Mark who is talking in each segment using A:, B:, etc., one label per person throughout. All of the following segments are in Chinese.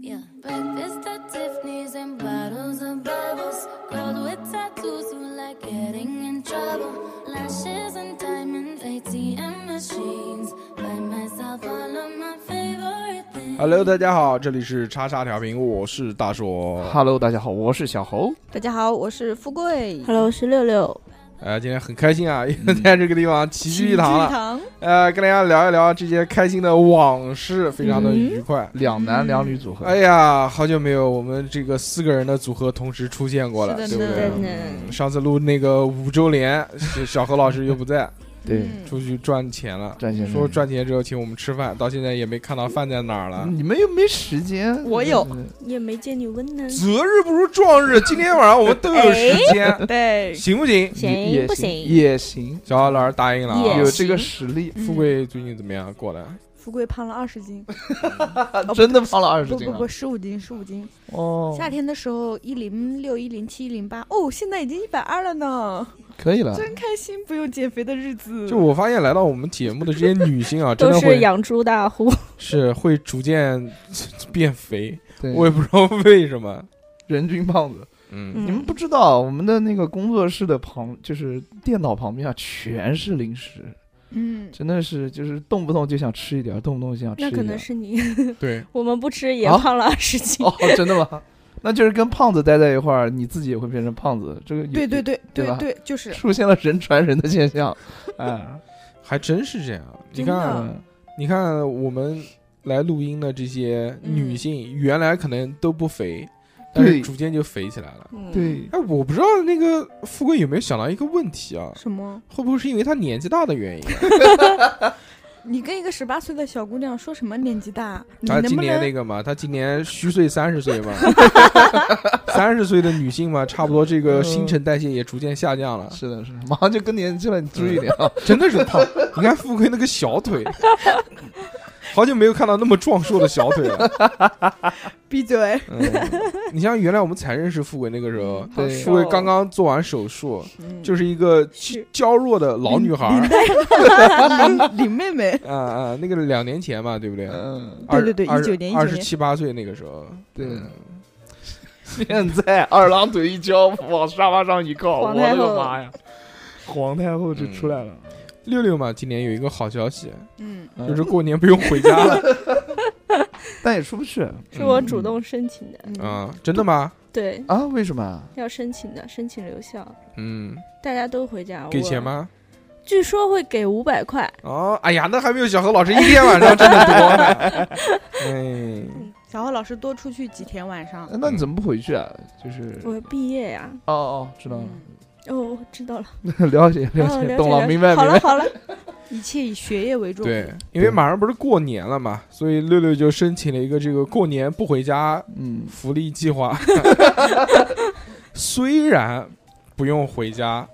A: Yeah, breakfast at Tiffany's and bottles of bubbles. Girls with tattoos who like getting in trouble. Lashes and diamonds, ATM machines. Buy myself all of my favorite things.
B: Hello，大家好，这里是叉叉调频，我是大硕。
C: Hello，大家好，我是小猴。
D: 大家好，我是富贵。
E: Hello，我是六六。
B: 呃，今天很开心啊，
D: 嗯
B: 因为在这个地方齐聚一堂了。
D: 堂，
B: 呃，跟大家聊一聊这些开心的往事，非常的愉快。
C: 两男两女组
D: 嗯
C: 合，
B: 哎呀，好久没有我们这个四个人的组合同时出现过了，
D: 是的
B: 对不
D: 呢
B: 对？
D: 真的
B: 嗯上次录那个五周 年，是小何老师又不在，
C: 嗯
D: 嗯
C: 对，
B: 出去赚钱了。
C: 赚钱
B: 说赚钱之后请我们吃饭，到现在也没看到饭在哪儿
D: 嗯
B: 了。
C: 你们又没时间，呃
D: 我有
E: 也没见你问呢。
B: 择日不如撞日，今天晚上我们都有时间，
D: 对，
B: 行不行？
E: 行
C: 也
E: 不行
C: 也行，
B: 小何老师答应了啊
E: 也。
C: 有这个实力，
B: 富贵最近怎么样？过来，
D: 富贵胖了二十斤，不
C: 啊真的胖了二十
D: 不
C: 斤
D: 不
C: 啊
D: 不，！十五斤，十五斤。
C: 哦，
D: 夏天的时候一零六、一零七、一零八，哦，现在已经一百二了呢，
C: 可以了，
D: 真开心，不用减肥的日子。
F: 嗯
B: 就我发现来到我们节目的这些女性啊，真
E: 都
B: 的
E: 是
B: 会
E: 养猪大户，
B: 是会逐渐 变肥，
C: 对，
B: 我也不知道为什么。
C: 人均胖子。
B: 嗯，
C: 你们不知道，我们的那个工作室的旁，就是电脑旁边啊，全是零食，
D: 嗯，
C: 真的是就是动不动就想吃一点儿，动不动就想吃
E: 那
C: 一
E: 可
C: 点
E: 能
C: 儿。
E: 是你，
B: 对，
E: 我们不吃也
C: 啊
E: 胖了二十斤。
C: 哦，真的吗？那就是跟胖子待在一块儿，你自己也会变成胖子。这个有
D: 对对对
C: 对吧
D: 对，就是
C: 出现了人传人的现 象，哎，
B: 还真是这样。你
D: 真的
B: 看，
C: 嗯
B: 你看我们来录音的这些女性，原来可能都不肥，但是
C: 对
B: 逐渐就肥起来了。
D: 嗯
C: 对，
B: 哎，我不知道那个富贵有没有想到一个问题啊？
D: 什么？
B: 会不会是因为他年纪大的原因啊？
D: 你跟一个十八岁的小姑娘说什么年纪大？你
B: 他
D: 能
B: 今
D: 不
B: 年
D: 能
B: 那个嘛，他今年虚岁三 十岁嘛，三十岁的女性嘛，差不多这个新
D: 嗯
B: 陈代谢也逐渐下降了，
C: 是的，是的，马上就更年期了，你注意点 啊！
B: 真的是胖。你看富贵那个小腿，好久没有看到那么壮硕的小腿 了。
D: 闭嘴？
B: 嗯，你像原来我们才认识富贵那个时候，
C: 对
B: 富
D: 哦
B: 贵刚刚做完手术，
D: 嗯
B: 就是一个娇娇弱的老女孩儿。
D: 林妹妹，
B: 啊啊，那个两年前嘛，对不对？
C: 嗯，
B: 二
D: 对对对
B: 二十
D: 19年
B: 二十七八岁那个时候，
C: 对
B: 嗯
C: 现在二郎腿一交，往沙发上一靠，我
E: 皇太
C: 的
E: 后
C: 个妈呀！嗯皇太后就出来了，
B: 六六嘛，今年有一个好消息，
D: 嗯，
C: 嗯
B: 就是过年不用回 家了
C: 但也出不去
E: 是我
C: 嗯
E: 主动申请的，
D: 嗯
B: 啊！真的吗？
E: 对，
C: 啊？为什么啊？
E: 要申请的，申请留校，
B: 嗯，
E: 大家都回家。
B: 给
E: 我
B: 钱？吗？
E: 据说会给五百块，
B: 哦，哎呀，那还没有小何老师一天晚上挣的 多呢。哎，
D: 小浩老师多出去几天晚上
C: 哎。那你怎么不回去啊？就是
E: 我要毕业呀。
C: 哦哦，知道了，
D: 嗯
E: 哦，我知道了，
C: 了解了
E: 哦，了
C: 解，
E: 解
C: 懂了，
E: 解
C: 明白
E: 好
C: 明
E: 了
C: 白。
E: 好了，
D: 一切以学业为重。
B: 对，因为马上不是过年了嘛，所以六六就申请了一个这个过年不回家
C: 嗯，
B: 福利计划。 虽然不用回家，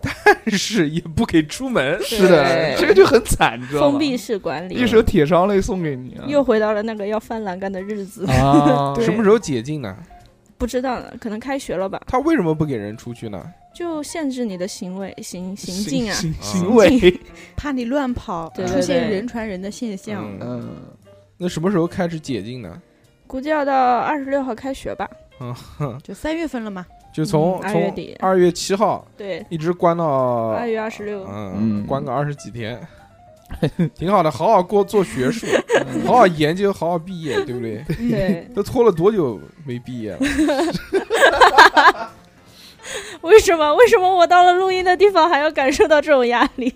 B: 但是也不给出门。
C: 是的，
E: 对
C: 这个就很惨，你知道吗？
E: 封闭式管理
C: 一，首铁伤泪送给你啊！
E: 又回到了那个要翻栏杆的日子。
C: 啊，
D: 对
B: 什么时候解禁呢？
E: 不知道呢，可能开学了吧，
B: 他为什么不给人出去呢？
E: 就限制你的行为行行径啊。
C: 行
B: 行
C: 行为，
D: 怕你乱跑，
E: 对
D: 出
E: 对
D: 现
E: 对
D: 人传人的现象。
B: 嗯
C: 嗯，
B: 那什么时候开始解禁呢？
E: 估计要到二十六号开学吧。
B: 嗯
D: 就三月份了嘛，
B: 就从
E: 嗯二
B: 从
E: 月底哎
B: 二月七号
E: 对，
B: 一直关到
C: 哦
E: 二月二十六。
B: 嗯，
C: 嗯
B: 关个二十几天，挺好的，好好过做学术，好好研究，好好毕业，对不对？
E: 对，
B: 都拖了多久没毕业了？
E: 为什么？为什么我到了录音的地方还要感受到这种压力？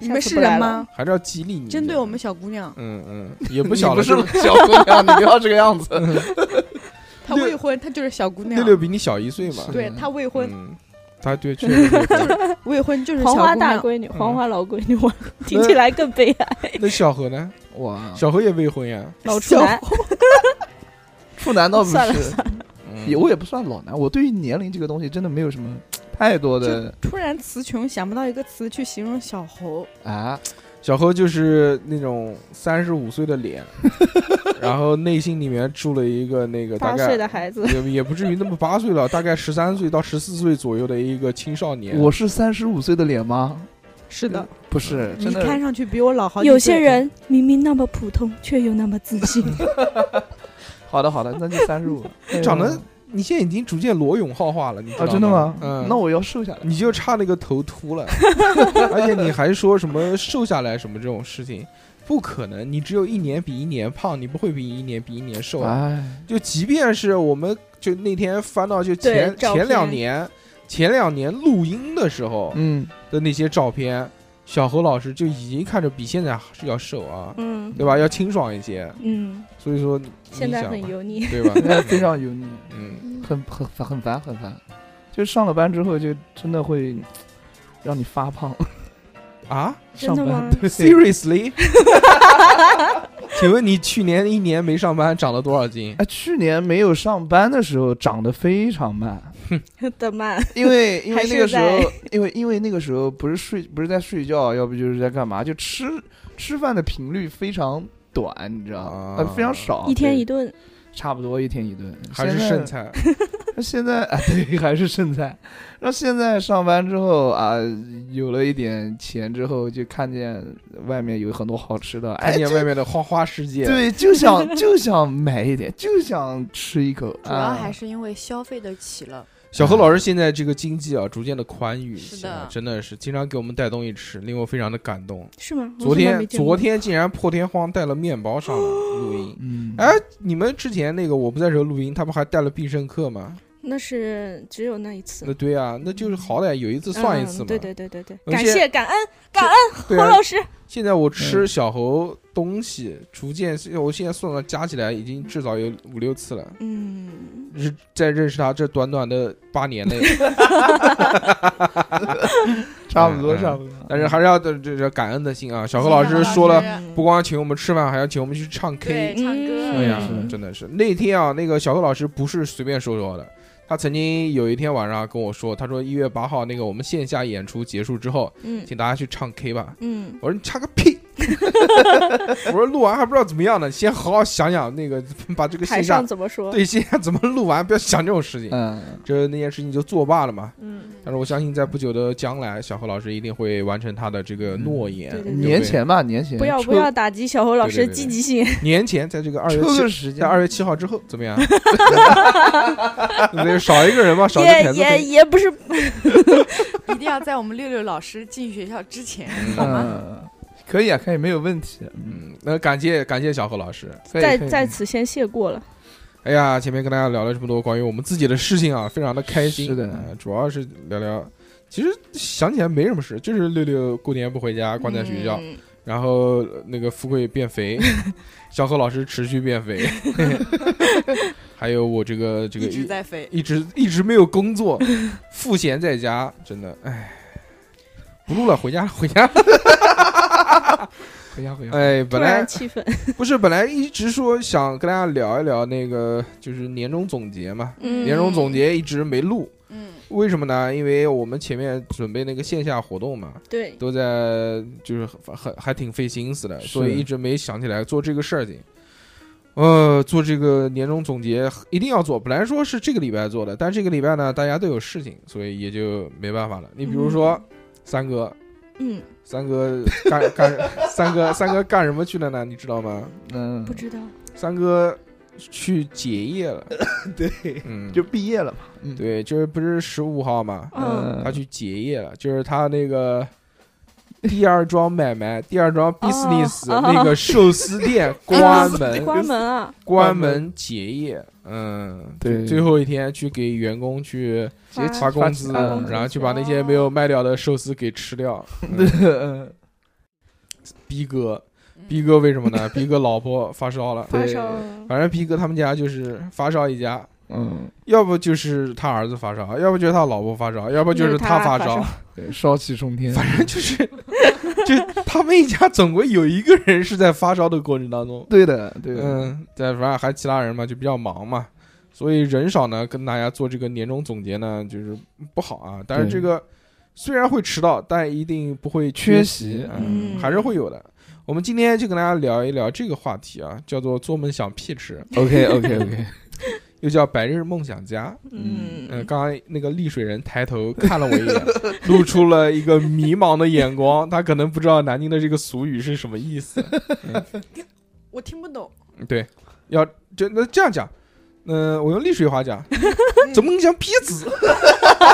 D: 你们是人吗？
B: 还是要激励你一下？
D: 针对我们小姑娘，
B: 嗯嗯， 也不小
C: 你
B: 了，
C: 不是
B: 就是
C: 小姑娘，你不要这个样子。
D: 她
B: 六
D: 未婚，她就是小姑娘
B: 六。六比你小一岁嘛。
D: 对她未婚，
B: 嗯，他对，确实未婚。
D: 未婚就是小
E: 黄
D: 姑
E: 花大
D: 娘。
E: 闺女，黄花老闺女， 我听起来更 悲哀。
B: 那小何呢？
C: 哇，
B: 小何也未婚呀。
E: 老处男，
C: 处男倒不
E: 算了
C: 是，也
B: 嗯
C: 我也不算老男，我对于年龄这个东西真的没有什么太多的
D: 突然词穷，想不到一个词去形容小猴，
C: 啊。
B: 小何就是那种三十五岁的 脸，然后内心里面住了一个那个大
E: 八岁
B: 概
E: 的孩子，
B: 也也不至于那么八岁了，大概十三岁到十四岁左右的一个青少年。
C: 我是三十五岁的脸吗？
D: 是的，
C: 不是，
F: 嗯
D: 你
C: 真的。
D: 看上去比我老好几岁。
E: 有些人明明那么普通，却又那么自信。
C: 好的好的，那就三十五。哎
B: 长得你现在已经逐渐裸泳浩化了，你知道
C: 啊，真的吗？
B: 嗯，
C: 那我要瘦下来。
B: 你就差那个头秃 了，而且你还说什么瘦下来什么这种事情，不可能，你只有一年比一年胖，你不会比一年比一年瘦啊。
C: 哎，
B: 就即便是我们就那天翻到就前
E: 对照片
B: 前两年前两年录音的时候
C: 嗯，
B: 的那些照片，小何老师就已经看着比现在是要瘦啊，
E: 嗯
B: 对吧？要清爽一些，
E: 嗯，
B: 所以说你
E: 现在
B: 想
E: 很
B: 吧
E: 油腻。
B: 对
C: 现在
B: 吧？
C: 非常油腻，
B: 嗯，
C: 很很烦很烦很烦。就上了班之后，就真的会让你发胖。
B: 啊
E: 真的
C: 上
E: 吗
C: 班对
B: ，seriously，请问你去年一年没上班长了多少斤？
C: 哎，去年没有上班的时候长得非常慢，
E: 的慢，
C: 因为因为
E: 还是
C: 那个时候，因为因为那个时候不是睡不是在睡觉，要不就是在干嘛，就吃吃饭的频率非常短，你知道吗？呃
B: 啊
C: 非常少，
E: 一天
C: 对
E: 一顿，
C: 差不多一天一顿，
B: 还是
C: 现在
B: 剩菜？
C: 那现在啊，对，还是剩菜。然后现在上班之后啊，有了一点钱之后，就看见外面有很多好吃的，
B: 看
C: 哎，
B: 见
C: 就
B: 外面的花花世界，
C: 对，就想就想买一点，就想吃一口。
F: 主要
C: 啊
F: 还是因为消费得起了。
B: 小何老师现在这个经济啊，逐渐的宽裕一
F: 是
B: 些
F: 的
B: 啊，真的是经常给我们带东西吃，令我非常的感动。
E: 是吗？我
B: 昨
E: 怎么
B: 天
E: 没见过
B: 昨天竟然破天荒带了面包 上来录音。
C: 嗯，
B: 哎，你们之前那个我不在时候录音，他不还带了必胜客吗？
E: 那是只有那一次
B: 那，对啊，那就是好歹有一次算一次嘛。
E: 嗯对对对对对，
B: 有
E: 感
B: 些
E: 谢感恩感恩
B: 对
E: 侯
B: 啊
E: 老师，
B: 现在我吃小猴东西，逐渐我现在算了加起来已经至少有五六次了。
E: 嗯，
B: 是在认识他这短短的八年内，
C: 差不多
B: 嗯
C: 差不多。
B: 但是还是要这这这感恩的心啊！小何老师说了，不光请我们吃饭，还要请我们去唱 K。
E: 嗯
F: 对，唱歌。
B: 哎呀
C: 是，
B: 真的是那天啊，那个小何老师不是随便说说的，他曾经有一天晚上啊跟我说，他说一月八号那个我们线下演出结束之后，
E: 嗯
B: 请大家去唱 K 吧。
E: 嗯，
B: 我说你唱个屁！ 我说录完还不知道怎么样呢，先好好想想那个把这个
E: 台
B: 线下
E: 上怎么说？
B: 对线下怎么录完，不要想这种事情。
C: 嗯，
B: 这那件事情就作罢了嘛。
E: 嗯，
B: 但是我相信，在不久的将来，小何老师一定会完成他的这个诺言。
E: 对对对
B: 不
C: 年前吧，年前
E: 不要
C: 抽
E: 不要打击小侯老
B: 对
E: 师
B: 对对对
E: 积极性，
B: 年前，在这个二月
C: 抽
B: 七
C: 个，时间
B: 在。二月七号之后，怎 么样？对，少一个人嘛，少一个
E: 也
B: 牌子可
E: 也
B: 以。
E: 也不是
F: 一定要在我们六六老师进学校之前。
C: 嗯，可以啊，可以，没有问题。嗯，
B: 嗯，那感谢感谢小何老师。
C: 可以
E: 在
C: 可以
E: 在此先谢过了，
B: 哎呀，前面跟大家聊了这么多关于我们自己的事情啊，非常的开心。
C: 是的
B: 呃主要是聊聊。其实想起来没什么事，就是六六过年不回家，关在学校，
E: 嗯
B: 然后呃那个富贵变 肥，小何老师持续变肥， 还有我这个这个
F: 一直在飞，
B: 一直一直没有工作，赋闲在家，真的，哎，不录了，回家回家。
C: 回家回家。
B: 哎，
E: 突
B: 本来
E: 然气愤，
B: 不是本来一直说想跟大家聊一聊那个就是年终总结嘛，
E: 嗯
B: 年终总结一直没录，
F: 嗯，
B: 为什么呢？因为我们前面准备那个线下活动嘛，
E: 对，
B: 都在就是很很还挺费心思的，
C: 是
B: 所以一直没想起来做这个事情。呃，做这个年终总结一定要做，本来说是这个礼拜做的，但这个礼拜呢，大家都有事情，所以也就没办法了。你比如说，三哥，
E: 嗯，
B: 三哥干干， 三哥三哥干什么去了呢？你知道吗？
C: 嗯
E: 不，知道，
B: 三哥去结业了，
C: 对，
B: 嗯，
C: 就毕业了嘛。嗯，
B: 对，就是不是十五号嘛，
E: 嗯，
B: 他去结业了，就是他那个第二桩买卖，第二桩 business
E: 哦
B: 那个寿哎司 店关门，
E: 关门啊，
B: 关门结业，嗯，
C: 对
B: 最后一天去给员工去
E: 发
B: 发工资，哦
C: 发工资
B: 然后去把那些没有卖掉的寿司给吃 掉。嗯
C: 嗯
B: 逼哥，逼哥为什么呢？逼哥老婆发烧了，
E: 发
C: 对
E: 烧，
B: 反正逼哥他们家就是发烧一家。
C: 嗯，
B: 要不就是他儿子发烧，要不就是他老婆发烧，要不就是他发
E: 就是他
B: 烧
E: 发，
C: 对烧气冲天。
B: 反正 就是，就他们一家总归有一个人是在发烧的过程当中，
C: 对的，对的。
B: 嗯，在反正还其他人嘛就比较忙嘛，所以人少呢，跟大家做这个年终总结呢就是不好啊。但是
C: 对
B: 这个虽然会迟到，但一定不会
C: 缺
B: 席
C: 席，
B: 嗯，
D: 嗯
B: 还是会有的。我们今天就跟大家聊一聊这个话题啊，叫做“做梦想屁吃
C: OK OK OK，”，
B: 又叫“白日梦想家”。
C: 嗯
B: 嗯，刚刚那个丽水人抬头看了我一眼，露出了一个迷茫的眼光，他可能不知道南京的这个俗语是什么意思。
D: 我听不懂。
B: 对，要就那这样讲，嗯、我用丽水话 讲，怎么你想骗子？啊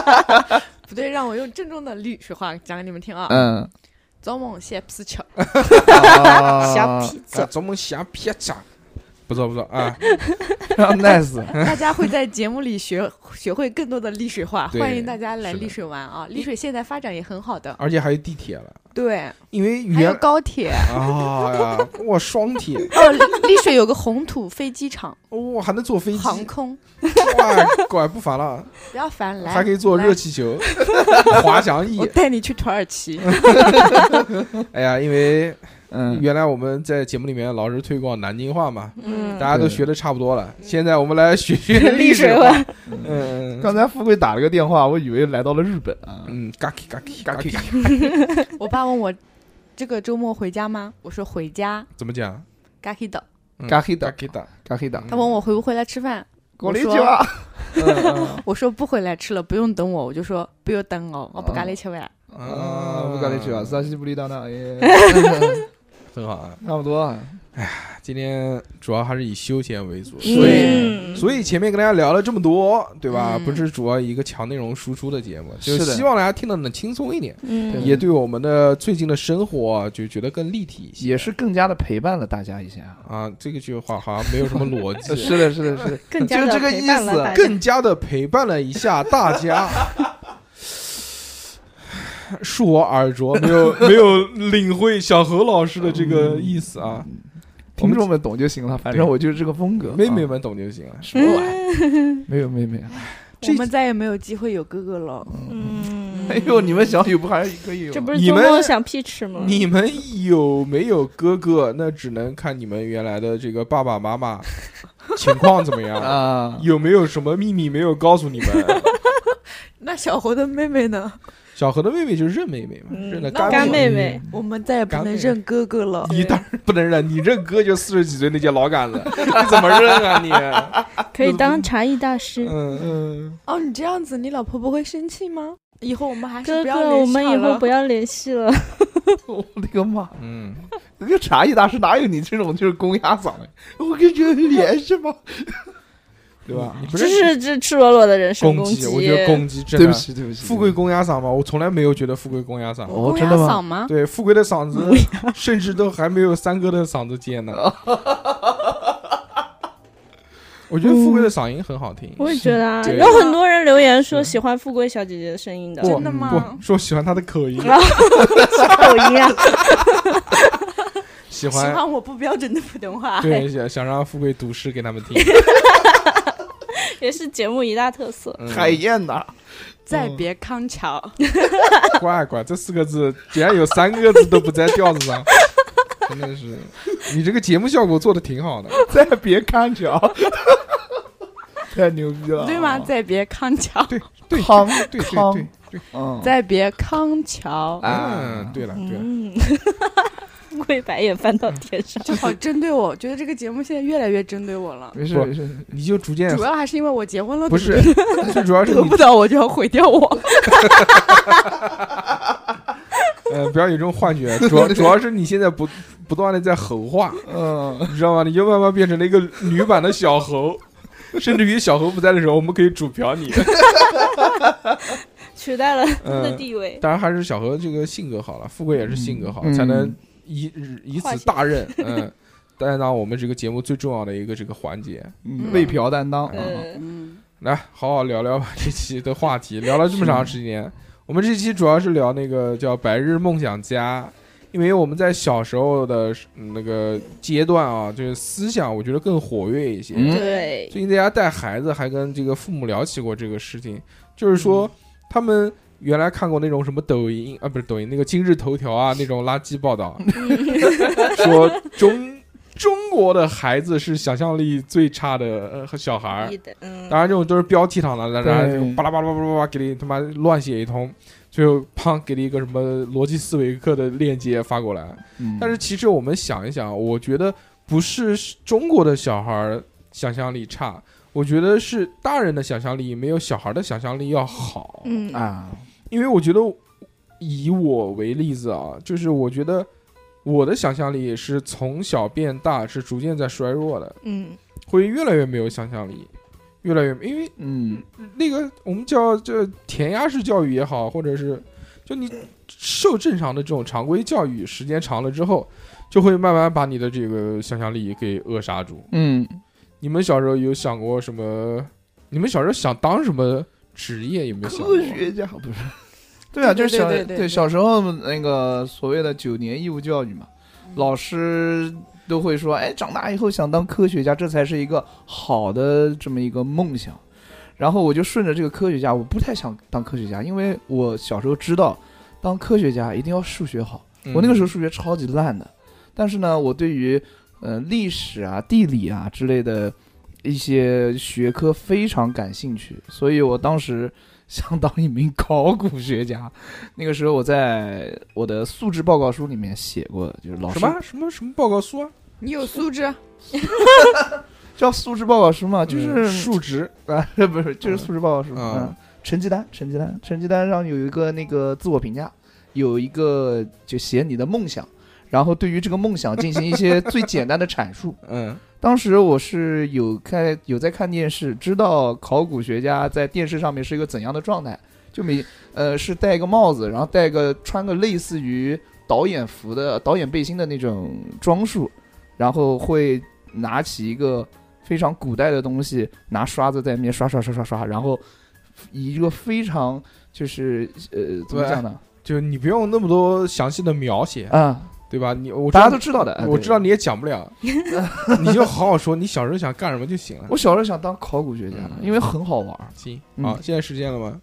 F: 不对，让我用正宗的丽水话讲给你们听
B: 呃
F: 啊。
C: 嗯，
F: 早梦写不是巧，
E: 小
C: 小
E: 痞
B: 啊
E: 子，
B: 怎么想骗子？啊不错不错啊，
C: 非常 nice，
F: 大家会在节目里学 学会更多的丽水话，
B: 对
F: 欢迎大家来
B: 是的
F: 丽水玩啊！丽水现在发展也很好的，
B: 而且还有地铁了，
F: 对，
B: 因为
F: 还有
B: 原，
F: 高铁
B: 啊呀，哇双铁，
F: 哦，丽丽水有个红土飞机场、
B: 哇还能坐飞机，
F: 航空，
B: 哇乖不烦了，
F: 不要烦，来，
B: 还可以坐
F: 来
B: 热气球、 滑翔翼
F: 我。带你去土耳 其。
B: 哎呀，因为
C: 嗯，
B: 原来我们在节目里面老是推广南京话嘛，
E: 嗯
B: 大，家都学的差不多了，现在我们来学学
E: 丽
B: 水
E: 水
B: 话。
E: 文，
B: 嗯嗯
C: 刚才富贵打了个电话，我以为来到了日本啊，
B: 嗯，嘎叽嘎叽嘎叽，
F: 我爸问我这个周末回家吗？我说回家，
B: 怎么讲？
F: 嘎黑的。
B: 嗯
C: 嘎黑
B: 嘎
C: 的
B: 叽的，
C: 嘎黑的，
F: 他问我回不回来吃饭，
C: 过来一
F: 我
C: 句
F: 说
C: 啊，
B: 嗯
F: 我说不回来吃了，不用等我，我就说不用等我，我不干来吃饭。
B: 嗯
C: 啊，我不搞那句啊， 三西不离当当，哎，
B: 很好啊。
C: 差不多啊，
B: 今天主要还是以休闲为主，所以
E: 嗯，
B: 所以前面跟大家聊了这么多，对吧？
F: 嗯
B: 不是主要一个强内容输出的节目，就是
C: 的
B: 希望大家听得能轻松一点，
E: 嗯
B: 也对我们的最近的生活啊就觉得更立体一些。
C: 也是更加的陪伴了大家一下。
B: 啊，这个句话好像没有什么逻 辑，
C: 是的，是的，是的，
E: 更加
C: 就
E: 的
C: 这个
E: 陪伴
C: 意
E: 了
C: 思
E: 大家
B: 更加的陪伴了一下大家。恕我耳拙，没有没有领会小何老师的这个意思啊，
C: 听众们懂就行了，反正我就是这个风格。
B: 妹妹
C: 啊，
B: 们懂就行了。
C: 什么玩意儿？没有妹妹啊，
B: 这
F: 我们再也没有机会有哥哥了。
E: 嗯，
C: 哎呦，你们想有不还是可以有？
E: 这不是
B: 你
E: 做
B: 们
E: 梦想屁吃吗？
B: 你们有没有哥哥？那只能看你们原来的这个爸爸妈妈情况怎么样，
C: 啊，
B: 有没有什么秘密没有告诉你们？
F: 那小猴的妹妹呢？
B: 小何的妹妹就是认妹妹嘛，
E: 嗯
B: 认了
F: 那
B: 干
F: 我
E: 干妹妹，
B: 嗯
F: 我们再也不能认哥哥了。
B: 你当然不能认，你认哥就四十几岁那届老杆子， 你怎么认啊
E: 可以当茶艺大师
B: 你？。嗯，
C: 嗯，
F: 哦，你这样子，你老婆不会生气吗？以后我们还是
E: 哥
F: 不要
E: 哥，我
F: 联系
E: 们
F: 好
E: 以后
F: 了
E: 不。要联系了。
C: 我的个妈！
B: 嗯，
C: 那个茶艺大师哪有你这种就是公鸭嗓的？我跟这个联系吗？对吧？
B: 你不
E: 这
B: 认
E: 是这赤裸裸的人身
B: 公
E: 击，
B: 我觉得公鸡真
C: 对
B: 的
C: 不，起，对不起，
B: 富贵公鸭嗓嘛，我从来没有觉得富贵公鸭嗓。
C: 哦，
F: 公
C: 真
F: 鸭
C: 的
F: 嗓
C: 吗？
F: 吗？
B: 对，富贵的嗓子甚至都还没有三哥的嗓子尖呢。我觉得富贵的嗓音很好听。
E: 我也觉得啊，
B: 对
E: 有很多人留言说喜欢富贵小姐姐的声音的
B: 不
F: 真的吗
B: 不，说喜欢他的口音，
E: 口音啊，
B: 喜
F: 喜
B: 欢
F: 欢我不标准的普通
E: 啊
F: 话。
B: 对，想想让富贵读诗给他们听。
E: 也是节目一大特色。
B: 嗯
C: 海燕呐，
F: 再别康桥，
B: 乖乖，这四个字竟然有三个字都不在调子上， 真的是，你这个节目效果做的挺好的。
C: 嗯再别看桥， 太牛逼了，
F: 对吗？？再别康桥，
B: 对
C: 康
B: 对对
C: 康
B: 对对，
C: 嗯，
F: 再别康桥，
B: 嗯，
C: 啊，
B: 对了对了，
E: 嗯，跪白眼翻到天上。
F: 就好针对我。觉得这个节目现在越来越针对我了，
C: 没事
B: 不
C: 没事，
B: 你就逐渐
F: 主要还是因为我结婚了，
B: 哎不是，最主要是
F: 得
B: 你
F: 不到我就要毁掉我。
B: 呃，不要有这种幻觉，主要主要是你现在不不断的在吼话，
C: 嗯，
B: 你知道吗？你就慢慢变成了一个女版的小猴，甚至于小猴不在的时候，我们可以主嫖你。
E: 取代了他的
B: 嗯
E: 地位。
B: 当然还是小何这个性格好了，富贵也是性格好，
C: 嗯
B: 才能以以
E: 化
B: 此
E: 解
B: 大任。嗯，担当我们这个节目最重要的一个这个环节。
C: 嗯为嫖担当，嗯
E: 嗯，
F: 嗯，
B: 来，好好聊聊吧，这期的话题聊了这么长时间，我们这期主要是聊那个叫《白日梦想家》，因为我们在小时候的嗯那个阶段啊，就是思想我觉得更活跃一些。
C: 嗯
E: 对，
B: 最近在家带孩子，还跟这个父母聊起过这个事情，就是说他们原来看过那种什么抖音啊，不是抖音那个今日头条啊那种垃圾报道，说中中国的孩子是想象力最差的呃小孩儿
E: 一。的，嗯
B: 当，然，这种都是标题党的，然后
C: 对
B: 巴拉巴拉巴拉巴拉给你他妈乱写一通，就砰给了一个什么逻辑思维课的链接发过来。
C: 嗯
B: 但是其实我们想一想，我觉得不是中国的小孩儿想象力差，我觉得是大人的想象力没有小孩儿的想象力要好。
D: 嗯，
C: 啊，
B: 因为我觉得以我为例子啊，就是我觉得我的想象力是从小变大，是逐渐在衰弱的，
D: 嗯，
B: 会越来越没有想象力，越来越因为
C: 嗯
B: 那个我们叫这填鸭式教育也好，或者是就你受正常的这种常规教育时间长了之后，就会慢慢把你的这个想象力给扼杀住。
C: 嗯，
B: 你们小时候有想过什么？你们小时候想当什么职业？有没有想过？
C: 科学家不是？ 对啊，就是小
D: 对对对对对
C: 小时候那个所谓的九年义务教育嘛，老师都会说，哎，长大以后想当科学家，这才是一个好的这么一个梦想。然后我就顺着这个科学家，我不太想当科学家，因为我小时候知道，当科学家一定要数学好。
B: 嗯
C: 我那个时候数学超级烂的，但是呢，我对于呃历史啊、地理啊之类的一些学科非常感兴趣，所以我当时想当一名考古学家。 那个时候我在我的素质报告书里面写过，就是老师
B: 什么什么什么报告书啊？
D: 你有素质，
C: 叫素质报告书嘛，就
B: 嗯
C: 是
B: 数值，
C: 啊，不是，就是素质报告书。
B: 嗯
C: 嗯，成绩单，成绩单，成绩单上有一个那个自我评价，有一个就写你的梦想，然后对于这个梦想进行一些最简单的阐述。
B: 嗯
C: 当时我是有看有在看电视，知道考古学家在电视上面是一个怎样的状态，就每呃是戴一个帽子，然后戴个穿个类似于导演服的导演背心的那种装束，然后会拿起一个非常古代的东西，拿刷子在那边刷刷刷刷刷，然后以一个非常就是呃怎么讲呢
B: 就你不用那么多详细的描写，
C: 啊，
B: 对吧？你我
C: 大家都知道的，啊
B: 我知道。
C: 对
B: 你也讲不了，你就好好说，你小时候想干什么就行了。
C: 我小时候想当考古学家，
B: 嗯
C: 因为很好玩儿。
B: 行，
C: 嗯
B: 好，现在实现了吗？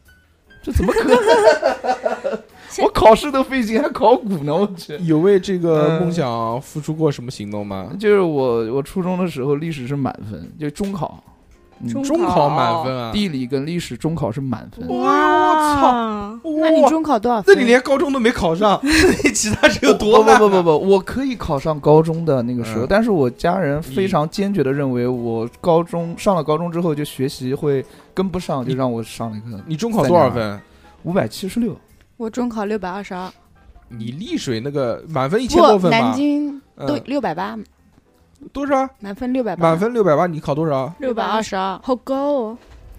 C: 这怎么可能？ 我考试都费劲，还考古呢！我去，
B: 有为这个
C: 嗯
B: 梦想付出过什么行动吗？
C: 就是我，我初中的时候历史是满分，就中考，嗯
B: 中考满分啊！
C: 地理跟历史中考是满分。
E: 哇，
F: 那你中考多少
B: 那
F: 分？
B: 你连高中都没考上，你其他是有
C: 不
B: 多烂啊？
C: 不不不不，我可以考上高中的那个时候，
B: 嗯
C: 但是我家人非
B: 你
C: 常坚决的认为，我高中上了高中之后就学习会跟不上，
B: 你
C: 就让我上了一个
B: 你中考多少分？
C: 五百七十六。
F: 我中考六百二十二，
B: 你丽水那个满分一千多
F: 不，
B: 分吧？
F: 南京都
B: 嗯，
F: 六百八，
B: 多少？
F: 满分六百八，
B: 满分六百八，你考多少？
F: 六百二十二。
E: 好高哦，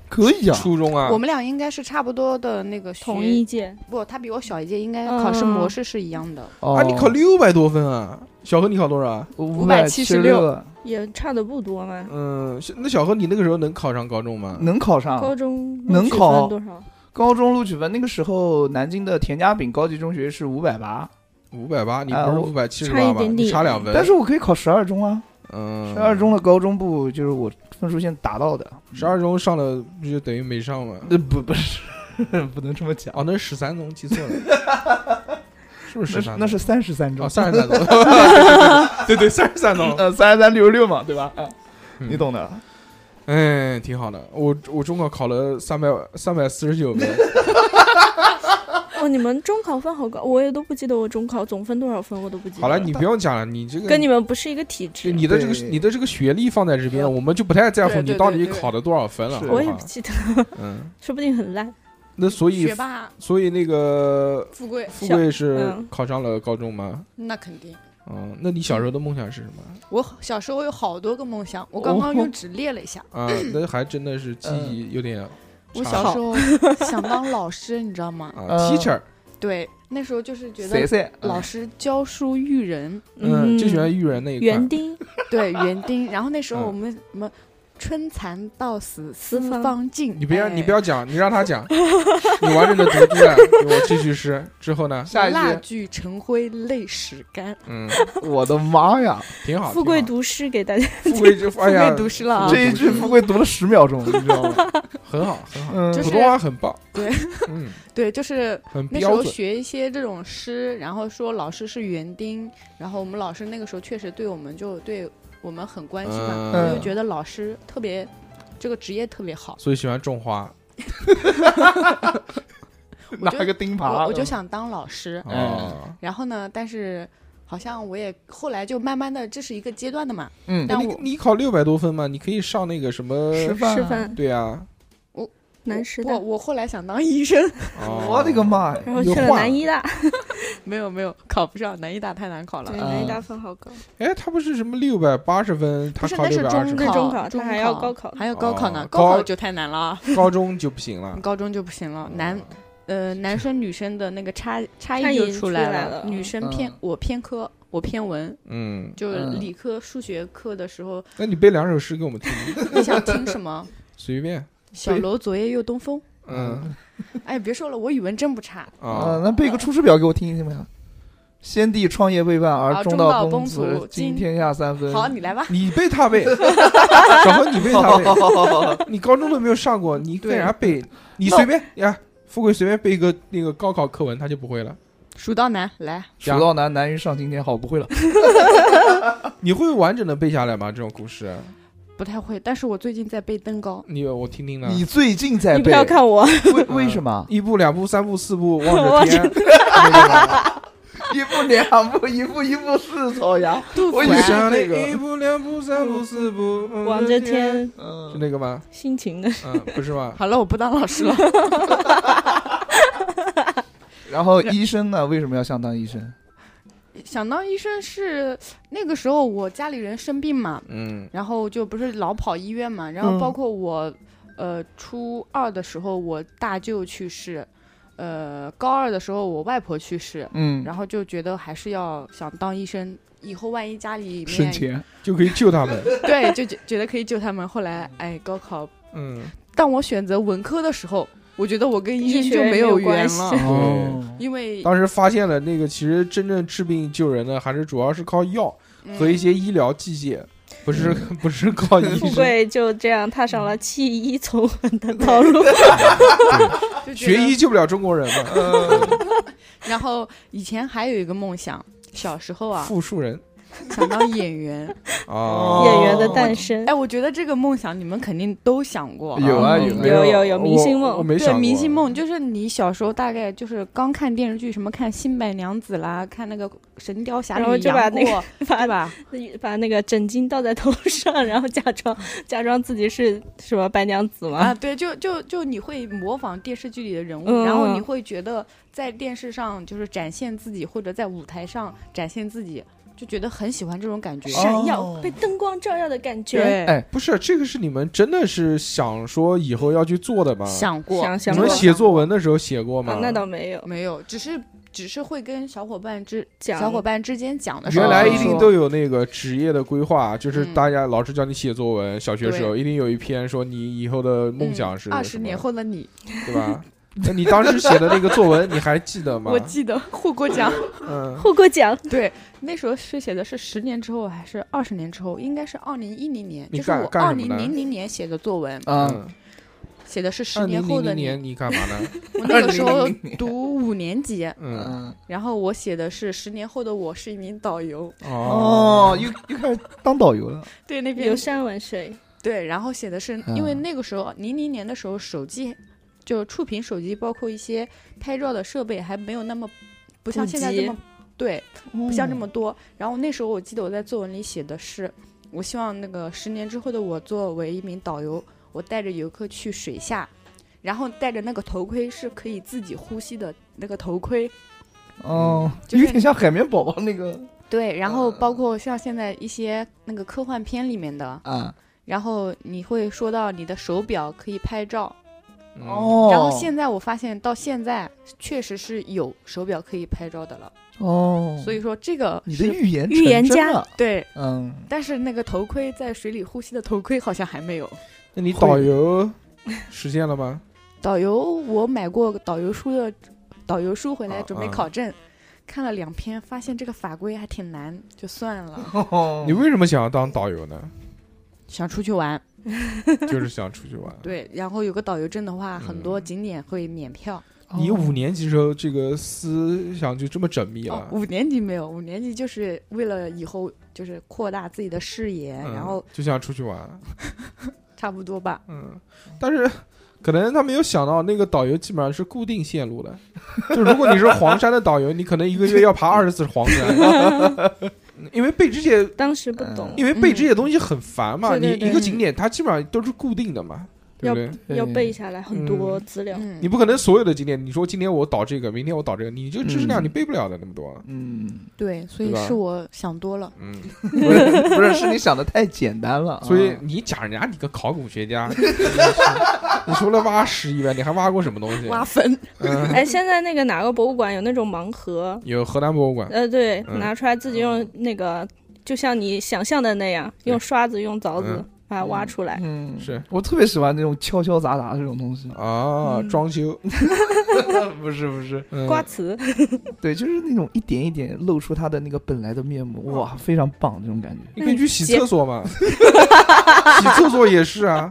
C: 可以啊，
B: 初中啊
F: 我，们俩应该是差不多的那个学
E: 同一，届，
F: 不，他比我小一届，应该
B: 嗯
F: 考试模式是一样的。
C: 哦
B: 啊，你考六百多分啊？小何，你考多少啊？
C: 五百七十六
E: 也差的不多嘛。
B: 嗯，小那小何，你那个时候能考上高中吗？
C: 能考
B: 啊
C: 上，
E: 高中录
C: 能
E: 取
C: 考
E: 分多少？
C: 高中录取分那个时候，南京的田家炳高级中学是五百八，
B: 五百八，你
C: 啊
B: 不是
C: 我
B: 五百七十
E: 差
B: 八
E: 一
B: 吗？
E: 点
B: 你
E: 点
B: 差两分。
C: 但是我可以考十二中啊，
B: 嗯，
C: 十二中的高中部就是我分数线达到的。
B: 十二中上了不就等于没上吗？
C: 呃不不是， 不能这么讲，
B: 哦，那是十三中，记错了， 是不是
C: 那
B: 十
C: 是
B: 三？
C: 那是三十三中
B: 哦，，三十三中， 对对，三十三中，
C: 呃三十三六十六嘛，对吧？啊
B: 嗯
C: 你懂的。嗯
B: 哎，挺好的。我我中考考了三百三百四十九分，
E: 哦，你们中考分好高，我也都不记得我中考总分多少分，我都不记得。
B: 好了，你不用讲了，你这个
E: 跟你们不是一个体
B: 就
E: 制，
B: 你的这个
C: 对
B: 你的这个学历放在这边，我们就不太在乎
F: 对
B: 你
F: 对
B: 到底
F: 对对
B: 考了多少分了，
C: 是
B: 好
E: 我
B: 不
E: 也
B: 好
E: 不？记得，
B: 嗯，
E: 说不定很烂。
B: 那所以
F: 学霸
B: 所以那个
F: 富贵，
B: 富贵是
E: 嗯
B: 考上了高中吗？
F: 那肯定。
B: 嗯，那你小时候的梦想是什么
F: 我小时候有好多个梦想，我刚刚用纸列了一下。
B: 啊？那还真的是记
C: 嗯
B: 忆有点
F: 我
B: 差
F: 小时候 想当老师，你知 道吗？
B: 啊
C: 嗯
B: ，teacher，
F: 对，那时候就是觉
C: 谁嗯
F: 得
C: 谁
F: 老师教书育人，
B: 嗯，就喜欢育人那一块
E: 园。丁，
F: 对园丁。然后那时候
B: 嗯
F: 我们什么春蚕到死丝
E: 方
F: 方尽，
B: 你不要，
F: 哎
B: 你不要讲，你让他讲， 你完整的读出来，给我这句诗之后呢？
C: 下一
F: 蜡
C: 句，
F: 炬成灰泪始干。
B: 嗯，
C: 我的妈呀！
B: 挺好。
E: 富贵
B: 挺好
E: 读诗给大家。
B: 富贵 就哎呀，
F: 读诗了啊
B: 我！
C: 这一句富贵读了十秒钟，你知道 吗？
B: 很好，很好，
C: 嗯
F: 就，
B: 普
F: 是
B: 通话很棒。
F: 对，
B: 嗯，
F: 对，就是
B: 很
F: 那时
B: 标
F: 候
B: 准。
F: 学一些这种诗，然后说老师是园丁，然后我们老师那个时候确实对我们就对我们很关心嘛，
B: 嗯
F: 我就觉得老师特别这个职业特别好。
B: 所以喜欢种花。
C: 拿
F: 就
C: 个钉耙，
F: 我我就想当老师，
B: 哦，
F: 然后呢，但是好像我也后来就慢慢的，这是一个阶段的嘛。
C: 嗯
F: 但
B: 你
F: 我
B: 你考六百多分嘛，你可以上那个什么？
C: 吃饭
E: 师范
B: 对 啊，
E: 南师大
F: 我，我后来想当医生，
B: 哦
C: 我的个！妈呀！
E: 然后去
B: 又
E: 了
B: 换
E: 南
B: 了
E: 医大，
F: 没有没有考不上，南医大太难考了
E: 对，。
C: 嗯
E: 南医大分好高，
B: 哎，他不是什么六百八十分，他
F: 不是，
B: 考
F: 那
B: 六
F: 是
B: 百
F: 中
B: 二十
E: 考，中考
F: 中
E: 他还要高考
F: 还要高考呢
B: 哦，
F: 高考
B: 高嗯
F: 就太难了，
B: 高中就不行了。
F: 高中就不行了。男呃，男生女生的那个差差
E: 差
F: 异就
E: 异
F: 出来
E: 出来
F: 了。
E: 了
F: 女生偏
C: 嗯
F: 我偏科，我偏文，
B: 嗯，
F: 就是
C: 嗯
F: 理科数学课的时候，
B: 那你背两首诗给我们听，
F: 你想听什么？
B: 随便。
F: 小楼昨夜又东风。
B: 嗯
F: 哎，别说了，我语文真不差。
C: 啊
B: 啊，，
C: 那背个《出师表》给我听一听呗。先帝创业未半，而
F: 而
C: 中
F: 啊中
C: 道
F: 道
C: 崩
F: 崩殂
C: 殂，今
F: 今
C: 天下三分。
F: 好，你来吧。
B: 你背他 背，小何你背他背， 你高中都没有上过，你给
F: 对
B: 人家背， 你随便呀，富贵随便背一个那个高考课文，他就不会了。
F: 蜀道难，来，
B: 讲
C: 蜀道难，难于上青天。好，不会了。
B: 你会完整的背下来吗？这种故事，
F: 不太会，但是我最近在背登 高。
B: 你我听听呢。
C: 你最近在
E: 你不
C: 背？
E: 要看我，
C: 为为什么？
B: 一步、两步、三步、四步，望 着天，那个
C: 一步两步，一步一步是朝阳。
F: 杜
C: 我
F: 甫
C: 以
B: 你
C: 为
F: 啊，
B: 想
C: 那个
B: 那一步、两步、三步、四步，
E: 望着，天，
B: 是
C: 嗯，
B: 那个吗？
E: 心情的。
B: 嗯，不是吗？
F: 好了，我不当老 师了。
C: 然后医生呢？为什么要想当医生？
F: 想当医生是那个时候我家里人生病嘛，
B: 嗯
F: 然后就不是老跑医院嘛，然后包括我，呃，初二的时候我大舅去世，呃，高二的时候我外婆去世，
C: 嗯，
F: 然后就觉得还是要想当医生，以后万一家里
C: 省
F: 面
C: 钱。
B: 就可以救他们。
F: 对，就觉觉得可以救他们。后来哎，高考，
B: 嗯，
F: 当我选择文科的时候，我觉得我跟医生
E: 医
F: 就
E: 学没
F: 有
E: 有
F: 缘
E: 关 系
F: 了，
B: 哦
F: 因为
B: 当时发现了那个，其实真正治病救人的，还是主要是靠药和一
F: 嗯
B: 些医疗器械，不是不是靠医
E: 富
B: 生。
E: 贵就这样踏上了弃医从文的 道路。
F: 就觉
B: 学
F: 得
B: 医救不了中国人嘛，
E: 啊
C: 嗯
F: 然后以前还有一个梦想，小时 候啊
B: 富庶人
F: 想当演员。
B: 啊，
E: 演员的诞生
F: 哎，，哦我觉得这个梦想你们肯定都想过。
C: 有啊有
B: 没
C: 啊。
E: 有有有
B: 我
E: 明星梦
B: 我没想
F: 对，
B: 过
F: 明星梦就是你小时候大概就是刚看电视剧，什么看《新白娘子》啦，看那个《神雕侠侣
E: 然后》就把
F: 杨
E: 那个
F: 过，
E: 把
F: 对吧？
E: 把那个枕巾倒在头上，然后假装假装自己是什么白娘子
F: 啊，
E: 嘛。
F: 对，就就就你会模仿电视剧里的人物，
E: 嗯
F: 然后你会觉得在电视上就是展现自己，或者在舞台上展现自己，就觉得很喜欢这种感觉。
E: 闪
C: 哦
E: 耀被灯光照耀的感觉，
F: 对，
C: 哎
B: 不是这个是你们真的是想说以后要去做的吗？
F: 想过，
E: 想想
B: 你
E: 过
B: 们写作文的时候写过吗
E: 啊？那倒没有
F: 没有，只是只是会跟小伙伴之
E: 讲
F: 小伙伴之间讲的时候
B: 原
F: 说，
B: 来一定都有那个职业的规划，就是
F: 嗯
B: 大家老师叫你写作文，小学时候一定有一篇说你以后的
E: 嗯
B: 梦想是
F: 嗯二
B: 什
F: 十
B: 么
F: 年，后的你，
B: 对吧？ 那你当时写的那个作文你还记得吗？
F: 我记 得获过奖。
B: 嗯，
E: 获过奖，
F: 对，那时候是写的是十年之后还是二十年之后？应该是二零一零年，
B: 你
F: 就是
B: 干
F: 我
B: 干
F: 二
B: 什么
F: 零
B: 呢
F: 零零年写的作文，
C: 嗯，
F: 写的是十
B: 二
F: 年
B: 零
F: 后
B: 零
F: 的
B: 零
F: 你。
B: 年你干嘛呢？
F: 我那个时候
C: 2000年
F: 读五年级，
B: 嗯，
F: 然后我写的是十年后的我是一名导游，
C: 哦，又又开始当导游了。
F: 对那
E: 游
F: 边
E: 山玩水，
F: 对，然后写的是因为那个时候零零年的时候手机就触屏手机，包括一些拍照的设备还没有那么不像
E: 普
F: 现在这
E: 及
F: 么对，不像这么多。然后那时候我记得我在作文里写的是，我希望那个十年之后的我作为一名导游，我带着游客去水下，然后戴着那个头盔是可以自己呼吸的那个头盔，
C: 哦，
F: 就
C: 有
F: 是
C: 点像海绵宝宝那个
F: 对，然后
C: 嗯
F: 包括像现在一些那个科幻片里面的，
C: 啊。
F: 然后你会说到你的手表可以拍照，
B: 嗯，
C: 哦，
F: 然后现在我发现到现在确实是有手表可以拍照的了，
C: 哦，
F: 所以说这个
C: 你的
F: 是
C: 预言
E: 预言
C: 成真
E: 家
C: 了，
F: 对，
C: 嗯，
F: 但是那个头盔在水里呼吸的头盔好像还没有。
B: 那你导游实现了吗？
F: 导游，我买过导游书的导游书回来
B: 啊
F: 准
C: 嗯
F: 备
B: 啊
F: 考证，看了两篇，发现这个法规还挺难，就算
C: 嗯
F: 了。
C: 哦
B: 你为什么想要当导游呢？
F: 想出去玩，
C: 嗯
B: 就是想出去玩。
F: 对，然后有个导游证的话，很
C: 嗯
F: 多景点会免票。
B: 你五年级时候这个思想就这么缜密
F: 哦
B: 了，，
F: 五年级没有，五年级就是为了以后就是扩大自己的视野，
B: 嗯
F: 然后
B: 就想出去玩。
E: 嗯
F: 差不多吧。
B: 嗯，但是可能他没有想到那个导游基本上是固定线路的，就如果你是黄山的导游，你可能一个月要爬二十次黄山，因为被这些
E: 当时不懂，
B: 因为背这些东西很烦嘛，
E: 嗯对对
B: 你
E: 对
B: 一个景点它基本上都是固定的嘛，对不对？
E: 要背下来很多资料。
F: 嗯
B: 你不可能所有的景点，你说今天我导这个，明天我导这个，你就知识量
C: 嗯
B: 你背不了的那么多。
C: 嗯，
F: 对，所以
B: 对吧
F: 是我想多了。
B: 嗯，
C: 不 是不是，是你想的太简单了啊，
B: 所以你讲人家你个考古学家，你除了挖屎以外，你还挖过什么东西？
F: 挖坟，
B: 嗯，
E: 哎，现在那个哪个博物馆有那种盲盒？
B: 有河南博物馆，
E: 呃，对，
B: 嗯
E: 拿出来自己用那个，就像你想象的那样，
B: 对
E: 用刷子、用凿子
B: 嗯
E: 把它挖出来。
C: 嗯，
B: 是，
C: 我特别喜欢那种敲敲砸砸这种东西
B: 啊，
F: 嗯
B: 装修，
C: 不是不是，
B: 嗯
E: 瓜瓷，
C: 对，就是那种一点一点露出它的那个本来的面目，哇，非常棒，这种感觉。
B: 你可以
F: 嗯
B: 去洗厕所嘛， 洗厕所也是啊，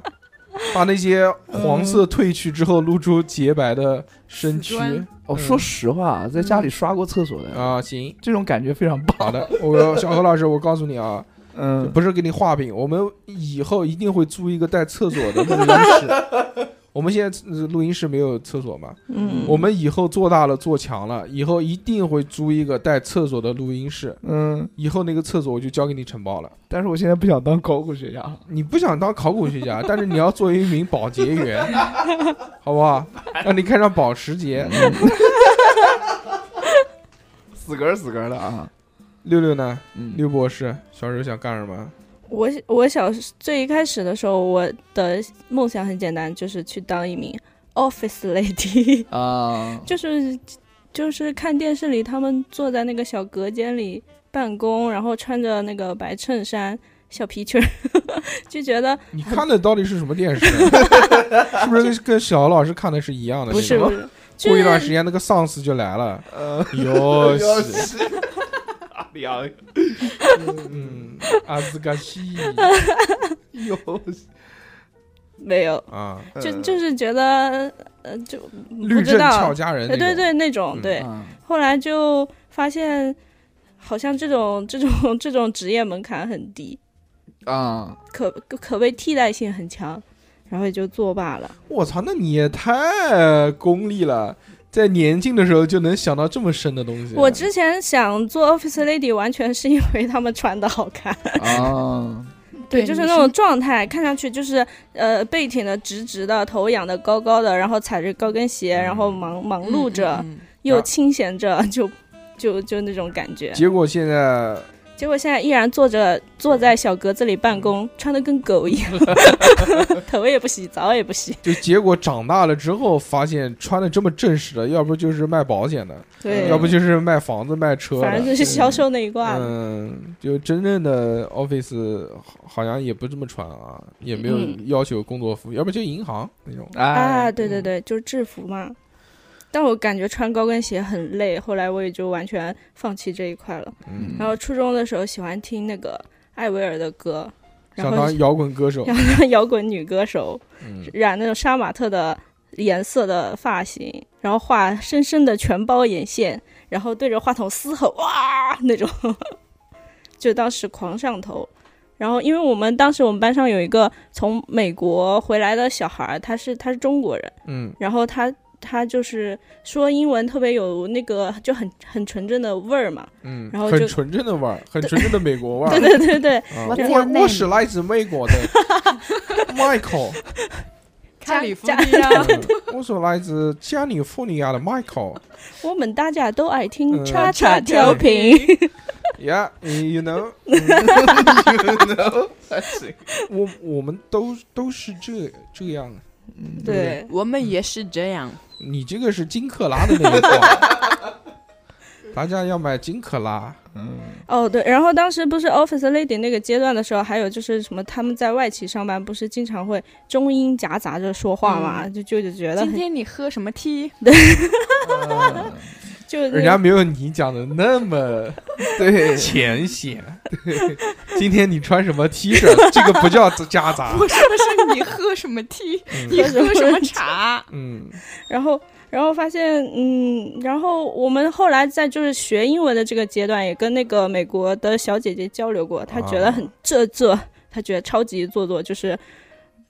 B: 把那些黄色褪去之后露出洁白的身躯
F: 瓷砖
C: 哦，
B: 嗯
C: 说实话，在家里刷过厕所的，
B: 啊，行。
C: 这种感觉非常棒。
B: 好的，我小何老师，我告诉你啊，
C: 嗯，
B: 不是给你画饼，我们以后一定会租一个带厕所的录音室。 我们现在呃录音室没有厕所嘛？
E: 嗯，
B: 我们以后做大了做强了，以后一定会租一个带厕所的录音室。
C: 嗯，
B: 以后那个厕所我就交给你承包了。
C: 但是我现在不想当考古学家了，
B: 你不想当考古学家， 但是你要做一名保洁员，好不好？让你看上保时捷。
E: 嗯
C: 死格儿死格儿的啊。
B: 六六呢？
C: 嗯，
B: 六博士，小时候想干什么？
E: 我我小最一开始的时候，我的梦想很简单，就是去当一名 office lady，
C: 啊，
E: 就是就是看电视里他们坐在那个小隔间里办公，然后穿着那个白衬衫、小皮裙儿， 就觉得
B: 你看的到底是什么 电视？是不是跟小老师看的是一样的？
E: 不是不是，就
B: 过一段时
E: 是
B: 间那个上司就来了，
C: 呃，
B: 哟西，
C: 西，阿里 啊，
B: 嗯，阿兹卡西
C: 有
E: 没有，
B: 啊，
E: 就
C: 嗯
E: 就是觉得呃，就不
B: 律
E: 知
B: 政
E: 道
B: 俏，佳人那
E: 呃
B: 种，
E: 对对那种
B: 嗯
E: 对，
C: 啊
E: 后来就发现好像这种这种 这种职业门槛很低，
C: 啊，
E: 可可被替代性很强，然后也就作罢了。
B: 我操，那你也太功利了，在年轻的时候就能想到这么深的东西。
E: 我之前想做 office lady，完全是因为他们穿的好看，
C: 啊，
F: 对
E: 就是那种状态，看上去就是呃背挺的直直的，头仰的高高的，然后踩着高跟鞋，然后忙忙碌
F: 嗯
E: 着，
B: 嗯
E: 又清闲着，就就就那种感觉。
B: 结果现在
E: 结果现在依然坐着坐在小格子里办公，穿的跟狗一样，头也不洗，澡也不洗。
B: 就结果长大了之后，发现穿的这么正式的，要不就是卖保险的，
E: 对，
B: 要不啊就是卖房子、卖车的，
E: 反正就是销售那一挂的。
B: 嗯，就真正的 office 好好像也不这么穿啊，也没有
E: 嗯
B: 要求工作服，要不就银行那种。
E: 啊，
C: 哎，
E: 对对对，就是制服嘛。但我感觉穿高跟鞋很累，后来我也就完全放弃这一块了。
B: 嗯，
E: 然后初中的时候喜欢听那个艾薇儿的歌，然
B: 想
E: 后
B: 当摇滚歌手。
E: 想当 摇滚女歌手，
B: 嗯，
E: 染那种杀马特的颜色的发型，然后画深深的全包眼线，然后对着话筒嘶吼哇那种， 就当时狂上头。然后，因为我们当时我们班上有一个从美国回来的小孩儿，他是他是中国人，
B: 嗯，
E: 然后他他就是说英文特别有那个就很很纯正的味儿嘛，
B: 嗯，
E: 然后
B: 很
E: 就
B: 纯正的味儿，很纯正的美国味
E: 对
B: 儿。
E: 对对对，
B: 啊
F: 我
B: 我
F: 天
B: 我是来自美国 的 Michael，
F: 加利福
E: 加
F: 尼亚
B: 嗯我是来自加利福尼亚的 Michael。
E: 我们大家都爱听
B: 嗯
E: 叉呃叉调频，
B: Yeah, you know，我我们都都是这这样的。
C: 嗯
E: 对，
F: 我们也是这样。
B: 你这个是金克拉的那一段，大家要买金克拉。
E: 哦，对，然后当时不是 Office Lady 那个阶段的时候，还有就是什么他们在外企上班，不是经常会中英夹杂着说话嘛，
B: 嗯
E: 就就就觉得
F: 今
E: 很
F: 天你喝什 么 T？
C: 嗯
E: 就
B: 人家没有你讲的那么对浅显。对，今天你穿什么 T 恤？这个不叫夹 杂。
F: 我说的是你喝什么 T？你
B: 嗯
F: 喝什么茶？
B: 嗯，
E: 然后然后发现嗯，然后我们后来在就是学英文的这个阶段，也跟那个美国
B: 啊
E: 的小姐姐交流过，她觉得很这这，她觉得超级做作，就是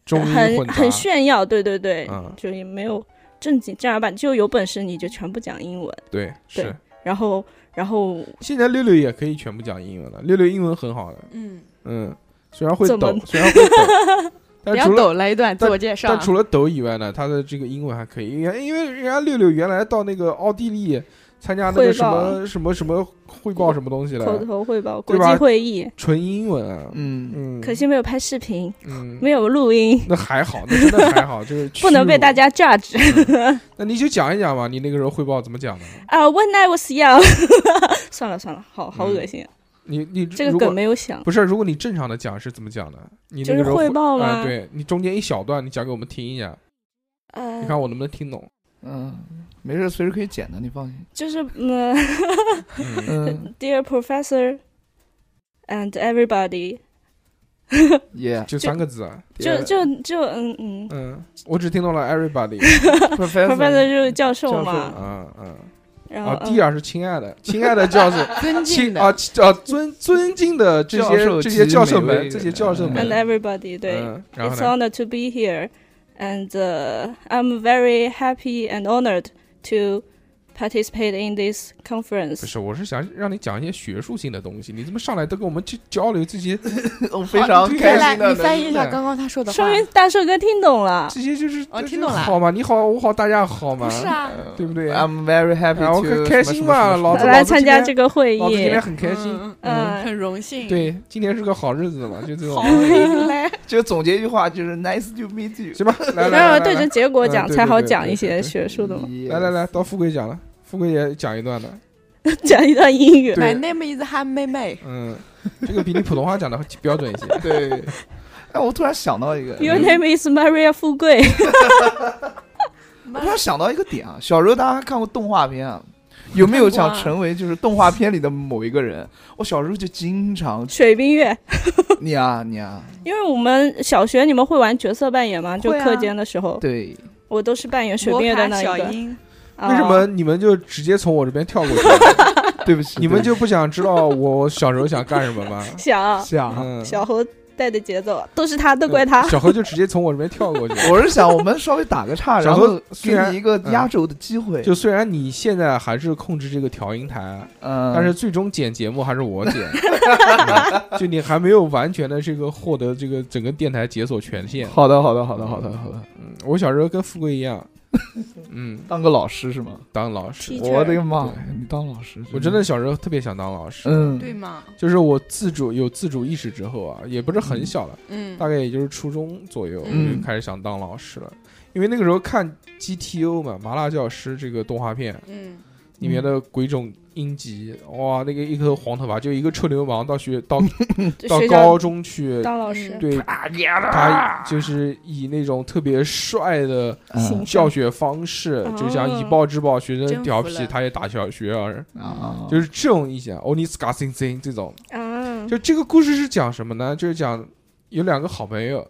B: 中英混
E: 很
B: 杂，
E: 很炫耀，对对对，
B: 嗯
E: 就也没有正经正儿八经，就有本事你就全部讲英文，
B: 对是
E: 对。然后然后
B: 现在六六也可以全部讲英文了，六六英文很好的，
F: 嗯，
B: 嗯，虽然会
E: 怎么
B: 抖，虽然会抖，
F: 不
B: 但
F: 要
B: 除了
F: 抖了一段自我介绍
B: 但
F: 啊。
B: 除了抖以外呢，他的这个英文还可以，因为因为人家六六原来到那个奥地利参加那个
E: 汇
B: 什么
E: 报
B: 什么什么汇报什么东西
E: 口
B: 了，
E: 头汇报、
B: 对
E: 国
B: 吧
E: 际会议，
B: 纯英文啊，
C: 嗯，
B: 嗯，
E: 可惜没有拍视频，
B: 嗯，
E: 没有录音，
B: 那还好，那真的还好， 就是
E: 不能被大
B: 家。
E: 家 judge。
B: 那你就讲一讲吧，你那个时候汇报怎么讲的？
E: 啊、w h e n I was young，算了算了，好好恶心啊，
B: 你你
E: 这个
B: 嗯如果
E: 梗没有想。
B: 不是，如果你正常的讲是怎么讲的？你
E: 就
B: 那个
E: 是
B: 时候
E: 汇报
B: 啊、
E: 吗
B: 对你中间一小段，你讲给我们听一下，
E: 呃
B: 你，看我能不能听懂？
C: 嗯，没事，随时可以剪的，你放心。
E: 就是嗯、
B: 嗯，
C: 嗯
E: d e a r Professor and everybody，
C: ，Yeah，
B: 就三个字啊。
E: 就就就嗯嗯
B: 嗯，我只听懂了 everybody，
E: ，Professor
C: professor，
E: 就是教授
C: 教授
E: 嘛，
B: 嗯嗯，
E: 然后
B: 啊，
E: 嗯
B: 第二是亲爱的，亲爱的教 授，
F: 尊敬
B: 亲
F: 的
B: 啊亲啊尊尊敬的这
C: 教授
B: 些这些
C: 及
B: 教授
C: 每位
B: 们，这些教授们
E: ，and，everybody，对、
B: 嗯，然
E: i t
B: 后
E: s
B: 呢，
E: honored to be here, and uh, I'm very happy and honored to participate in this
B: 不
E: conference.
B: 是，我是想让你讲一些学术性的东西，你怎么上来都跟我们去交流这些
C: 我非常
B: 你
C: 开
F: 来，
C: 心的。
F: 你翻译一下
B: 对
F: 刚刚他说的话
E: 说。明大寿哥听懂了，
B: 这些就是
F: 哦
B: 这
F: 听懂了
B: 好嘛，你好，我好，大家好嘛，
F: 不是啊，
C: 呃
B: 对不对？
C: I'm very happy
B: 然后
C: to
B: 开开心嘛，
C: 嘛，
B: 哦老子
E: 来参加这
B: 个，
E: 个会
B: 老子今
E: 议
B: 天。很开心。
F: 嗯，
E: 嗯，
F: 很荣幸。，
B: 对，今天是个好日子嘛，就这种
F: 好，运来。
C: 就总结一句话就是 Nice to meet you。
B: 行吧？ 来
E: 当然
B: 来来
E: 要
B: 来
E: 对着
B: 来，
E: 结果
B: 嗯
E: 讲，
B: 对
E: 才
B: 对
E: 好
B: 对
E: 讲
B: 对
E: 一
B: 对嗯
E: 些学术的嘛。
B: 来来来，到富贵讲了，富贵也讲一段的，嗯
E: 讲一段英语，
F: My
B: 对
F: name is 韩妹妹。
B: 嗯，这个比你普通话讲的标准一 些。
C: 对，哎，我突然想到一个，
E: Your name is Maria 富贵，
C: 我突然想到一个点啊，小时候大家看过动画片啊，有没有想成为就是动画片里的某一个人？我小时候就经常
E: 水冰月。
C: 你啊你啊，
E: 因为我们小学你们会玩角色扮演吗？就
F: 会啊
E: 课间的时候，
C: 对，
E: 我都是扮演水
F: 摩
E: 冰月的
F: 卡
E: 那一
F: 小
E: 个。
F: 樱，
E: 啊
B: 为什么你们就直接从我这边跳过 去？
C: 对不起，
B: 你们就不想知道我小时候想干什么 吗？
E: 想
C: 想，
B: 嗯，
E: 小猴带的节奏都是他，都怪他
B: 嗯。小何就直接从我这边跳过 去。
C: 我是想我们稍微打个岔，
B: 小
C: 然
B: 何
C: 后
B: 虽
C: 给
B: 然嗯
C: 你一个压轴的机会，
B: 就虽然你现在还是控制这个调音台，啊
C: 嗯，
B: 但是最终剪节目还是我剪，嗯就你还没有完全的这个获得这个整个电台解锁权限。
C: 好的好的好的好的好的，
B: 嗯，我小时候跟富贵一样，嗯，
C: 当个老师是吗？
B: 当老师，
E: Teacher
C: 我的个妈
B: 对！
C: 你当老师，
B: 我真的小时候特别想当老师，
C: 嗯，
F: 对吗？
B: 就是我自主有自主意识之后啊，也不是很小了，
F: 嗯
B: 大概也就是初中左右，我
C: 嗯
B: 就开始想当老师了，因为那个时候看 GTO 嘛，《麻辣教师》这个动画片，
F: 嗯，
B: 里面的鬼冢英吉，哇，那个一头黄头发，就一个臭流氓到学到到
E: 学校
B: 高中去，
E: 当老
F: 哎
E: 师，
B: 对，他就是以那种特别帅的
E: 行
B: 教学方式，就像以暴制暴，学生
F: 嗯征服
B: 调皮，
F: 了嗯
B: 他也打小学啊，
C: 啊，
B: 就是这种意见。Oni s c a s i n g i n 这种，
F: 嗯
E: 啊，
B: 就这个故事是讲什么呢？就是讲有两个好朋友，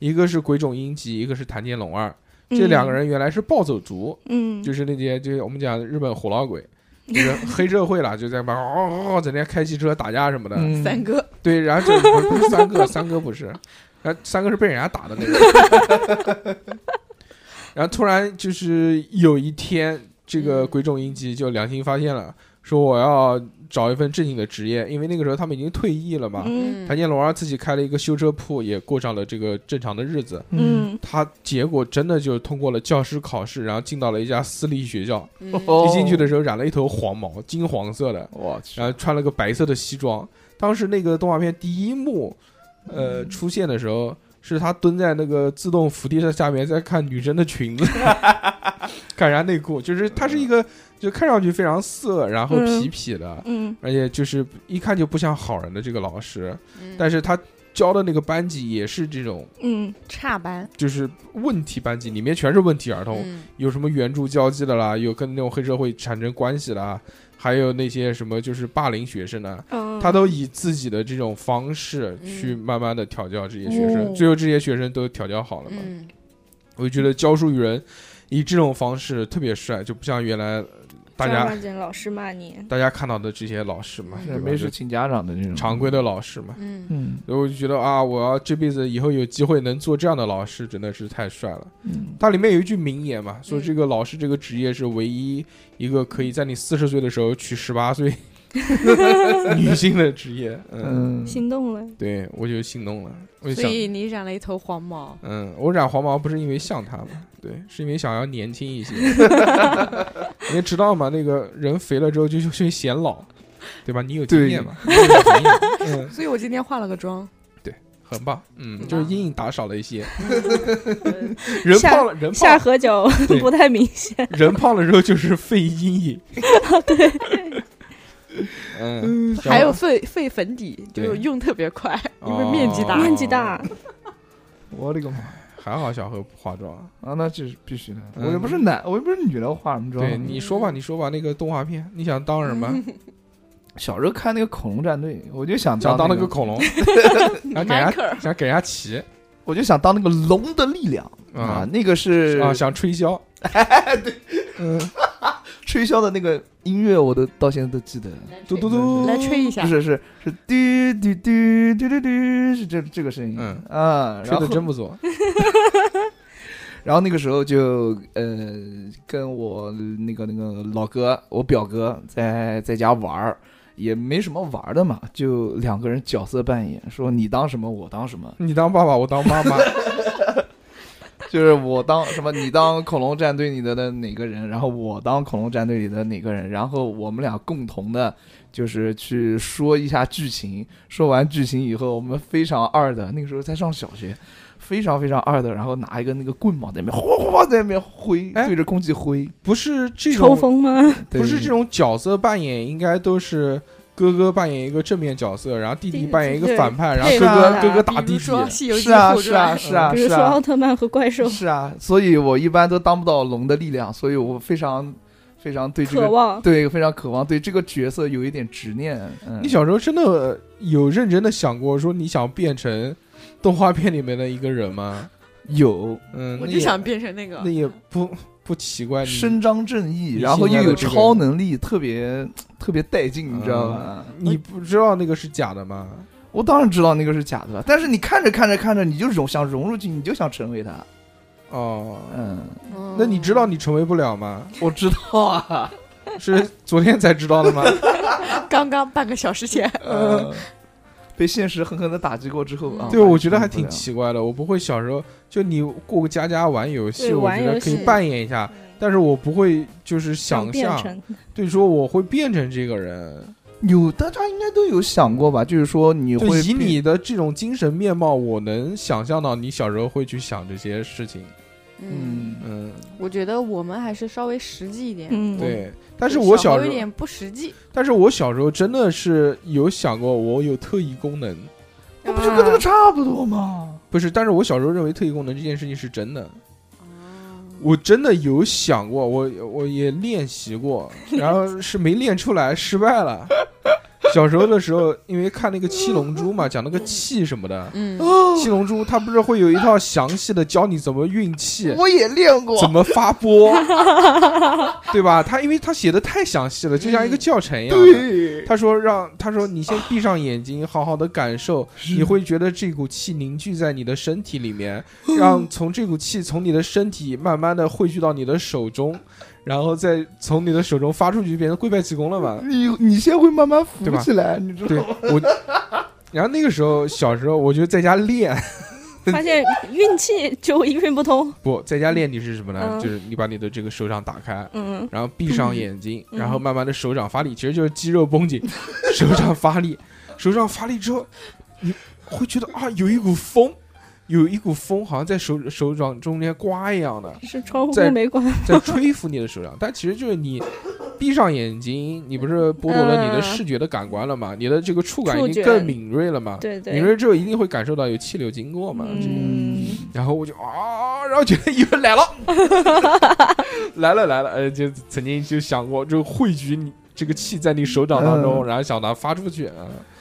B: 一个是鬼冢英吉，一个是谭健龙二，
F: 嗯
B: 这两个人原来是暴走族，
E: 嗯，嗯，
B: 就是那些就是我们讲日本火老鬼，就是黑社会啦，就在那边嗷嗷嗷整天开汽车打架什么的。
C: 嗯
F: 三哥，
B: 对，然后就不是不是三哥，三哥不是，然后三哥是被人家打的那个。 然后突然就是有一天，这个
F: 嗯
B: 鬼冢英吉就良心发现了，说我要找一份正经的职业，因为那个时候他们已经退役了嘛。
E: 嗯
B: 谭健龙儿自己开了一个修车铺，也过上了这个正常的日子。
E: 嗯，
B: 他结果真的就通过了教师考试，然后进到了一家私立学校。
F: 嗯
C: 哦
B: 一进去的啊时候染了一头黄毛，金黄色的，
C: 我哦去
B: 然，后穿了个白色的西装。当时那个动画片第一幕，呃，出现的时候是他蹲在那个自动扶梯的下面，在看女生的裙子， 看人家内裤，就是他是一个就看上去非常色，然后痞痞的，
E: 嗯，
B: 而且就是一看就不像好人的这个老师，
F: 嗯
B: 但是他教的那个班级也是这种，
E: 嗯，
F: 差班，
B: 就是问题班级，里面全是问题儿童，
F: 嗯
B: 有什么援助交际的啦，有跟那种黑社会产生关系的啦，还有那些什么就是霸凌学生啊呢，
E: 嗯
B: 他都以自己的这种方式去
F: 嗯
B: 慢慢的调教这些学生，
E: 哦
B: 最后这些学生都调教好了嘛。
F: 嗯，
B: 我就觉得教书育人以这种方式特别帅，就不像原来大
E: 正儿
B: 家
E: 八经老师骂你，
B: 大家看到的这些老师嘛，对吧
C: 嗯没事
B: 就
C: 请家长的这种
B: 常规的，老师嘛，
F: 嗯，
C: 嗯
B: 所以我就觉得啊，我要这辈子以后有机会能做这样的老师，真的是太帅了。
C: 嗯，
B: 它里面有一句名言嘛，说这个老师这个职业是唯一一个可以在你四十岁的时候娶十八岁女性的职业。嗯，
C: 嗯
E: 心动了。
B: 对我就心动了，我就
F: 所
B: 想，
F: 以你染了一头黄毛，
B: 嗯，我染黄毛不是因为像他嘛，对，是因为想要年轻 一些。你知道吗？那个人肥了之后就就会显老，对吧？你有经验嘛？你有经验嗯，
F: 所以我今天化了个妆，
B: 很棒，嗯，
F: 嗯
B: 就是阴影打少了一 些。人
E: 下
B: 胖了，人胖
E: 下
B: 了
E: 颌角
B: 对
E: 不太明显，
B: 人胖了之后就是肺阴 影。对，嗯，行
F: 还有费费粉底，
B: 对
F: 就是用特别快，因为
B: 哦
F: 面积大。
E: 面积大，
C: 我的个妈
B: 还好小何不化妆。
C: 啊，那这是必须的，
B: 嗯
C: 我又不是男，我又不是女的，化什么妆？
B: 对，你说吧，你说吧，那个动画片，你想当什么？
C: 小时候看那个恐龙战队，我就想
B: 想当
C: 那
B: 那个，恐龙， 想给人家
F: Michael，
B: 想给人家骑
C: 我就想当那个龙的力量啊
B: 啊，
C: 那个是
B: 啊，想吹箫。
C: 吹箫的那个音乐，我都到现在都记得。
B: 嘟嘟嘟，
F: 来吹一下
C: 不，是是是嘟嘟嘟嘟嘟嘟，是这这个声音。
B: 嗯
C: 啊，
B: 吹
C: 然
B: 的
C: 后
B: 真不错。
C: 然后那个时候就呃跟我那个那个老哥，我表哥在在家玩儿，也没什么玩儿的嘛，就两个人角色扮演，说你当什么我当什么，
B: 你当爸爸，我当妈妈。
C: 就是我当什么你当恐龙战队里的的哪个人，然后我当恐龙战队里的哪个人，然后我们俩共同的就是去说一下剧情，说完剧情以后，我们非常二的，那个时候在上小学。非常非常二的，然后拿一个那个棍棒在那边哗哗哗在那边挥，
B: 哎
C: 对着空气挥，
B: 不是这
E: 抽
B: 种，
E: 风吗？
C: 对
B: 不是这种角色扮演，应该都是哥哥扮演一个正面角色，然后弟弟扮演一个
E: 对
B: 反派，然后
E: 配
B: 哥
E: 合
B: 哥
E: 的
B: 哥哥打
F: 比
B: 弟弟。
F: 如说《西游记
C: 是》啊
F: 后
C: 是啊
F: 传，
C: 是啊
E: 比如
C: 是
E: 说
C: 啊
E: 奥特曼和怪兽，
C: 是啊，所以我一般都当不到龙的力量，所以我非常非常对这
E: 渴
C: 个
E: 望
C: 对非常渴望对这个角色有一点执念。嗯，
B: 你小时候真的有认真的想过说你想变成动画片里面的一个人吗？
C: 有
B: 嗯，那
F: 我就
B: 也
F: 想变成那个
B: 那。也不不奇
C: 哎
B: 怪。你
C: 伸张正义，
B: 你
C: 然后
B: 现
C: 又
B: 在的
C: 有
B: 这个
C: 超能力，特别特别带劲，啊你知道吧？
B: 你不知道那个是假的吗？
C: 我当然知道那个是假的了，但是你看着看着看着，你就融想融入进去，你就想成为他。
B: 哦，
C: 嗯，
F: 嗯
B: 那你知道你成为不了吗？
C: 我知道啊。
B: 是昨天才知道的吗？
F: 刚刚半个小时前，
C: 呃，被现实狠狠的打击过之后啊，
B: 对，我觉得还
C: 不了
B: 挺奇怪的。我不会小时候就你过个家家玩游戏，
E: 对
B: 我
E: 玩
B: 觉得
E: 游
B: 可以
E: 戏
B: 扮演一下，但是我不会就是想
E: 变
B: 象，
E: 成
B: 对，说我会变成这个人，
C: 有，大家应该都有想过吧？就是说你
B: 就
C: 会
B: 以
C: 变
B: 你的这种精神面貌，我能想象到你小时候会去想这些事情。
C: 嗯，
B: 嗯，
F: 我觉得我们还是稍微实际一点。
E: 嗯，
B: 对。但是我小
F: 小
B: 时
F: 有
B: 候，
F: 点不实际，
B: 但是我小时候真的是有想过，我有特异功能。
C: 那不就跟这个差不多吗？
B: 不是，但是我小时候认为特异功能这件事情是真的。我真的有想过，我我也练习过，然后是没练出来，失败了。小时候的时候，因为看那个《七龙珠》嘛，讲那个气什么的，
F: 嗯，
B: 《七龙珠》它不是会有一套详细的教你怎么运气，
C: 我也练过，
B: 怎么发波，对吧？它因为它写的太详细了，就像一个教程一
C: 啊
B: 样的。
C: 对，
B: 他说让他说你先闭上眼睛，好好的感受，你会觉得这股气凝聚在你的身体里面，
E: 哦
B: 让从这股气从你的身体慢慢的汇聚到你的手中，然后再从你的手中发出去，变成龟派气功了
E: 嗯
B: 嘛？
C: 你你先会慢慢浮
B: 对吧
C: 起来，你知道
B: 对
C: 吗？
B: 我， 然后那个时候小时候我就在家练，
E: 发现运气就运不通，
B: 不在家练你是什么呢？
E: 嗯
B: 就是你把你的这个手掌打开，
E: 嗯，
B: 然后闭上眼睛，
E: 嗯
B: 然后慢慢的手掌发力，其实就是肌肉绷 紧，手掌发力，手掌发力之后，你会觉得啊，有一股风，有一股风好像在手手掌中间刮一样的，
E: 是窗户
B: 在
E: 没关，
C: 啊
B: 在吹拂你的手掌，但其实就是你。闭上眼睛，你不是剥夺了你的
E: 嗯
B: 视觉的感官了吗？你的这个触感
E: 触
B: 已经
E: 觉
B: 更敏锐了嘛？
E: 对对
B: 敏，锐之后一定会感受到有气流经过嘛？
E: 嗯，
B: 然后我就啊，然后觉得有人 来了， 来了来了，呃，就曾经就想过，就汇聚你这个气在你手掌当中，
C: 嗯
B: 然后想拿发出去啊，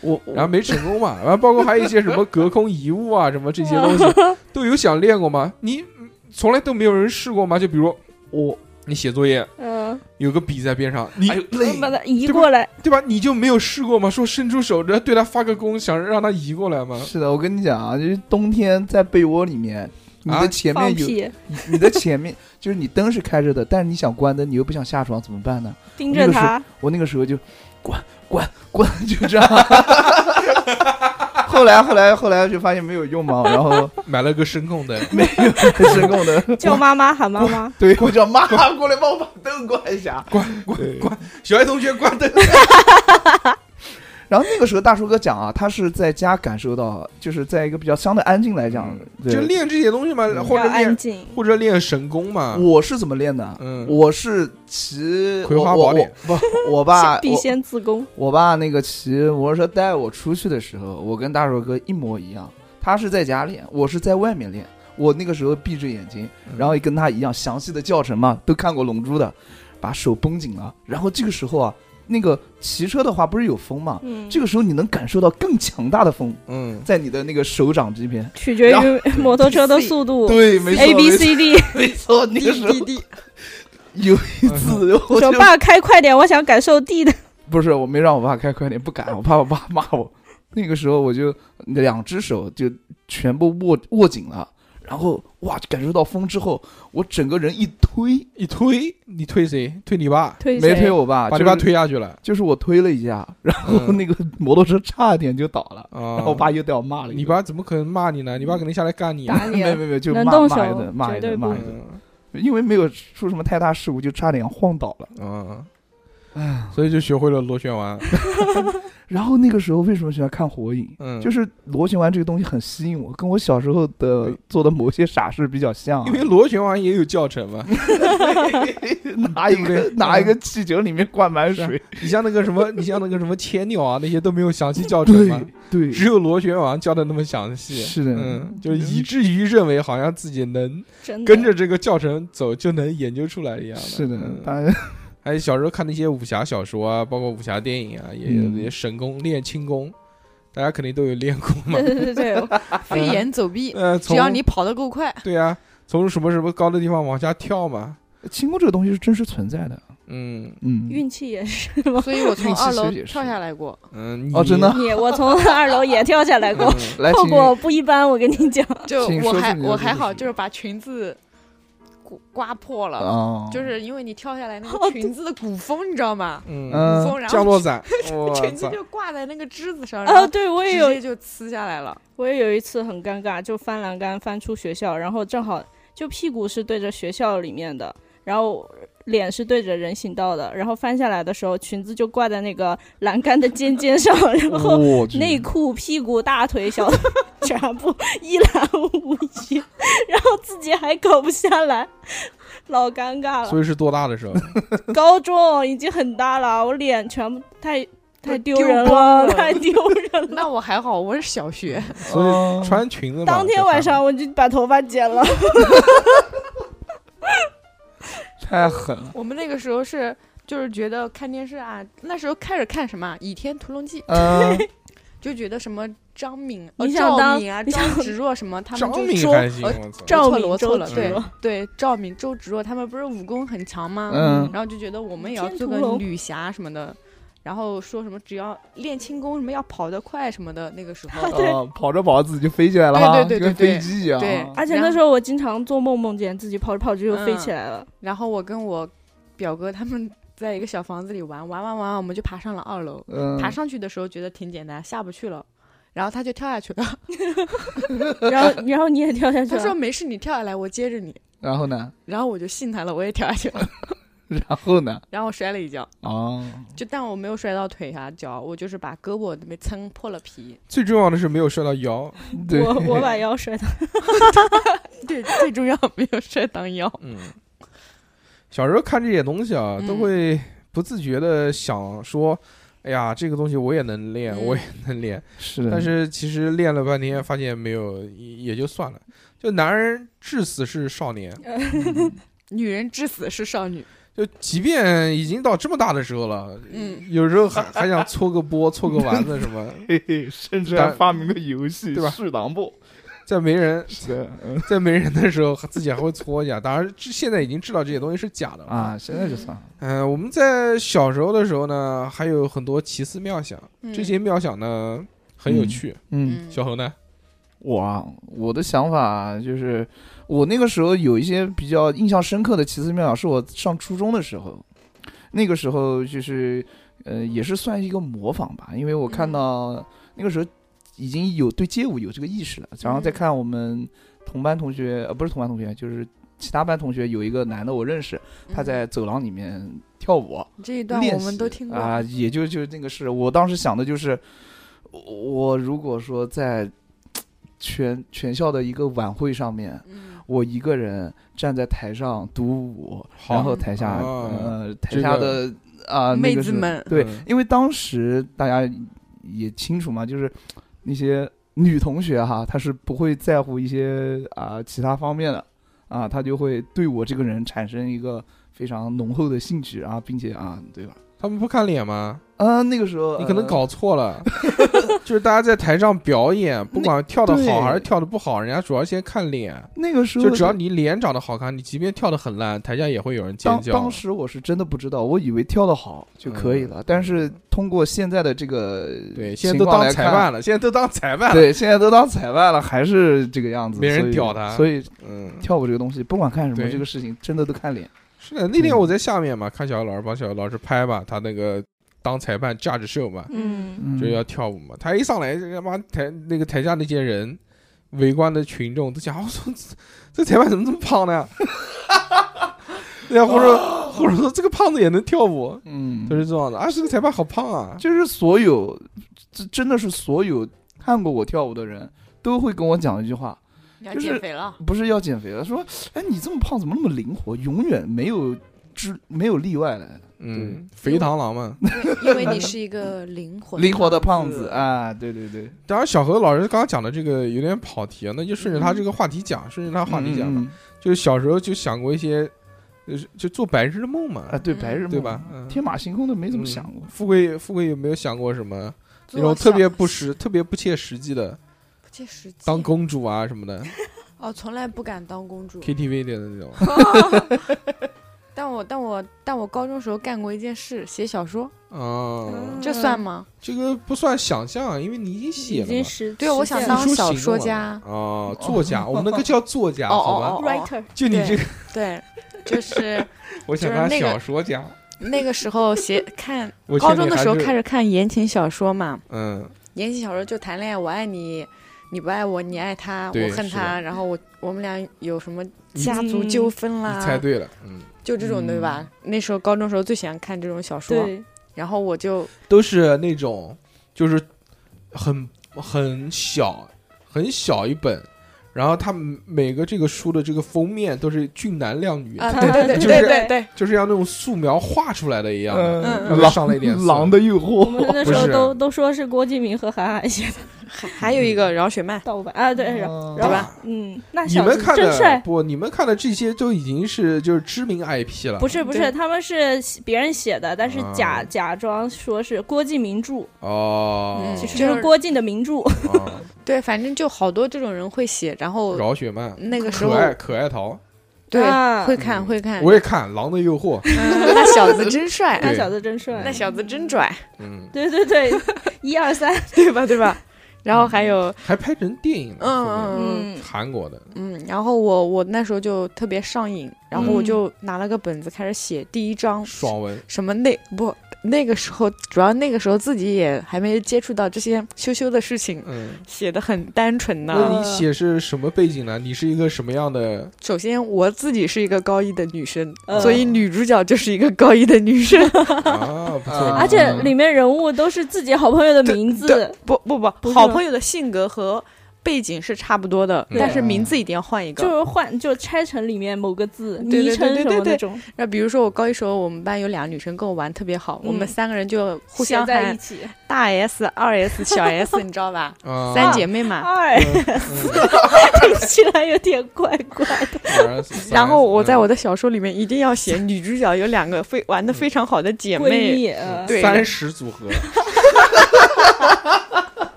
C: 我
B: 然后没成功嘛，然后包括还有一些什么隔空遗物啊，什么这些东西
E: 嗯
B: 都有想练过吗？你从来都没有人试过吗？就比如我，你写作业，
E: 嗯，
B: 有个笔在边上，你、
C: 哎呦累，
E: 把它移
B: 对吧
E: 过来，
B: 对吧？你就没有试过吗？说伸出手，然后对他发个功，想让他移过来吗？
C: 是的，我跟你讲啊，就是冬天在被窝里面，你
B: 啊
C: 的前
E: 放
C: 面有，
E: 屁，
C: 你的前面 就是你灯是开着的，但是你想关灯，你又不想下床，怎么办呢？
E: 盯着它，
C: 我那个时候就滚滚滚，就这样。 后来后来后来就发现没有用嘛，然后
B: 买了个声控灯，
C: 没有声控的，
E: 叫妈妈喊妈妈，
C: 对我叫妈过来帮我把灯关一下。
B: 关关关，小爱同学关灯。
C: 然后那个时候大叔哥讲啊，他是在家感受到，就是在一个比较相对安静来讲，
B: 嗯
C: 对
B: 就练这些东西嘛，
C: 嗯
B: 或
E: 要
B: 者
E: 安
B: 练
E: 静。
B: 或者练神功嘛。
C: 我是怎么练的？
B: 嗯
C: 我是骑
B: 葵花宝典，
C: 我我我不，我爸
E: 必
C: 啊我
E: 先自宫，
C: 我爸那个骑摩托车带我出去的时候，我跟大手哥一模一样，他是在家练，我是在外面练。我那个时候闭着眼睛，
B: 嗯
C: 然后也跟他一样详细的教程嘛，都看过《龙珠》的，把手绷紧了。然后这个时候啊，那个骑车的话不是有风嘛，
E: 嗯，
C: 这个时候你能感受到更强大的风
B: 嗯，
C: 在你的那个手掌这边。
E: 取决
C: 然
E: 于 摩托车的速度
C: 对，没错
E: ，A B C D。
C: 没错，那个时候 有一次
B: 嗯
C: 我就
E: 说爸开快点，我想感受地的。
C: 不是，我没让我爸开快点，不敢，我怕我爸骂我。那个时候我就两只手就全部握握紧了，然后哇，感受到风之后，我整个人一推，
B: 一推你推谁？推你爸，
E: 推
C: 没
E: 谁
C: 推我爸，
B: 把你
C: 啊就
B: 爸
C: 是
B: 推下去了。
C: 就是我推了一下，然后
B: 嗯
C: 那个摩托车差点就倒了，
B: 啊
E: 嗯
C: 然后我爸又带我骂了一顿。嗯
B: 你爸怎么可能骂你呢？你爸肯定下来干你啊。
E: 打你
C: 没有没有没有，就骂
E: 能动手
C: 骂一顿，骂一
E: 绝对
C: 顿，
E: 不
C: 骂一顿，
B: 嗯
C: 因为没有出什么太大事故，就差点晃倒了。
B: 啊，所以就学会了螺旋 丸。
C: 然后那个时候为什么喜欢看火影？
B: 嗯，
C: 就是螺旋丸这个东西很吸引我，跟我小时候的做的某些傻事比较像啊、
B: 因为螺旋丸也有教程 嘛。
C: 拿一
B: 对
C: 个
B: 不对
C: 拿一个气球里面灌满水，
B: 你像那个什么，你像那个什么切鸟啊，那些都没有详细教程嘛
C: 对。对，
B: 只有螺旋丸教的那么详细，
C: 是的
B: 嗯，就是以至于认为好像自己能
E: 真的
B: 跟着这个教程走就能研究出来一样
C: 是的
B: 嗯，
C: 当然
B: 还有小时候看那些武侠小说啊，包括武侠电影啊，也有
C: 嗯
B: 那些神功、练轻功，大家肯定都有练过嘛
E: 对。对对对，
F: 飞檐走壁，
B: 呃，
F: 只
B: 啊从
F: 要你跑得够快，
B: 对啊，从什么什么高的地方往下跳嘛，
C: 轻功这个东西是真实存在的，
B: 嗯
C: 嗯，
E: 运气也是
B: 哦
F: 所以我从
C: 运气
F: 二楼
C: 其实也是
F: 跳下来过。
B: 嗯，
C: 哦
B: 你
C: 真的啊
E: 你，我从二楼也跳下来
B: 嗯
E: 过，
C: 来，
E: 后
C: 请
E: 果不一般，我跟你讲，
F: 就
C: 请
F: 我
C: 说
F: 还
C: 出你的
F: 我
C: 故
F: 还好，
C: 事
F: 就是把裙子刮刮破了，
C: 啊，
F: 就是因为你跳下来那
E: 哦
F: 个裙子的鼓风，你知道吗？
B: 嗯，
F: 鼓
C: 嗯
F: 风，然
B: 降
F: 后
B: 落伞，我
F: 裙子
B: 操，
F: 就挂在那个枝子上，然
E: 啊，
F: 后
E: 对我也
F: 直接
E: 有，
F: 就呲下来了。
E: 我也有一次很尴尬，就翻栏杆翻出学校，然后正好就屁股是对着学校里面的，然后。脸是对着人行道的，然后翻下来的时候，裙子就挂在那个栏杆的尖尖上，然后
C: 哦我去
E: 内裤、屁股、大腿、小腿全部一览无遗， 然后自己还搞不下来，老尴尬了。
B: 所以是多大的时候？
E: 高中已经很大了，我脸全部太太丢
F: 丢
E: 人
F: 光
E: 了，
F: 了
E: 太丢人 了。
F: 那我还好，我是小学，
B: 所
C: 哦
B: 以穿裙子嘛。
E: 当天
B: 就
E: 晚
B: 看
E: 上我就把头发剪 了，
C: 太狠了，
F: 我们那个时候是就是觉得看电视啊，那时候开始看什么啊《倚天屠龙记》，
C: 嗯，
F: 就觉得什么张敏、呃
E: 你想
F: 赵
E: 当
F: 敏啊、
E: 你
F: 张
E: 想
F: 芷若什么，他们
B: 张
F: 就
B: 敏
F: 说
B: 还行，
F: 呃
B: 我操，
E: 赵
F: 错了
E: 敏
F: 我
E: 周
F: 错了，
E: 芷
F: 对
E: 若
F: 对，赵敏、周芷若他们不是武功很强吗？
C: 嗯
F: 然后就觉得我们也要
E: 天
F: 做
E: 屠
F: 个
E: 龙
F: 女侠什么的，然后说什么只要练轻功什么要跑得快什么的，那个时候
E: 对
C: 哦跑着跑着自己就飞起来了哈，
F: 对对对对
C: 跟飞机一样，
F: 对
E: 而且那时候我经常做梦，梦见自己跑着跑着就飞起来了。
F: 然后我跟我表哥他们在一个小房子里玩，玩玩玩，我们就爬上了二楼。
C: 嗯，
F: 爬上去的时候觉得挺简单，下不去了，然后他就跳下去了。
E: 然后，然后你也跳下去
F: 嗯他说
E: 了。
F: 没事，你跳下来，我接着你。
C: 然后呢，
F: 然后我就信他了，我也跳下去了，
C: 然后呢，
F: 然后我摔了一跤，
C: 哦，
F: 就但我没有摔到腿啊脚，我就是把胳膊没撑破了皮。
B: 最重要的是没有摔到腰。
C: 对，
E: 我我把腰摔到，
F: 对，最重要没有摔到腰。
B: 嗯，小时候看这些东西啊，
F: 嗯
B: 都会不自觉的想说，哎呀，这个东西我也能练，
F: 嗯
B: 我也能练。
C: 是的，
B: 但 是其实练了半天，发现没有，也也就算了。就男人至死是少年，
F: 呃女人至死是少女，
B: 就即便已经到这么大的时候了，
F: 嗯，
B: 有时候还还想搓个波、搓个丸子什么。
C: 嘿嘿，甚至
B: 还
C: 发明了游戏
B: 对吧
C: 适当不？
B: 在没人
C: 对，嗯
B: 在没人的时候，自己还会搓一下。当然，这现在已经知道这些东西是假的了
C: 啊，。现在就算了。
B: 嗯、我们在小时候的时候呢，还有很多奇思妙想，这些妙想呢很有趣。
C: 嗯，
F: 嗯，
B: 小何呢？
C: 我啊，我的想法就是，我那个时候有一些比较印象深刻的奇思妙想，是我上初中的时候，那个时候就是，呃，也是算一个模仿吧，因为我看到那个时候已经有对街舞有这个意识了，然后再看我们同班同学，呃，不是同班同学，就是其他班同学有一个男的我认识，他
F: 嗯
C: 在走廊里面跳舞，
F: 这一段
C: 练
F: 我们
C: 习
F: 都听过
C: 啊、也就就那个是我当时想的就是，我我如果说在全全校的一个晚会上面，
F: 嗯
C: 我一个人站在台上独舞，
B: 好
C: 然后台下、
B: 哦
C: 呃
B: 这
C: 台下
B: 个
C: 的啊、那
F: 妹
C: 个
F: 子
C: 是
F: 们
C: 对
B: 嗯，
C: 因为当时大家也清楚嘛，就是那些女同学哈，她是不会在乎一些啊、其他方面的啊，她就会对我这个人产生一个非常浓厚的兴趣啊，并且啊，对吧？
B: 他们不看脸吗？
C: 啊，那个时候
B: 你可能
C: 呃
B: 搞错 了，就是大家在台上表演，不管跳的好
C: 对
B: 还是跳的不好，人家主要先看脸。
C: 那个时候
B: 就只要
C: 的
B: 你脸长得好看，你即便跳的很烂，台下也会有人尖
C: 当
B: 叫。啊
C: 当时我是真的不知道，我以为跳的好就可以了，
B: 嗯
C: 但是通过现在的这个
B: 对，现在都
C: 情况
B: 当
C: 来
B: 裁
C: 看
B: 判了，现在都当裁判了。
C: 对，现在都当裁判了，还是这个样子，
B: 没人
C: 所以
B: 屌他
C: 所以
B: 嗯，
C: 跳舞这个东西，不管看什么，
B: 对
C: 这个事情真的都看脸。
B: 是的。那
C: 嗯
B: 天我在下面嘛，看小姚老师帮小姚老师拍吧，他那个当裁判 judge show 嘛，
E: 嗯，
B: 就要跳舞嘛。他一上来，这他妈台那个台下那些人围观的群众都讲，我说这这裁判怎么这么胖 呢？然啊后或者或者说这个胖子也能跳舞，
C: 嗯，
B: 都是这样的。啊，这个裁判好胖啊！
C: 就是所有，这真的是所有看过我跳舞的人都会跟我讲一句话，
F: 要
C: 就是
F: 减肥了，
C: 不是要减肥了，说，哎，你这么胖，怎么那么灵活，永远没有之没有例外的，
B: 嗯，肥螳螂嘛。
F: 因为你是一个灵魂
C: 灵活的胖子啊，对对对，
B: 当然，小何老师刚刚讲的这个有点跑题啊，那就顺着他这个话题讲，顺着他话题讲吧。
C: 嗯
B: 就是小时候就想过一些，就是就做白日梦嘛，
C: 啊，对白日梦
B: 对吧？？嗯
C: 天马行空的没怎么想过
B: 嗯，富贵，富贵有没有想过什么
F: 做
B: 那种特别
F: 小
B: 不实、特别不切实际的，
F: 不切实际。
B: 当公主啊什么的
F: 哦，从来不敢当公主。
B: ，KTV 里的那种？
F: 但我但我但我高中时候干过一件事，写小说，
B: 哦，
F: 这算吗？
B: 这个不算想象，因为你已经写
E: 已
B: 了
E: 经
B: 嘛。
E: 实
F: 对，我
E: 实践
F: 想
E: 了
F: 当
B: 付出
F: 小
B: 行
F: 说
B: 动
F: 家。
B: 哦，作家，我们那个叫作家，
F: 哦
B: 好吧？
F: 哦哦
E: writer，
B: 就你
F: 对
B: 这个，
F: 对，就是
B: 我想
F: 就是
B: 当
F: 那个
B: 小说家。
F: 那个时候写看
B: 我
F: 高
B: 心里
F: 中的
B: 还
F: 时候
B: 是
F: 开始看言情小说嘛，
B: 嗯，
F: 言情小说就谈恋爱，我爱你，你不爱我，你爱他，
B: 对
F: 我恨
B: 是
F: 他，
B: 的
F: 然后我我们俩有什么
B: 你
F: 家族纠纷啦，
B: 你猜对了，嗯，
F: 就这种对吧？那时候高中时候最喜欢看这种小说，
E: 对，
F: 然后我就
B: 都是那种就是很很小很小一本，然后它每个这个书的这个封面都是俊男靓女，
F: 啊，对对对
B: 就是
F: 对对对，
B: 就是像那种素描画出来的一样的，
F: 嗯
B: 然后上了一点色
C: 呃 狼的诱
E: 我们
C: 惑，
E: 那
B: 不
E: 时候
B: 是
E: 都都说是郭敬明和韩寒写的
F: 还还有
B: 嗯
F: 一个饶雪漫，
E: 盗版啊，对，然后
C: 嗯
E: 然
F: 对
E: 后
F: 吧？
E: 嗯，那
B: 你
E: 小
B: 们
E: 子
B: 看
E: 真
B: 的
E: 帅。
B: 不？你们看的这些都已经是就是知名 IP 了，
E: 不是不
F: 对
E: 是，他们是别人写的，但是假、
B: 啊
E: 假装说是郭敬明著，
B: 哦
F: 嗯，
E: 其实
F: 就
E: 就是是郭靖的名著。
B: 哦
F: 对，反正就好多这种人会写，然后
B: 饶雪漫，
F: 嗯那个时
B: 可
F: 候
B: 爱可爱桃，
F: 对
E: 啊
F: 会看
B: 嗯
F: 会看，
B: 我也看《狼的诱惑》，
F: 嗯那小子真帅，
E: 那
B: 对
E: 小子真帅，
F: 那小子真拽，
B: 嗯，
E: 对对对， 一二三，
F: 对吧？对吧？然后还有，
B: 还拍成电影了，
F: 嗯
B: 后面
F: 嗯
E: 嗯，
B: 韩国的，
F: 嗯，然后我我那时候就特别上瘾，然后我就拿了个本子开始写第一章，
B: 嗯爽文，
F: 什么那不那个时候，主要那个时候自己也还没接触到这些羞羞的事情，
B: 嗯。
F: 写的很单纯
B: 那
E: 嗯
F: 呢。
B: 你写是什么背景呢？你是一个什么样 的？
F: 首先我自己是一个高一的女生，
E: 嗯
F: 所以女主角就是一个高一的女 生。
B: 啊，不错，
C: 啊
E: 而且里面人物都是自己好朋友的名字，
F: 不不
E: 不
F: 不，
E: 是
F: 好
E: 吗
F: 朋友的性格和背景是差不多的，
B: 对
F: 但是名字一定要换一个。
E: 就是换就拆成里面某个字
F: 对
E: 昵
F: 对
E: 称
F: 对
E: 什
F: 对
E: 么
F: 对
E: 那
F: 对
E: 种，
F: 那比如说我高一时候，我们班有两个女生跟我玩特别好，我们
E: 嗯
F: 三个人就互
E: 写
F: 相
E: 在
F: 喊
E: 一起。
F: 大 S、二 S、小 S，你知道吧？
B: 啊，
E: 哦
F: 三姐妹嘛。
E: 二
B: 嗯，
E: 听起来有点怪怪的，
B: 嗯
F: 然后我在我的小说里面一定要写女主角有两个非玩的非常好的姐
E: 闺
B: 嗯
E: 嗯
F: 妹，嗯
E: 蜜啊，
F: 对
B: 三十组合，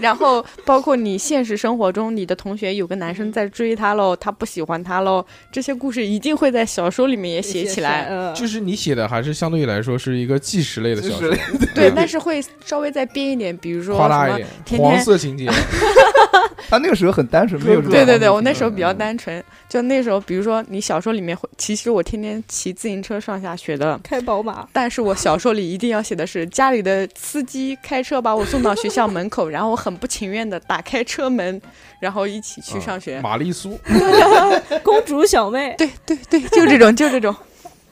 F: 然后包括你现实生活中，你的同学有个男生在追她喽，她不喜欢他喽，这些故事一定会在小说里面也写起来。
E: 嗯，
B: 就是你写的还是相对来说是一个纪实类的小
C: 纪
B: 说，
F: 对，但是会稍微再编一点，比如说
B: 夸大
F: 什
B: 一
F: 么
B: 点，
F: 天
B: 黄
F: 天
B: 色情节，
C: 他那个时候很单纯，没有什么
F: 对对
C: 好
F: 对，我
C: 奇
F: 那时候
B: 嗯
F: 比较单纯，就那时候，比如说你小说里面会，其实我天天骑自行车上下学的，
E: 开宝马，
F: 但是我小说里一定要写的是家里的司机开车把我送到学校门口，然后我很不情愿的打开车门，然后一起去
B: 嗯
F: 上学。
B: 玛丽苏，
E: 公主小妹，
F: 对对对，就这种就这种。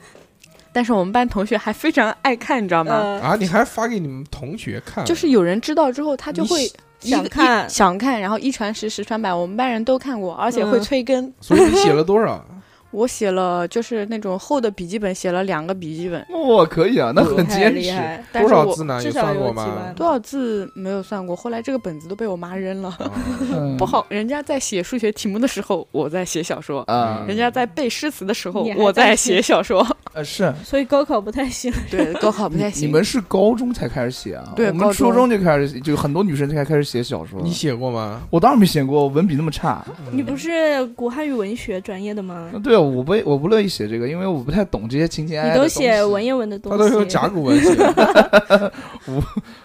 F: 但是我们班同学还非常爱看，你知道吗？
E: 呃，
B: 啊，你还发给你们同学看，
F: 就是有人知道之后，他就
B: 你
F: 会
B: 喜
F: 嗯一
E: 想
F: 一
E: 看
F: 想看，然后一传十，十传百，我们班人都看过，而且会
E: 嗯
F: 催更。
B: 所以你写了多 少？
F: 我写了就是那种厚的笔记本，写了两个笔记本，
C: 哇，可以啊，那很
E: 太
C: 坚
E: 厉
C: 持。
E: 害，
F: 但
B: 多
F: 是
B: 少
F: 我
B: 字呢？
E: 至少
B: 算
E: 有
B: 过
E: 几万
B: 吗？
F: 多少字没有算过，后来这个本子都被我妈扔了。
B: 啊
C: 嗯
F: 不好，人家在写数学题目的时候，我在写小说；
C: 啊
B: 嗯，
F: 人家在背诗词的时候
E: 你，还
F: 我
E: 在
F: 在
E: 写
F: 写小说。
C: 呃是
E: 所以高考不太行，
F: 对，高考不太
C: 你
F: 行。
C: 们是高中才开始写啊？
F: 对
C: 我们
F: 高
C: 初中
F: 中
C: 就开始写，就很多女生才开始写小说了。
B: 你写过吗？
C: 我当然没写过，我文笔那么差。
F: 嗯
E: 你不是国汉语文学专业的吗？
C: 对啊，我不我不乐意写这个，因为我不太懂这些情情爱爱
E: 你
C: 的东
E: 都
C: 西。
E: 写文言文的东
B: 他
E: 西，
B: 都用 甲骨文写的，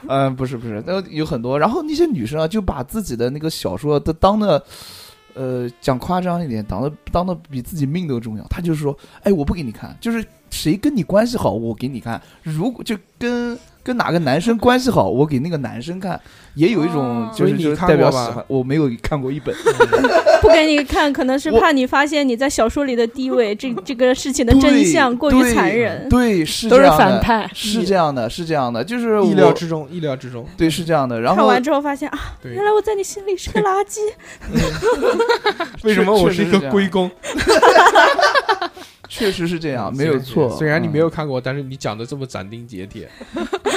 C: 嗯、不是不是，那有很多。然后那些女生啊，就把自己的那个小说都当的，呃，讲夸张一点，当的当的比自己命都重要。她就说：“哎，我不给你看，就是谁跟你关系好，我给你看。如果就跟跟哪个男生关系好，我给那个男生看。”也有一种
E: 哦
B: 所
C: 就是
B: 以你
C: 就是
B: 看
C: 代表喜
B: 过吧
C: 欢，我没有看过一 本。
E: 不给你看，可能是
C: 我
E: 怕你发现你在小说里的地位，这这个事情的
C: 对
E: 真相过于
C: 对
E: 残忍。
C: 对，是
F: 都
C: 这
F: 是
C: 样
F: 反
C: 的，
F: 派，
C: 是这样的，是这样的，就是
B: 意料
C: 我
B: 之中，意料之中。
C: 对是这样的。然
E: 看
C: 后
E: 完之后发现啊，
B: 对
E: 原，来我在你心里是个垃圾。
B: 为什么我
C: 确
B: 是
C: 实
B: 一
C: 是
B: 个
C: 这样
B: 龟公？
C: 确实是这样，
B: 嗯
C: 啊没有
B: 虽然
C: 错。
B: 虽然你没
C: 嗯
B: 有看过，但是你讲的这么斩钉截 铁，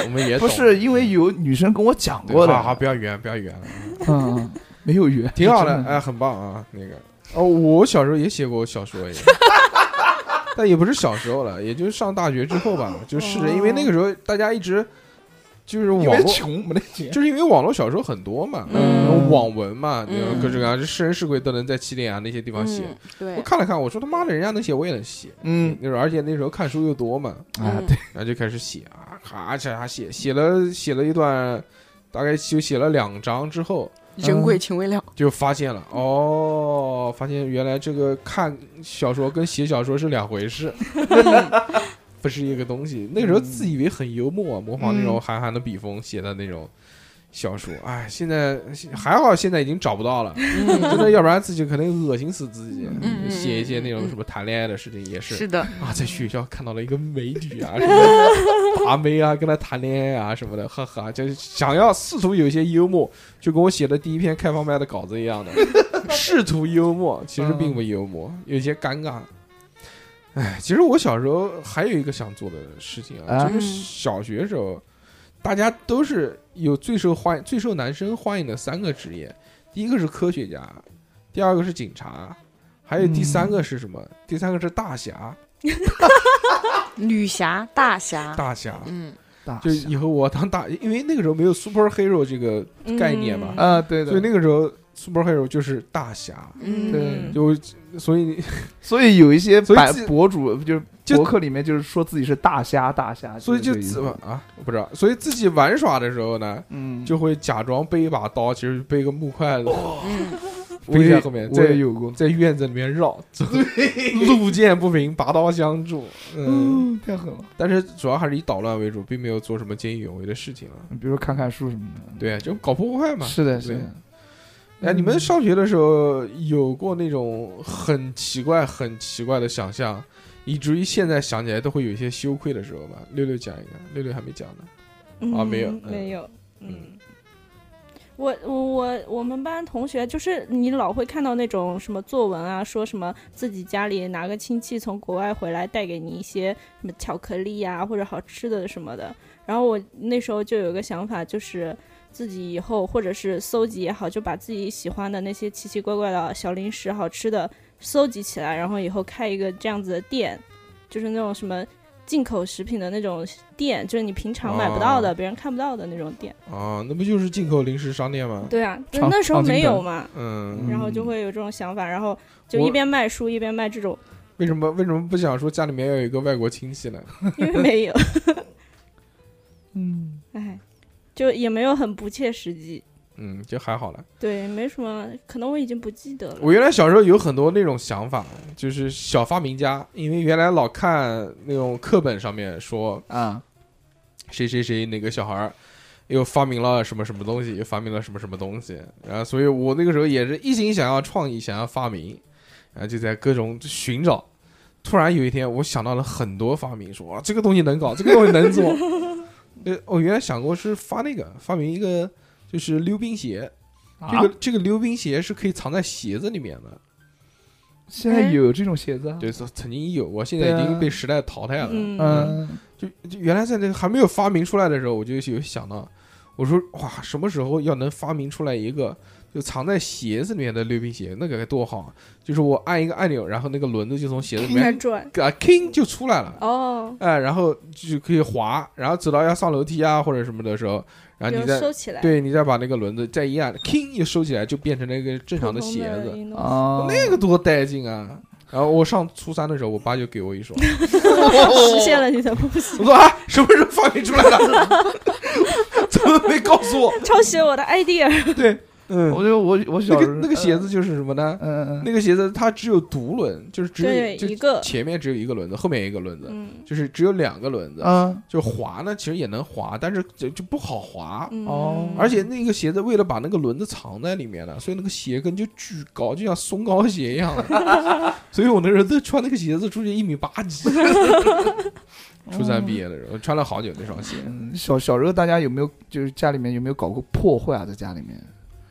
B: 我们也
C: 不
B: 懂
C: 是因为有女生跟我讲
B: 对
C: 过的，
B: 好好，不要圆，不要圆了，
C: 嗯，没有缘，
B: 挺好的
C: 真，
B: 哎，很棒啊，那个哦，我小时候也写过小说也。 但也不是小时候了，也就是上大学之后吧，就试着，因为那个时候大家一直就是网
C: 因为
B: 络，
C: 穷没得钱，
B: 就是因为网络小说很多嘛，
F: 嗯
B: 然后网文嘛，
F: 嗯
B: 然后各种各样，这是人是鬼都能在起点啊那些地方写。
F: 嗯，对
B: 我，看了看，我说他妈的，人家能写，我也能写。
C: 嗯
B: 那时候而且那时候看书又多嘛，
C: 啊，
F: 嗯
C: 对，
B: 然后就开始写啊，咔嚓写，写了写了一段，大概就写了两章之后，
F: 人鬼情未了。
B: 就发现了哦，发现原来这个看小说跟写小说是两回事，不是一个东西。那个时候自以为很幽默，啊模仿那种韩寒的笔锋写的那种小说，哎，现在还好现在已经找不到了，真的，要不然自己可能恶心死自己。
F: 嗯
B: 写一些那种什么谈恋爱的事情也是
F: 是的，
B: 啊，在学校看到了一个美女啊，什么达妹啊，跟她谈恋爱啊什么的，呵呵，就是想要试图有一些幽默，就跟我写的第一篇开放麦的稿子一样的，试图幽默，其实并不幽默，有些尴尬。哎，其实我小时候还有一个想做的事情啊，
C: 啊
B: 就是小学时候，大家都是有最受欢迎、最受男生欢迎的三个职业，第一个是科学家，第二个是警察，还有第三个是什么？第三个是大侠。
F: 女侠、大侠，
B: 大侠，
F: 嗯，
C: 啊大
B: 就
C: 侠
B: 以后我当大，因为那个时候没有 super hero 这个概念嘛
E: 嗯
C: 啊，对
B: 所以
C: 的，
B: 那个时候 super hero 就是大侠，
F: 嗯
C: 对
B: 就所以
C: 所以有一些
B: 所以
C: 版
B: 自
C: 博主就是
B: 就
C: 博客里面就是说自己是大虾大虾，
B: 所以就
C: 这个意
B: 自
C: 思
B: 啊，我不知道，所以自己玩耍的时候呢，
C: 嗯，
B: 就会假装背一把刀，其实背个木筷子，
F: 嗯，
C: 我
B: 背在
C: 也
B: 后面
C: 我也
B: 在
C: 有过，
B: 在院子里面 绕，走路见不平拔刀相助，嗯，
C: 嗯，太狠了，
B: 但是主要还是以捣乱为主，并没有做什么见义勇为的事情啊，
C: 比如说看看书什么的，
B: 对，啊就搞破坏嘛，
C: 是
B: 嗯
C: 的，嗯
B: 对
C: 是的，
B: 哎，你们上学的时候有过那种很奇怪、很奇怪的想象，以至于现在想起来都会有一些羞愧的时候吧？六六讲一个，六六还没讲呢。啊没有
E: 嗯
B: 嗯
E: 没有，嗯
B: 嗯。
E: 我我我我们班同学就是你老会看到那种什么作文啊，说什么自己家里哪个亲戚从国外回来带给你一些什么巧克力呀、或者好吃的什么的。然后我那时候就有一个想法，就是自己以后或者是搜集也好，就把自己喜欢的那些奇奇怪怪的小零食、好吃的搜集起来，然后以后开一个这样子的店，就是那种什么进口食品的那种店，就是你平常买不到的、
B: 哦
E: 别人看不到的那种店。
B: 啊，那不就是进口零食商店吗？
E: 对啊，但
C: 长
E: 那时候
C: 长
E: 没
C: 津
E: 有
C: 藤
E: 嘛，
B: 嗯，
E: 然后
C: 嗯
E: 就会有这种想法，然后就
B: 我
E: 一边卖书一边卖这种，
B: 为什么为什么不想说家里面要有一个外国亲戚呢？
E: 因为没有，
C: 嗯，
E: 哎，就也没有很不切实际。
B: 嗯，就还好了。
E: 对，没什么，可能我已经不记得了。
B: 我原来小时候有很多那种想法，就是小发明家，因为原来老看那种课本上面说
C: 啊，
B: 谁谁谁哪个小孩儿又发明了什么什么东西，又发明了什么什么东西，然后所以我那个时候也是一心想要创意，想要发明，然后就在各种寻找。突然有一天，我想到了很多发明，说啊这个东西能搞，这个东西能做。呃，我原来想过是发那个发明一个就是溜冰鞋，这个、
C: 啊
B: 这个溜冰鞋是可以藏在鞋子里面的。
C: 现在有这种鞋子啊？
B: 对，曾曾经有，我现在
C: 对啊
B: 已经被时代淘汰了。
E: 嗯，
C: 嗯，
B: 就就原来在那个还没有发明出来的时候，我就有想到，我说哇，什么时候要能发明出来一个就藏在鞋子里面的溜冰鞋，那个该多好啊！就是我按一个按钮，然后那个轮子就从鞋子里
E: 在
B: 面
E: 转。
B: 啊 king 就出来了，
E: 哦，
B: 哎，然后就可以滑，然后走到要上楼梯啊或者什么的时候，然啊后你
E: 有
B: 再
E: 收起来，
B: 对你再把那个轮子再一按，king 一收起来就变成了一个正常的鞋子，
E: 运动
C: 啊，
B: 那个多带劲啊！然后我上初三的时候，我爸就给我一双，
E: 实现了你的梦想，
B: 我说啊，什么时候发明出来的？ 怎么没告诉我？
E: 抄袭我的 idea。
B: 对，嗯
C: 我，就我我
B: 那
C: 小
B: 个
C: 时候
B: 那个鞋子，就是什么呢？
C: 嗯嗯
B: 那个鞋子它只有独轮，就是只
E: 对，
B: 有就
E: 一个，
B: 前面嗯只有一个轮子，后面一个轮子，
E: 嗯
B: 就是只有两个轮子
C: 嗯。啊，
B: 就滑呢，其实也能滑，但是就就不好滑。
E: 嗯，
C: 哦
B: 而且那个鞋子为了把那个轮子藏在里面呢，所以那个鞋跟就巨高，就像松糕鞋一样的。 所以我那时候都穿那个鞋子出去一米八 几。初三毕业的时候穿了好久那双鞋，
C: 嗯小小时候大家有没有就是家里面有没有搞过破坏啊？在家里面，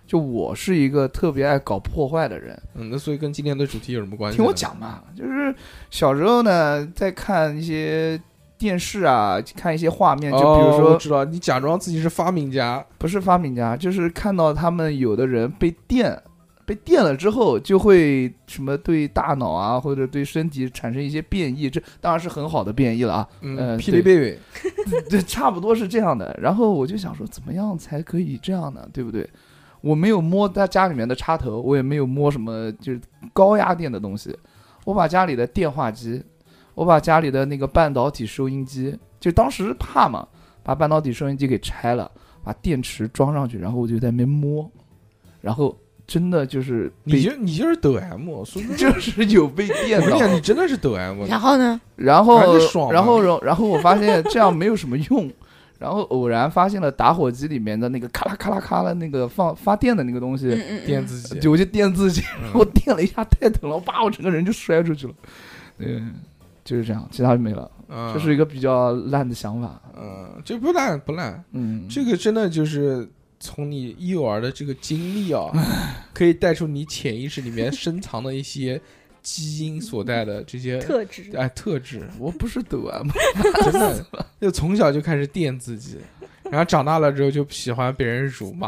C: 就我是一个特别爱搞破坏的人，
B: 嗯，那所以跟今天的主题有什么关系？
C: 听我，讲嘛，就是小时候呢，在看一些电视啊，看一些画面，就比如
B: 哦我
C: 说
B: 知道你假装自己是发明家，
C: 不是发明家，就是看到他们有的人被电。被电了之后，就会什么对大脑啊，或者对身体产生一些变异，这当然是很好的变异了啊。
B: 嗯，
C: 嗯
B: 霹雳贝贝，
C: 对，差不多是这样的。然后我就想说，怎么样才可以这样呢？对不对？我没有摸他家里面的插头，我也没有摸什么就是高压电的东西，我把家里的电话机，我把家里的那个半导体收音机，就当时怕嘛，把半导体收音机给拆了，把电池装上去，然后我就在那边摸，然后真的就是
B: 你
C: 被
B: 就你就是抖 M，所以
C: 就是有被电
B: 我跟你
C: 到。
B: 讲，你真的是抖 M，
F: 然后呢？
B: 还
C: 然后
B: 是爽，
C: 然
B: 吗
C: 后，然后然后我发现这样没有什么用，然后偶然发现了打火机里面的那个咔啦咔啦咔啦那个放发电的那个东西，
F: 嗯嗯
B: 电自己，
C: 就我就电自己，
B: 嗯
C: 我电了一下太疼了，我把我整个人就摔出去了，对，就是这样，其他就没了，
B: 嗯
C: 这是一个比较烂的想法，
B: 嗯，这不烂不烂，
C: 嗯，
B: 这个真的就是从你幼儿的这个经历啊，可以带出你潜意识里面深藏的一些基因所带的这些
E: 特质，
B: 哎特质，
C: 我不是抖啊 M，
B: 真的就从小就开始电自己，然后长大了之后就喜欢被人辱骂。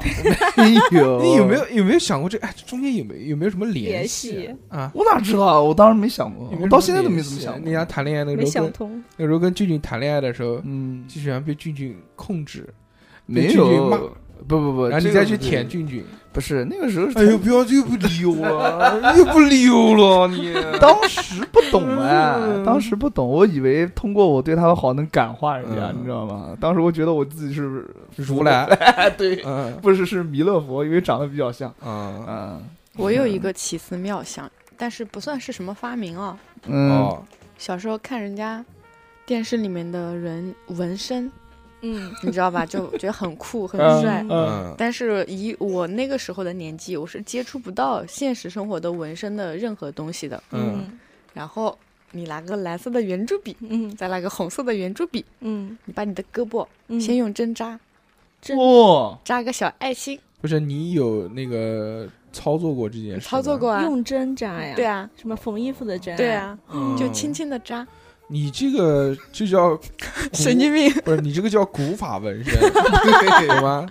C: 没有，
B: 你有没？有有没有想过这哎这中间有没有有没有什么联
E: 联
B: 系
E: 系
B: 啊？
C: 我哪知道啊？我当时没想过
B: 有，没有
C: 我
B: 什
C: 到
B: 么
C: 现在都没
B: 联
C: 怎么
B: 系啊
C: 想
B: 你
C: 过。
B: 要谈恋爱那个
E: 没
B: 时候
E: 想
B: 跟，
E: 通，
B: 那时候跟俊俊谈恋爱的时候，
C: 嗯，
B: 就喜欢被俊俊控制，
C: 没
B: 被俊俊骂
C: 有，不不不，
B: 然后
C: 这
B: 你
C: 个
B: 再去
C: 不是
B: 舔，俊俊。
C: 不是那个时候，
B: 哎呦，不要又不理我，又不理我了， 你。
C: 当时不懂哎
B: 嗯，
C: 当时不懂，我以为通过我对他的好能感化人家，
B: 嗯
C: 你知道吗？当时我觉得我自己是
B: 如来，
C: 对，
B: 嗯
C: 不是是弥勒佛，因为长得比较像。
B: 嗯
C: 嗯
F: 我有一个奇思妙想，但是不算是什么发明啊。
C: 嗯，
B: 哦，
F: 小时候看人家电视里面的人 纹身，
E: 嗯，
F: 你知道吧？就觉得很酷很
C: 嗯
F: 帅。
B: 嗯，
F: 但是以我那个时候的年纪，我是接触不到现实生活的纹身的任何东西的。
B: 嗯，
F: 然后你拿个蓝色的圆珠笔，
E: 嗯
F: 再拿个红色的圆珠笔，
E: 嗯
F: 你把你的胳膊
E: 嗯，
F: 先用针扎，
B: 嗯
C: 哇，
F: 扎个小爱心，
B: 不是你有那个操作过这件事？
F: 操作，过啊？
E: 用针扎呀，
F: 对，啊，
E: 什么缝衣服的针，
F: 对，啊，
B: 哎嗯
F: 就轻。轻的 扎，
B: 你这个就叫古
F: 神经，病。
B: 不是你这个叫古法纹身，懂吗？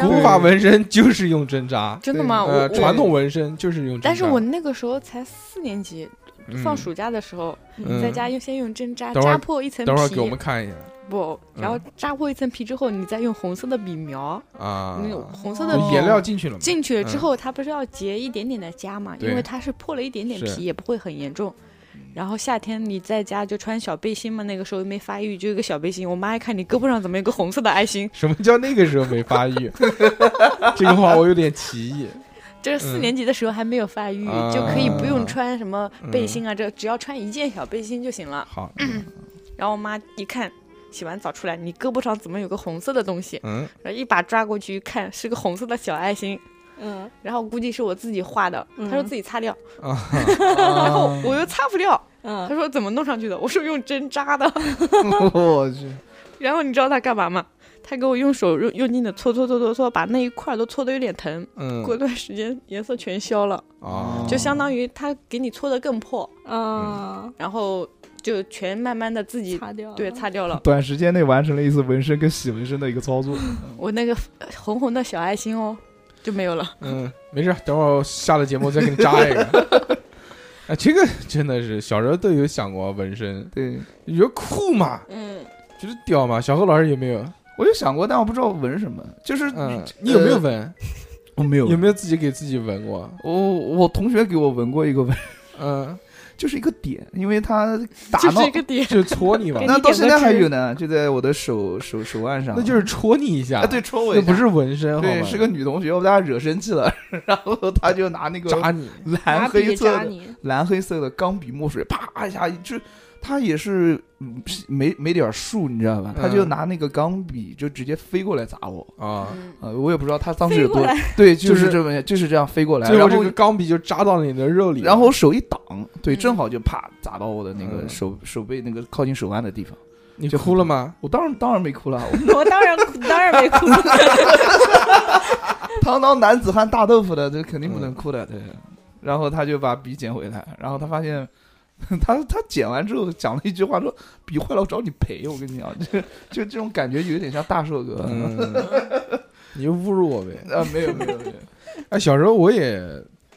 B: 古法纹身就是用针扎，
F: 真的吗？
B: 呃，
F: 啊我
B: 传
F: 我，
B: 统纹身就是用针扎。
F: 但是我那个时候才四年级，
B: 嗯
F: 放暑假的时候，
B: 嗯
F: 在家用先用针扎
B: 等会儿
F: 扎破一层
B: 等会儿
F: 皮
B: 给我，们看一下
F: 不，
B: 嗯
F: 然后扎破一层皮之后，你再用红色的笔描，
B: 啊，
F: 那种红色的
B: 有
F: 笔
B: 颜料进去了吗？
F: 嗯进去了之
B: 嗯
F: 后，它不是要结一点点的痂嘛？
B: 对
F: 因为它是破了一点点
B: 是
F: 皮，也不会很严重。然后夏天你在家就穿小背心嘛，那个时候又没发育，就有一个小背心。我妈一看你胳膊上怎么有个红色的爱心，
B: 什么叫那个时候没发 育？这个话我有点歧义。
F: 就是四
B: 嗯
F: 年级的时候还没有发育，
B: 啊嗯
F: 就可以不用穿什么背心啊，这只要穿一件小背心就行了。
B: 好，
F: 然后我妈一看，洗完澡出来，你胳膊上怎么有个红色的东西？
B: 嗯，
F: 然后一把抓过去一看，是个红色的小爱心，
E: 嗯，
F: 然后估计是我自己画的，她说
E: 嗯
F: 自己擦掉，
B: 啊
C: 然后
F: 我又擦不掉，她
E: 嗯，
F: 说怎么弄上去的？我说用针扎的。
C: 我去，
F: 然后你知道她干嘛吗？她给我用手用用劲的搓搓搓搓搓，把那一块儿都搓的有点疼。
B: 嗯
F: 过段时间颜色全消了，
B: 啊，
F: 就相当于她给你搓的更破，
B: 嗯
E: 啊，
F: 然后就全慢慢的自己
E: 擦掉，
F: 对，擦掉了。
C: 短时间内完成了一次纹身跟洗纹身的一个操作。
F: 我那个 呃红红的小爱心哦，就没有了。
B: 嗯，没事，等会儿我下了节目再给你扎一个。 哎，这个真的是小时候都有想过纹身，
C: 对，
B: 你觉得酷嘛，
F: 嗯，
B: 觉得屌嘛？小何老师有没有？
C: 我有想过，但我不知道纹什么，就是
B: 嗯，你有没有
C: 呃
B: 纹？
C: 我没有
B: 有没有自己给自己纹过？
C: 我我同学给我纹过一个纹，
B: 嗯，
C: 就是一个点，因为他打
F: 就
C: 闹
F: 这，个点。
B: 就戳你
E: 哎
B: 吧，
F: 给你
C: 那到现在还
F: 点个痣
C: 有呢，就在我的手手手腕上，
B: 那就是戳你一下
C: 啊，，对，戳我
B: 那
C: 一
B: 不
C: 下
B: 是纹身，好
C: 对，
B: 吗？
C: 是啊个女同学，我被她惹生气了， 然后她就拿那个
B: 扎你，
C: 蓝黑色的
E: 扎你，
C: 蓝黑色的钢笔墨水，啪一下，就她也是嗯没没点数，你知道吧？
B: 嗯
C: 她就拿那个钢笔就直接飞过来砸我。
B: 啊，
F: 嗯
C: 呃，我也不知道她当时
E: 飞
C: 有
E: 过
C: 多
E: 来，
C: 对，就
B: 就是
C: 是这么就是这样飞过来，
B: 最后
C: 然
B: 这
C: 后
B: 个钢笔就扎到你的肉里，
C: 然后手一挡，对，
F: 嗯
C: 正好就啪砸到我的那个
B: 嗯
C: 手手背那个靠近手腕的地方。
B: 你
C: 就
B: 哭了 吗？
C: 我当然当然没哭了，我
E: 我当然哭当然 没哭，
C: 堂堂男子汉大豆腐的，这肯定不
B: 嗯
C: 能哭的。对，然后他就把笔捡回来，然后他发现。 他他剪完之后讲了一句话说：“笔坏了，我找你赔。”我跟你讲， 就就这种感觉有点像大硕哥。
B: 嗯， 你就侮辱我呗。
C: 啊，没有没有没有，
B: 哎，小时候我也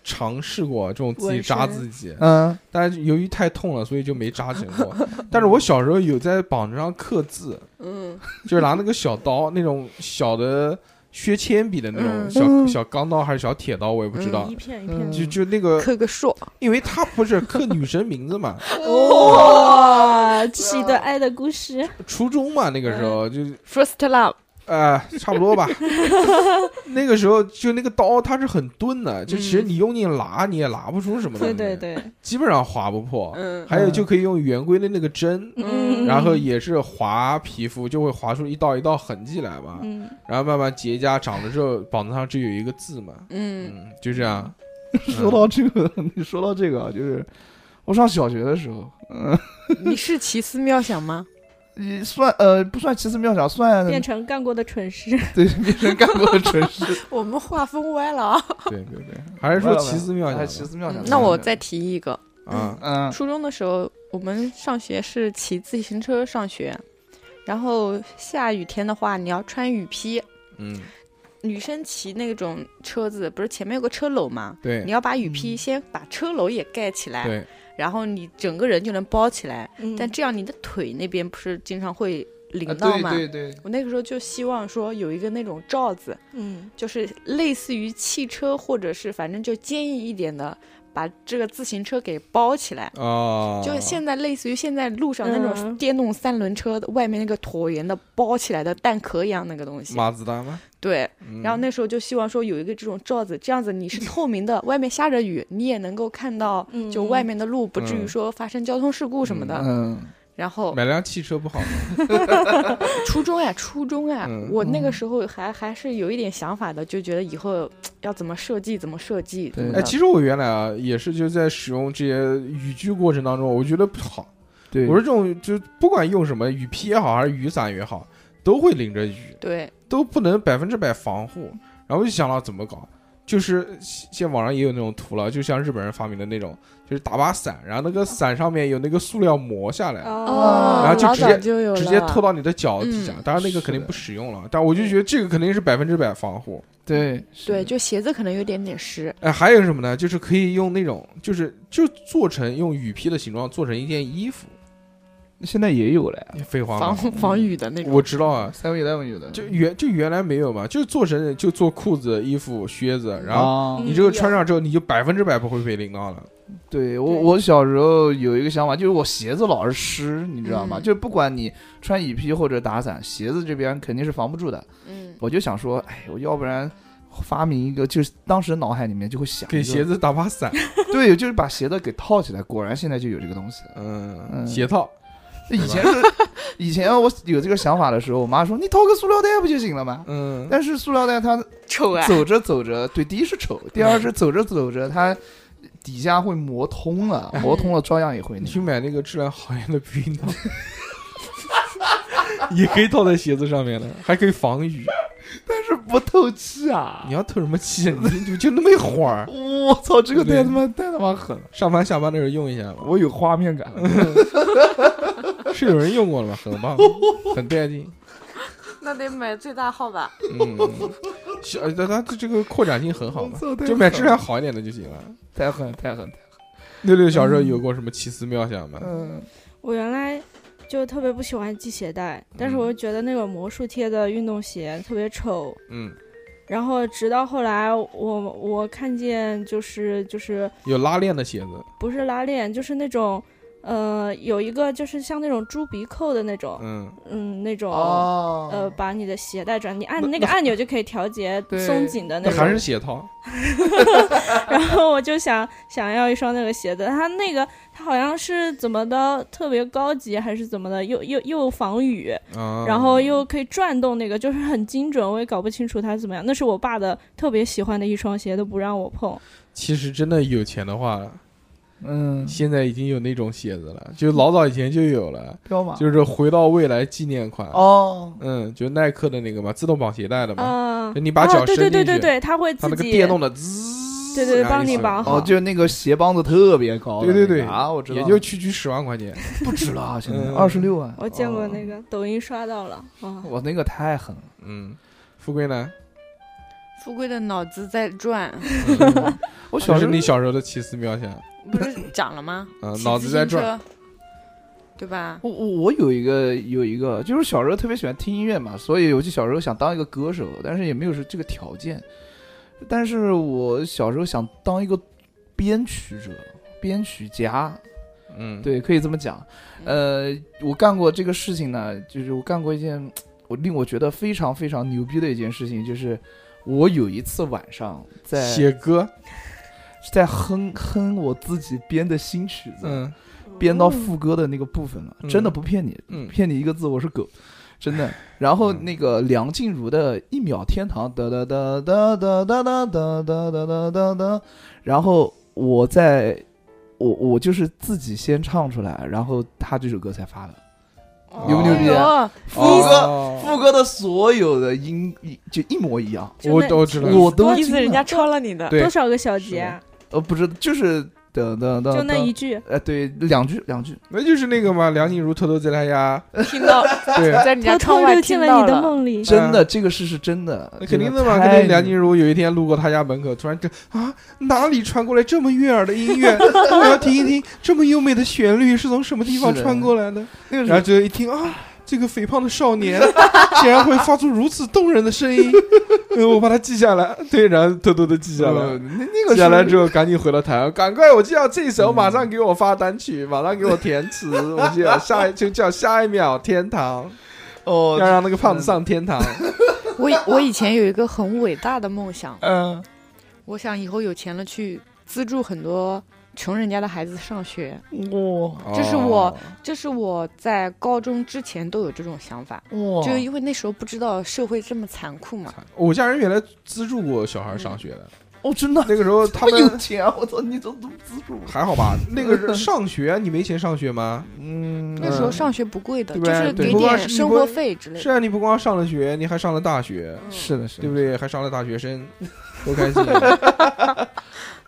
B: 尝试过啊这种自己
E: 纹
B: 扎
E: 身
B: 自己，
C: 嗯，
B: 但是由于太痛了，所以就没扎成过。 但是我小时候有在膀子上刻字，
F: 嗯，
B: 就是拿那个小刀，那种小的削铅笔的那种
F: 嗯
B: 小、
C: 嗯
B: 小钢刀还是小铁刀，我也不知道。
E: 一片一
C: 嗯
E: 片，
B: 就就那个，
F: 刻个硕，
B: 因为它不是刻女生名字嘛，
E: 哇，
B: 嗯
E: 这是一段啊爱的故事，
B: 初中嘛，那个时
F: 嗯
B: 候就
F: first love，
B: 呃，差不多 吧。那个时候就那个刀它是很钝的，就其实
F: 嗯
B: 你用力拉你也拉不出什么东
E: 对
B: 西，
E: 对，对，
B: 基本上划不破。
F: 嗯，
B: 还有就可以用圆规的那个针，
E: 嗯，
B: 然后也是划皮肤，就会划出一道一道痕迹来嘛。
E: 嗯，
B: 然后慢慢结痂长了之后，膀子上就有一个字嘛。
F: 嗯
B: 嗯，就这样。
C: 说到这个， 你说到这个啊，就是我上小学的时候，嗯，，
F: 你是奇思妙想吗？
C: 你算呃不算奇思妙想，算
E: 变成干过的蠢事，
C: 对变成干过的蠢事，
F: 我们画风歪了啊！
B: 对 对 对，还是说奇思妙想
C: 还
B: 吧
C: 是哎奇思妙想。
F: 嗯那我再提议一个，
B: 啊，
C: 嗯
F: 初中的时候，我们上学是骑自行车上学，然后下雨天的话，你要穿雨披。
B: 嗯，
F: 女生骑那种车子，不是前面有个车篓吗？
B: 对
F: 你要把雨披
C: 嗯
F: 先把车篓也盖起来，
B: 对，
F: 然后你整个人就能包起来。
E: 嗯
F: 但这样你的腿那边不是经常会
C: 啊
F: 淋到
C: 对
F: 吗？
C: 对对，
F: 我那个时候就希望说有一个那种罩子，
E: 嗯，
F: 就是类似于汽车或者是反正就坚硬一点的，把这个自行车给包起来。
B: 哦，
F: 就现在类似于现在路上那种
E: 嗯
F: 电动三轮车的外面那个椭圆的包起来的蛋壳一样那个东西，
B: 马自达吗？
F: 对。
B: 嗯
F: 然后那时候就希望说有一个这种罩子，这样子你是透明的，外面下着雨你也能够看到
E: 嗯
F: 就外面的路，不至于
B: 嗯
F: 说发生交通事故什么的。
C: 嗯，
F: 然后
B: 买辆汽车不好吗？
F: 初中呀，初中呀
B: 嗯，
F: 我那个时候还还是有一点想法的，就觉得以后要怎么设计怎么设计。
C: 对
F: 怎么
B: 哎，
F: 的
B: 其实我原来啊也是就在使用这些雨具过程当中，我觉得不好。
C: 对，
B: 我说这种就不管用什么雨披也好，还是雨伞也好，都会淋着雨，
F: 对，
B: 都不能百分之百防护。然后我就想到怎么搞，就是现网上也有那种图了，就像日本人发明的那种，就是打把伞，然后那个伞上面有那个塑料膜下来，
E: 哦，
B: 然后就
F: 老
B: 直接
F: 早就有了，
B: 直接透到你的脚底下。
F: 嗯
B: 当然那个肯定不使用了，但我就觉得这个肯定是百分之百防护。
C: 对
F: 对，，就鞋子可能有点点湿。
B: 哎，还有什么呢？就是可以用那种，就是就做成用雨披的形状做成一件衣服。
C: 是现在也有了呀
B: 废话
F: 防
B: 吗？
F: 防雨的那种。
B: 嗯 我知道啊，
C: ，Seven Eleven 有的，
B: 就原就原来没有嘛，就做成就做裤子、衣服、靴子，然后
C: 后
B: 你这个穿上之后，你就百分之百不会被淋到了。
C: 对我，
F: 对
C: 我小时候有一个想法，就是我鞋子老是湿，你知道吗？
F: 嗯
C: 就是不管你穿雨披或者打伞，鞋子这边肯定是防不住的。
F: 嗯，
C: 我就想说，哎，我要不然发明一个，就是当时脑海里面就会想
B: 给
C: 一个
B: 鞋，子打把伞，
C: 对，就是把鞋子给套起来。果然现在就有这个东西。
B: 嗯，
C: 嗯
B: 鞋套，
C: 以前是，以前我有这个想法的时候，我妈说你套个塑料袋不就行了吗？
B: 嗯，
C: 但是塑料袋它
F: 臭啊！
C: 走着走着，对，第一是丑，第二是走着走着它底下会磨通了，
B: 哎
C: 磨通了照样也会
B: 你
C: 那
B: 去
C: 个。
B: 买那个质量好一点的避孕套， 也可以套在鞋子上面的，还可以防雨。
C: 但是不透气啊！
B: 你要透什么气啊？你就就那么一会儿，
C: 我操，这个
B: 对
C: 太他妈太他妈狠了！
B: 上班下班的时候用一下吧。
C: 我有画面感了，
B: 是有人用过了吗？很棒，很带劲。
F: 那得买最大号吧？
B: 嗯，小它它这个扩展性很好嘛，
C: 操太
B: 就买
C: 狠
B: 质量好一点的就行了。
C: 太狠太狠太
B: 六六小时候有过什么奇思妙想吗？
C: 狠！
E: 我原来就特别不喜欢系鞋带，但是
B: 嗯
E: 我又觉得那个魔术贴的运动鞋特别丑。
B: 嗯，
E: 然后直到后来我，我看见就是就是
B: 有拉链的鞋子，
E: 不是拉链，就是那种呃有一个就是像那种猪鼻扣的那种，
B: 嗯，
E: 嗯，那种、
C: 哦
E: 呃把你的鞋带转，你按
B: 那
E: 那个按钮就可以调节
C: 对
E: 松紧的
B: 那
E: 那
B: 还是
E: 种。
B: 鞋套，
E: 然后我就想想要一双那个鞋子，它那个它好像是怎么的特别高级还是怎么的，又又又防雨，
B: 啊，
E: 然后又可以转动那个，就是很精准，我也搞不清楚它怎么样。那是我爸的特别喜欢的一双鞋，都不让我碰。
B: 其实真的有钱的话，
C: 嗯，
B: 现在已经有那种鞋子了，就老早以前就有了，
C: 彪马
B: 就是回到未来纪念款，
C: 啊哦，
B: 嗯，就耐克的那个嘛，自动绑鞋带的嘛，
E: 啊、
B: 就你把脚
E: 啊、对
B: 伸进
E: 对对对
B: 去，
E: 对，它会
B: 它
E: 自
B: 那个
E: 己
B: 电动的滋，
E: 对对
B: 然后
E: 帮你
B: 就
E: 绑好
C: 哦，就是那个鞋帮子特别高的那
B: 对
C: 个，
B: 对对
C: 啊，我知道
B: 也
C: 了，
B: 就区区十万块钱，
C: 不止了，啊现在
B: 嗯
C: 二十六万，
E: 我见过那
C: 个，
E: 个、抖音刷到了
B: 哦
E: 啊，
C: 我那个太狠了，
B: 嗯，富贵呢？
F: 富贵的脑子在 转，
B: 嗯
C: 我
B: 这
C: 小时
B: 是
C: 候
B: 你小时候的奇思妙想，
F: 不是讲了吗？
B: 啊，
F: 骑
B: 脑
F: 自
B: 子在
F: 行
B: 转，
F: 车，对吧？
C: 我我我有一个有一个，就是小时候特别喜欢听音乐嘛，所以我就小时候想当一个歌手，但是也没有是这个条件。但是我小时候想当一个编曲者、编曲家，
B: 嗯，，
C: 对，可以这么讲。呃，我干过这个事情呢，就是我干过一件我令我觉得非常非常牛逼的一件事情，就是我有一次晚上在
B: 写歌，
C: 在哼哼我自己编的新曲子，
B: 嗯
C: 编到副歌的那个部分了，
B: 嗯
C: 真的不骗你，
B: 嗯
C: 骗你一个字，我是狗，真的。然后那个梁静茹的《一秒天堂》哒哒哒哒哒哒哒哒哒哒哒哒哒，然后我在我我就是自己先唱出来，然后他这首歌才发的，
B: 牛不牛
C: 逼
F: 哎呦
C: 副歌
B: 哦
C: 副歌的所有的音一就一模一样，
E: 就
B: 我
E: 那
B: 我知道，
C: 我都
F: 意
C: 惊
F: 思人家
C: 了，
F: 抄了你的。
B: 对
E: 多少个小节啊？
C: 呃，不知就是哒哒哒，
B: 嗯
E: 就那
C: 哒，
E: 一句，
C: 呃，对，两句两句，
B: 那就是那个嘛，梁静茹偷偷在他家，
F: 听到
B: 对，
F: 在你
E: 偷
F: 家
E: 偷
F: 窗
E: 溜
F: 外
E: 进
F: 听
E: 了
F: 到
E: 你的
F: 了，
E: 梦里。
C: 真的，这个事是真的，
B: 那肯定的嘛。
C: 真
B: 肯定梁
C: 太
B: 静茹有一天路过他家门口，突然这啊，哪里传过来这么悦耳的音乐？我要听一听，这么优美的旋律是从什么地方
C: 是的
B: 传过来的？
C: 那个
B: 然
C: 时候
B: 后就一听啊，这个肥胖的少年竟然会发出如此动人的声音， 嗯，我把它记下来，对，然后偷偷的记下
C: 呃
B: 来。
C: 那那个嗯
B: 记下来之
C: 后，
B: 后，赶紧回了台湾，赶快！我就要这首，马上给我发单曲，马上给我填词，我就要下一就叫下一秒天 堂。
C: 哦，
B: 要让那个胖子上天堂。
F: 我以我以前有一个很伟大的梦想，
C: 嗯，
F: 我想以后有钱了去资助很多穷人家的孩子上学。
C: 哇
F: 这是
B: 哦
F: 我这是我在高中之前都有这种想法，
C: 哇，
F: 就因为那时候不知道社会这么残酷嘛。
B: 我家人原来资助过小孩上学的，
C: 哦，真的，
B: 那个时候他
F: 哎
C: 这么有
B: 们
C: 钱啊，我操，你怎么这么资助？
B: 还好吧？那个是上学，你没钱上学吗？
C: 嗯
F: 那时候上学不贵的，
B: 对不
F: 就
B: 对
F: 是
B: 对
F: 给
B: 不光
F: 点
B: 是
F: 生活费之类
B: 是
F: 的。
B: 啊，你不光上了学，你还上了大学，
F: 嗯
C: 是的，是
B: 对
C: 的
B: 不，对？还上了大学生，多开心！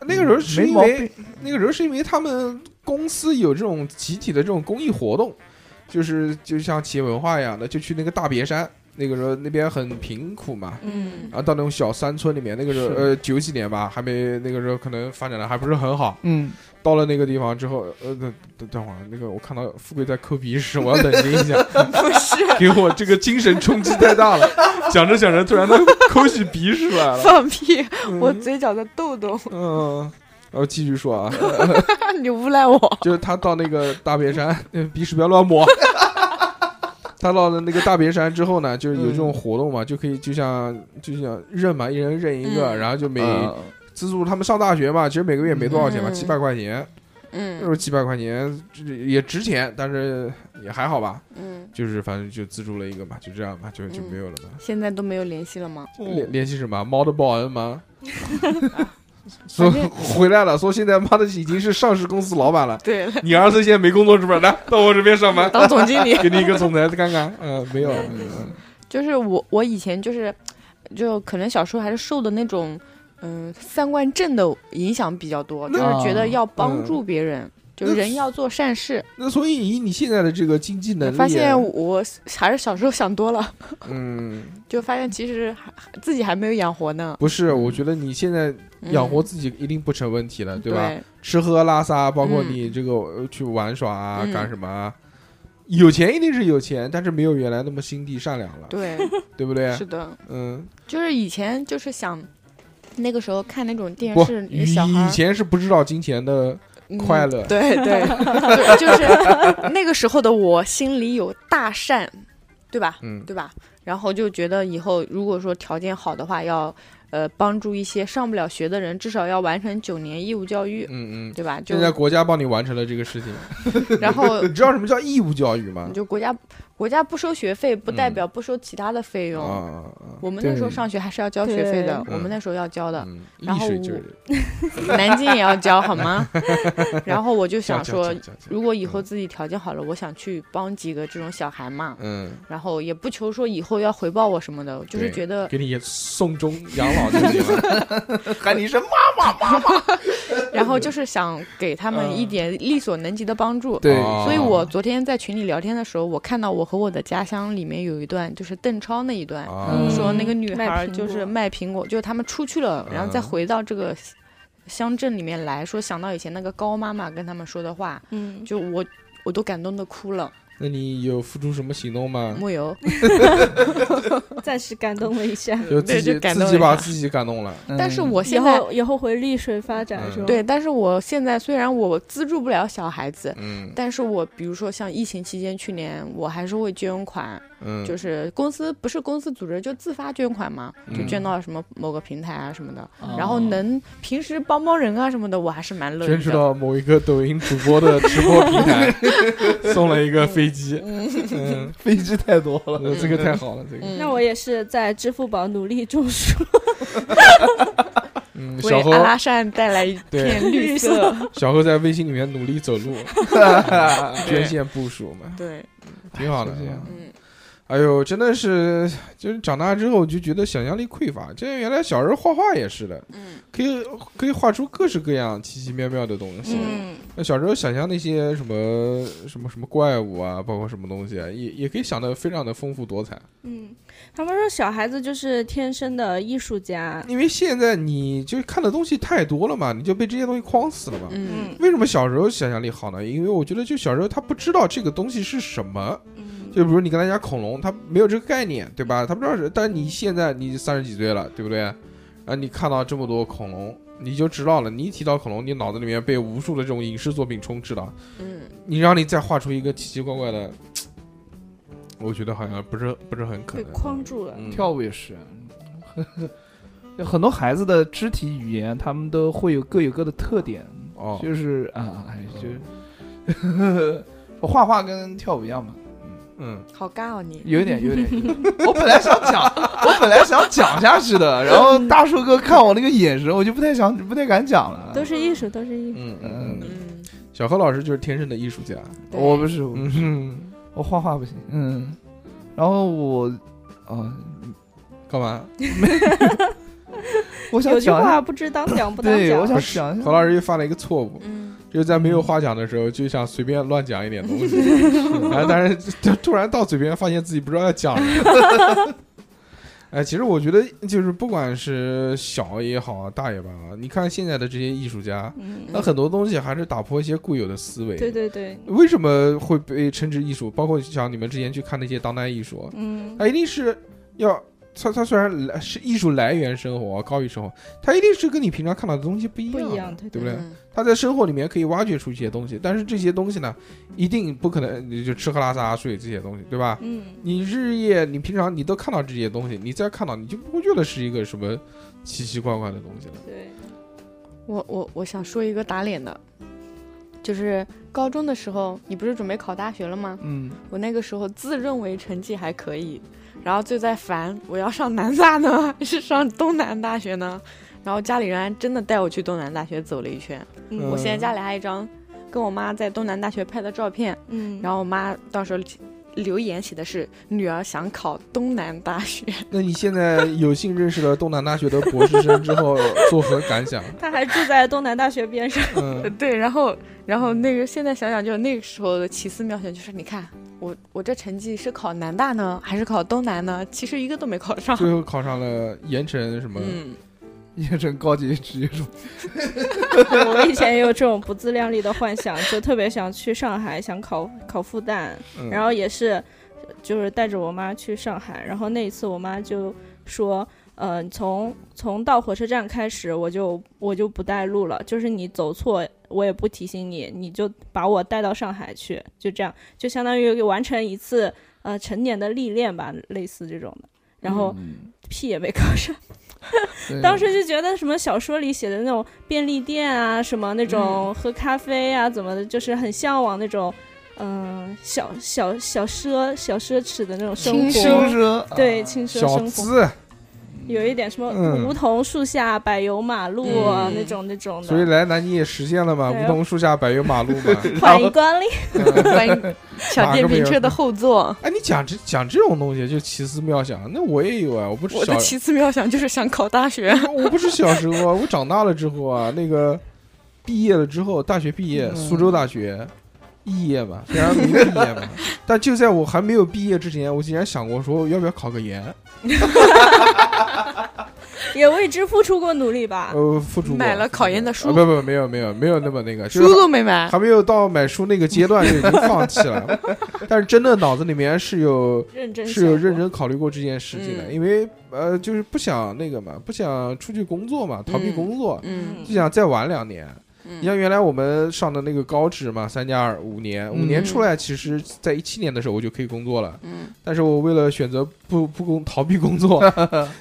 B: 那个时候是
C: 嗯没
B: 因
C: 毛
B: 为
C: 病，
B: 那个时候是因为他们公司有这种集体的这种公益活动，就是就像企业文化一样的，就去那个大别山，那个时候那边很贫苦嘛，
F: 嗯
B: 然后到那种小山村里面，那个时候
C: 是
B: 呃九几年吧，还没那个时候可能发展的还不是很好。
C: 嗯，
B: 到了那个地方之后，呃，等等等会儿，那个我看到富贵在抠鼻屎，我要冷静一下，
F: 不是，
B: 给我这个精神冲击太大了。讲着讲着，突然他 抠起鼻屎来了。
F: 放屁！我嘴角的痘痘，
B: 嗯，然后继续说啊，
F: 你诬赖我。
B: 就是他到那个大别山，呃鼻屎不要乱抹。 他到了那个大别山之后呢，就是有这种
F: 嗯
B: 活动嘛，就可以就像就像认嘛，一人认一个，
F: 嗯
B: 然后就每
C: 啊
B: 资助他们上大学嘛，其实每个月没多少钱嘛，
F: 嗯
B: 几百块钱，那时
F: 嗯
B: 候几百块钱这也值钱，但是也还好吧，
F: 嗯，
B: 就是反正就资助了一个嘛，就这样嘛，就就
F: 嗯
B: 没有了嘛。
F: 现在都没有联系了吗？
B: 联联系什么？猫的报恩 吗？说
F: 反正
B: 回来了，说现在妈的已经是上市公司老板了，
F: 对了，
B: 你儿子现在没工作是不是？来到我这边上班，
F: 当总经理
B: 给你一个总裁看看。呃，没有，嗯
F: 就是我，我以前就是，就可能小时候还是受的那种，嗯，三观正的影响比较多，就是觉得要
B: 嗯
F: 帮助别人，就是人要做善事。
B: 那所以以你现在的这个经济能力，
F: 发现我还是小时候想多了，
B: 嗯，
F: 就发现其实还自己还没有养活呢。
B: 不是，我觉得你现在
F: 嗯
B: 养活自己一定不成问题了，
F: 对
B: 吧？？吃喝拉撒，包括
F: 嗯
B: 你这个呃去玩耍啊，
F: 嗯
B: 干什么啊？有钱一定是有钱，但是没有原来那么心地善良了，
F: 对，
B: 对不 对
F: 是？的，
B: 嗯，
F: 就是以前就是想，那个时候看那种电
B: 不，
F: 视，那个小孩
B: 以
F: 儿
B: 以前是不知道金钱的，
F: 嗯
B: 快乐
F: 对 对，就就是那个时候的我心里有大善，对吧？
B: 嗯，
F: 对吧？然后就觉得以后如果说条件好的话，要呃帮助一些上不了学的人，至少要完成九年义务教育，
B: 嗯嗯。
F: 对吧？就
B: 现在国家帮你完成了这个事 情，
F: 然后
B: 你知道什么叫义务教育吗？
F: 就国家国家不收学费，不代
B: 嗯
F: 表不收其他的费
B: 啊
F: 用。
B: 啊啊
F: 我们那时候上学还是要交学费的，
B: 对嗯
F: 我们那时候要交的
B: 啊！，嗯，
F: 然
B: 一
F: 后
B: 水就是
F: 南京也要交，好 吗？然后我就想
B: 这样这
F: 说
B: 样，这样这样
F: 如果以后自己条件好了，我想去帮几个这种小孩嘛，
B: 嗯，
F: 然后也不求说以后要回报我什么的，就是
B: 对
F: 觉得，
B: 给你送终养老就行 了。
C: 喊你一声妈，
F: 然后就是想给他们一点力所能及的帮助。
C: 对
B: 哦
F: 所以我昨天在群里聊天的时候，我看到我和我的家乡里面有一段，就是邓超那一段，
B: 啊
F: 说那个女
E: 卖
F: 孩儿
E: 苹
F: 就是
E: 果
F: 卖苹果，就是他们出去了，然后再
B: 嗯
F: 回到这个乡镇里面来说，想到以前那个高妈妈跟他们说的话，
E: 嗯，
F: 就我我都感动的哭了。
B: 那你有付出什么行动吗？
F: 木有，
E: 暂时嗯感动了一 下。
B: 就自己
F: 嗯对就感动
B: 自
F: 了
B: 己把
F: 一下
B: 自己感动了。
F: 但是我
E: 以
F: 现在
E: 后以后回丽水发
B: 嗯
E: 展是吧？
F: 对，但是我现在虽然我资助不了小孩子，
B: 嗯
F: 但是我比如说像疫情期间，去年我还是会捐款，
B: 嗯，
F: 就是公司不是公司组织就自发捐款嘛，就
B: 嗯
F: 捐到什么某个平台啊什么的，
C: 哦
F: 然后能平时帮帮人啊什么的，我还是蛮乐
B: 捐
F: 意
B: 出
F: 的。
B: 到某一个抖音主播的直播平台， 送了一个飞机。嗯，
C: 飞机太多了，
B: 呃这个太好了，这个。
F: 嗯
E: 那我也是在支付宝努力种树，
B: 嗯，
F: 为
B: 小
F: 阿拉
B: 何
F: 善带来一
B: 对
F: 片绿色。
B: 小何在微信里面努力走 路，捐献部署嘛，
F: 对，
B: 挺好的
C: 是这样。
F: 嗯，
B: 哎呦，真的是，就是长大之后我就觉得想象力匮乏。这原来小时候画画也是的，
F: 嗯，
B: 可以可以画出各式各样奇奇妙妙的东西。
E: 嗯，
B: 那小时候想象那些什么什么什么怪物啊，包括什么东西啊，也也可以想得非常的丰富多彩。
E: 嗯，他们说小孩子就是天生的艺术家，
B: 因为现在你就看的东西太多了嘛，你就被这些东西框死了嘛。
F: 嗯，
B: 为什么小时候想象力好呢？因为我觉得就小时候他不知道这个东西是什么，
E: 嗯，
B: 就比如你跟他讲恐龙，他没有这个概念，对吧？他不知道是，但你现在你三十几岁了，对不对？啊，你看到这么多恐龙，你就知道了。你一提到恐龙，你脑子里面被无数的这种影视作品充斥了。
F: 嗯，
B: 你让你再画出一个奇奇怪怪的，我觉得好像不是不是很可
E: 被
B: 能。
E: 框住了。
B: 嗯
C: 跳舞也是， 有很多孩子的肢体语言，他们都会有各有各的特点，
B: 哦，
C: 就是啊，哎，就是。 画画跟跳舞一样嘛，
B: 嗯，
F: 好尬哦你。
C: 有一点，有一点。有一点我本来想讲，我本来想讲下去的，然后大树哥看我那个眼神，我就不太想，不太敢讲了。
E: 都是艺术，都是艺术。
B: 嗯嗯嗯，
F: 嗯，
B: 小何老师就是天生的艺术家。
F: 对
C: 我不是，我
B: 嗯哼，
C: 我画画不行，嗯。然后我，啊，
B: 干嘛？
C: 我想
E: 有句
C: 讲一下
E: 话不知当讲不当
C: 对，
E: 讲
C: 我，想
B: 不是
C: 讲一
B: 何
C: 下，
B: 老师又犯了一个错误，
F: 嗯，
B: 就是在没有话讲的时候，就想随便乱讲一点东西，
E: 嗯
B: 然后但是就突然到嘴边发现自己不知道要讲什么。 哎，其实我觉得就是不管是小也好，啊大也罢，你看现在的这些艺术家，
E: 嗯，
B: 那很多东西还是打破一些固有的思维。
E: 对对对，
B: 为什么会被称之艺术？包括像你们之前去看那些当代艺术，
E: 嗯，
B: 它一定是要它它虽然来是艺术来源生活高于生活，它一定是跟你平常看到的东西不一样的，
E: 不一样对
B: 对不对？
F: 嗯
B: 他在生活里面可以挖掘出一些东西，但是这些东西呢，一定不可能你就吃喝拉撒睡这些东西，对吧？
E: 嗯，
B: 你日夜你平常你都看到这些东西，你再看到你就不会觉得是一个什么奇奇怪怪的东西了。
E: 对，
F: 嗯我我我想说一个打脸的，就是高中的时候，你不是准备考大学了吗？
C: 嗯，
F: 我那个时候自认为成绩还可以，然后就在烦我要上南大呢，是上东南大学呢，然后家里人还真的带我去东南大学走了一圈。
E: 嗯
F: 我现在家里还有一张跟我妈在东南大学拍的照片，
E: 嗯，
F: 然后我妈当时留言写的是女儿想考东南大学，
B: 那你现在有幸认识了东南大学的博士生之后，作何感想？
E: 他还住在东南大学边上，
B: 嗯，
F: 对，然后然后那个现在想想，就是那个时候的奇思妙想，就是你看我我这成绩是考南大呢，还是考东南呢？其实一个都没考上。
B: 最后考上了盐城什么？
F: 嗯，
C: 叶城高级职业 中
E: 对我以前也有这种不自量力的幻想，就特别想去上海，想考考复旦，
B: 嗯
E: 然后也是就是带着我妈去上海，然后那一次我妈就说，呃，从从到火车站开始，我就我就不带路了，就是你走错。我也不提醒你，你就把我带到上海去，就这样，就相当于完成一次呃成年的历练吧，类似这种的。然
B: 嗯
E: 后屁也没考上，当时就觉得什么小说里写的那种便利店啊，什么那种喝咖啡啊，怎么的，就是很向往那种，嗯、小小小奢小奢侈的那种生
F: 轻
C: 轻
E: 活。
C: 奢，啊
E: 对，轻奢
B: 小
E: 生活，
B: 资，
E: 有一点什么
B: 嗯
E: 梧桐树下柏油马路啊，
F: 嗯
E: 那种那种
B: 所以
E: 的。
B: 来南京也实现了嘛，
E: 对啊
B: 梧桐树下柏油马路嘛。嗯
E: 欢迎光临，
F: 欢迎小电瓶车的后座。
B: 哎，你讲这讲这种东西就奇思妙想，那我也有啊，我不是
F: 我
B: 小
F: 的奇思妙想就是想考大学。
B: 我不是小时候啊，我长大了之后啊，那个毕业了之后，大学毕业，
C: 嗯
B: 苏州大学肄业 嘛，虽然没毕业嘛，但就在我还没有毕业之前，我竟然想过说要不要考个研，
E: 也为之付出过努力吧。
B: 呃，付出过
F: 啊买了考研的书
B: 啊不不没有没有没有那么那个，
F: 书啊
B: 就是
F: 都没买，
B: 还没有到买书那个阶段就已经放弃 了，但是真的脑子里面是有
E: 认真
B: 是有
E: 想过
B: 认，真考虑过这件事情的，
F: 嗯
B: 因为呃就是不想那个嘛，不想出去工作嘛，逃避
F: 嗯
B: 工作，
F: 嗯，
B: 就想再玩两年。你像原来我们上的那个高职嘛，三加二五年，五年
F: 嗯
B: 出来，其实在一七年的时候我就可以工作了，
F: 嗯
B: 但是我为了选择不不工逃避工 作，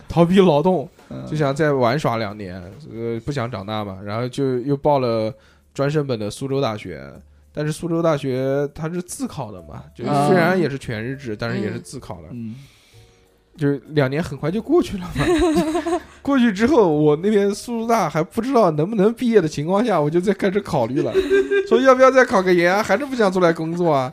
B: 逃避劳动，
C: 嗯
B: 就想再玩耍两年，呃，不想长大嘛，然后就又报了专升本的苏州大学。但是苏州大学它是自考的嘛，就是
C: 啊
B: 虽然也是全日制，但是也是
F: 嗯
B: 自考的，
C: 嗯，
B: 就是两年很快就过去了嘛。 过去之后，我那边苏大还不知道能不能毕业的情况下，我就在开始考虑 了，说要不要再考个研啊？还是不想出来工作啊？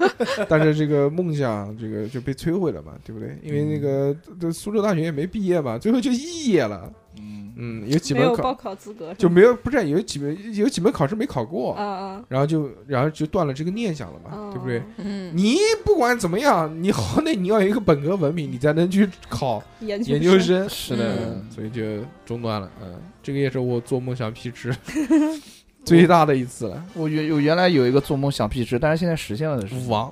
B: 但是这个梦想，这个就被摧毁了嘛，对不对？因为那个
E: 嗯
B: 这苏州大学也没毕业嘛，最后就肄业了。
C: 嗯，
B: 嗯，有几
E: 没
B: 门
E: 有报
B: 考
E: 考资格，
B: 就没有，不是有几门有几门考试没考过，
E: 啊啊，
B: 然后就然后就断了这个念想了嘛，
E: 嗯
B: 对不对？？
F: 嗯，
B: 你不管怎么样，你好歹你要有一个本科文凭，你才能去考
E: 研
B: 研究
E: 生
B: 生，
C: 是
F: 的
B: 嗯所以就中断了。嗯，这个也是我做梦想屁 吃最大的一次了。
C: 我原我原来有一个做梦想屁吃，但是现在实现了的事情
B: 舞王，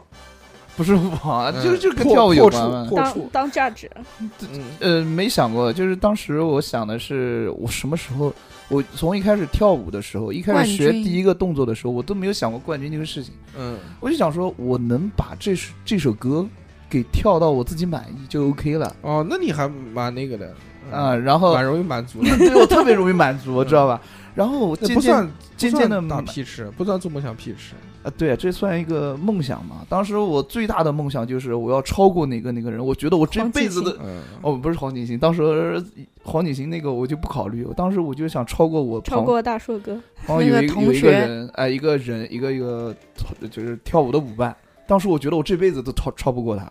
C: 不是舞王啊，
B: 嗯
C: 就是就是跟
B: 破
C: 跳舞
B: 破
C: 有关
B: 处
C: 嘛
B: 破
E: 当
B: 处
E: 当价值，
B: 嗯
C: 呃，没想过，就是当时我想的是，我什么时候，我从一开始跳舞的时候，一开
F: 冠
C: 始
F: 军
C: 学第一个动作的时候，我都没有想过冠军这个事情。
B: 嗯，
C: 我就想说，我能把这首这首歌给跳到我自己满意就 OK 了
B: 哦，那你还蛮那个的
C: 啊、
B: 嗯
C: 然后
B: 蛮容易满足的
C: ，对我特别容易满足，知道吧？然后我
B: 那
C: 渐
B: 哎不
C: 渐
B: 算
C: 渐渐的
B: 不算打屁吃，不算做梦想屁吃。
C: 啊，对，这算一个梦想嘛。当时我最大的梦想就是我要超过哪个哪个人，我觉得我这
E: 黄
C: 辈
E: 敬
C: 子
E: 行
C: 的
B: 嗯，
C: 哦，不是黄景行，当时黄景行那个我就不考虑，我当时我就想超过我
E: 超
C: 旁
E: 过大硕哥，
C: 旁边有
F: 那个
C: 一个
F: 同
C: 有一个
F: 学
C: 人，哎，一个人一个一个就是跳舞的舞伴，当时我觉得我这辈子都超超不过他，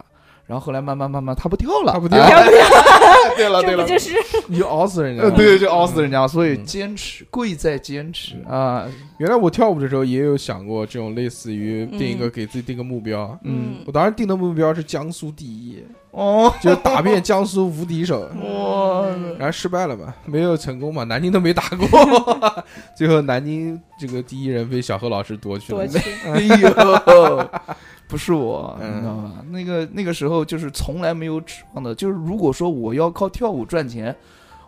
C: 然后后来慢慢慢慢，他不跳了，
B: 他不跳
C: 哎
E: 要不要？
C: 对
B: 啊
C: 了对
E: 这不
C: 了，
E: 就是
B: 你就熬死人家
C: 呃
B: 了。
C: 对，就熬死人家了。所以
B: 嗯
C: 坚持，贵在坚持
B: 嗯
C: 啊，
B: 原来我跳舞的时候也有想过这种类似于定一个给自己定个目标。
C: 嗯，
B: 我当时定的目标是江苏第一，
C: 哦，
B: 就打遍江苏无敌手，
C: 哇，
B: 然后失败了嘛，没有成功嘛，南京都没打过， 最后南京这个第一人被小何老师夺去了
E: 多。去？
C: 哎呦，不是我，
B: 嗯
C: 你知道吗？那个那个时候就是从来没有指望的，就是如果说我要靠跳舞赚钱，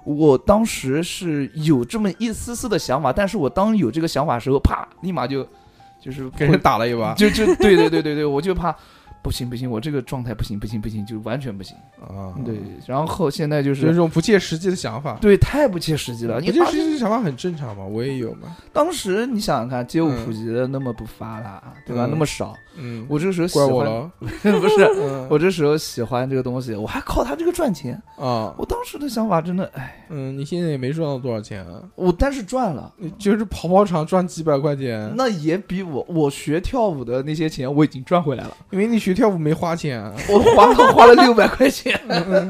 C: 我当时是有这么一丝丝的想法，但是我当有这个想法的时候，啪，立马就 就是
B: 给人打了一巴
C: 就就对对对对对，我就怕。不行不行，我这个状态不行不行不行，就完全不行。
B: 啊！
C: 对，，然后现在就
B: 就是这
C: 是
B: 种不切实际的想法，
C: 对太不切实际了。
B: 不
C: 你
B: 切
C: 当
B: 实际的想法很正常嘛，我也有嘛。
C: 当时你想想看，街舞
B: 嗯
C: 普及的那么不发达，对吧？
B: 嗯
C: 那么少，
B: 嗯，
C: 我这个时候喜
B: 怪我
C: 欢
B: 了。
C: 不是，
B: 嗯
C: 我这时候喜欢这个东西，我还靠它这个赚钱。
B: 啊，
C: 我当时的想法真的，哎，
B: 嗯，你现在也没赚到多少钱啊，
C: 我但是赚了，
B: 你就是跑跑场赚几百块钱，
C: 那也比我我学跳舞的那些钱我已经赚回来了。
B: 因为你学跳舞没花钱 啊。
C: 我花了花了六百块钱， 嗯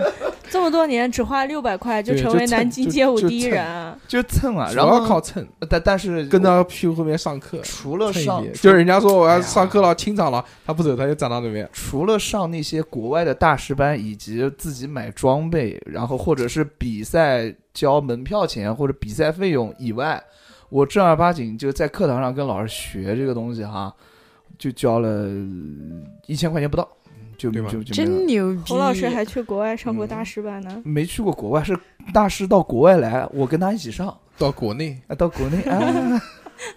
E: 这么多年只花六百块就
B: 对
E: 成
B: 就
E: 为
B: 蹭
E: 南京
B: 就
E: 街舞
B: 就
E: 第一
B: 蹭
E: 人啊！
C: 就蹭啊。
B: 主
C: 然
B: 要
C: 后
B: 靠，蹭，
C: 但但是
B: 跟到屁股后面上课
C: 我，除了
B: 蹭一
C: 上
B: 遍，就是人家说我
C: 哎
B: 要
C: 呀
B: 上课了，清场了，他不走，他就站到那边。
C: 除了上那些国外的大师班，以及自己买装备，然后或者是比赛交门票钱或者比赛费用以外，我正儿八经就在课堂上跟老师学这个东西哈，就交了一千块钱不到，就
B: 对吧
C: 就就没
D: 真
C: 了。
D: 牛逼！
E: 侯老师还去国外上过
B: 嗯
E: 大师班呢。
C: 没去过国外，是大师到国外来，我跟他一起上，
B: 到国内，
C: 啊，到 国内啊，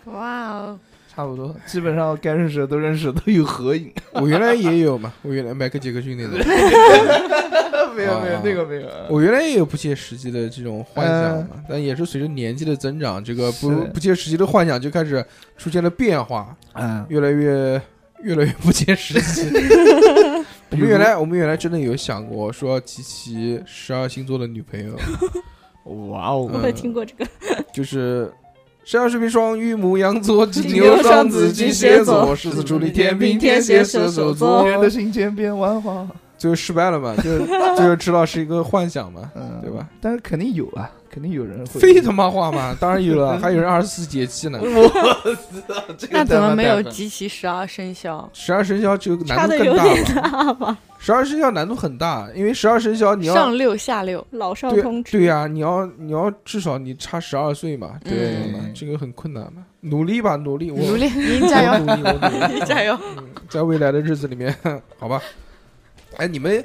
D: 哇哦，
C: 差不多，基本上该认识的都认识，都有合影。
B: 我原来也有嘛，我原来迈克杰克逊那种，
C: 没有没有
B: 啊
C: 那个没有，
B: 我原来也有不切实际的这种幻想嘛，但也是随着年纪的增长，这个不
C: 呃是
B: 不切实际的幻想就开始出现了变化，
C: 嗯，
B: 越来越越来越不切实 际。
C: 啊
B: 我们原来我们原来真的有想过说集齐十二星座的女 朋友，
C: 哇哦
E: 我有听过这个，
B: 就是山羊、水瓶、双鱼、母羊座、金牛、
E: 牛
B: 双
E: 双
B: 子、
E: 子
B: 金
E: 金
B: 蝎
E: 蝎
B: 座、
E: 座
B: 狮子、处女、天秤、天
E: 天
B: 蝎、
E: 蝎
B: 射
E: 射
B: 手
E: 手
B: 座
E: 座，
C: 人的心间变万花，
B: 最后失败了 嘛， 就就知道是一个幻想嘛，
C: 嗯，
B: 对吧？
C: 但是肯定有啊，肯定有人会。嗯
B: 非他妈话 嘛，当然有了，还有人二十四节气呢。
F: 那怎么没有集齐十二生肖？
B: 十二生肖这个
E: 差
B: 难
E: 的
B: 度
E: 有
B: 更大
E: 点
B: 了，
E: 大吧？
B: 十二生肖难度很大，因为十二生肖你要
F: 上六下 六，
E: 老少
B: 对
E: 通吃。
B: 对呀、你要你要至少你差十二岁嘛，对嘛
C: 嗯
B: 这个很困难嘛，努力吧，努力，我
F: 努力，您
B: 我
F: 加油，
B: 努力，我努力，嗯
F: 您加油！
B: 在未来的日子里面， 好吧？哎，你们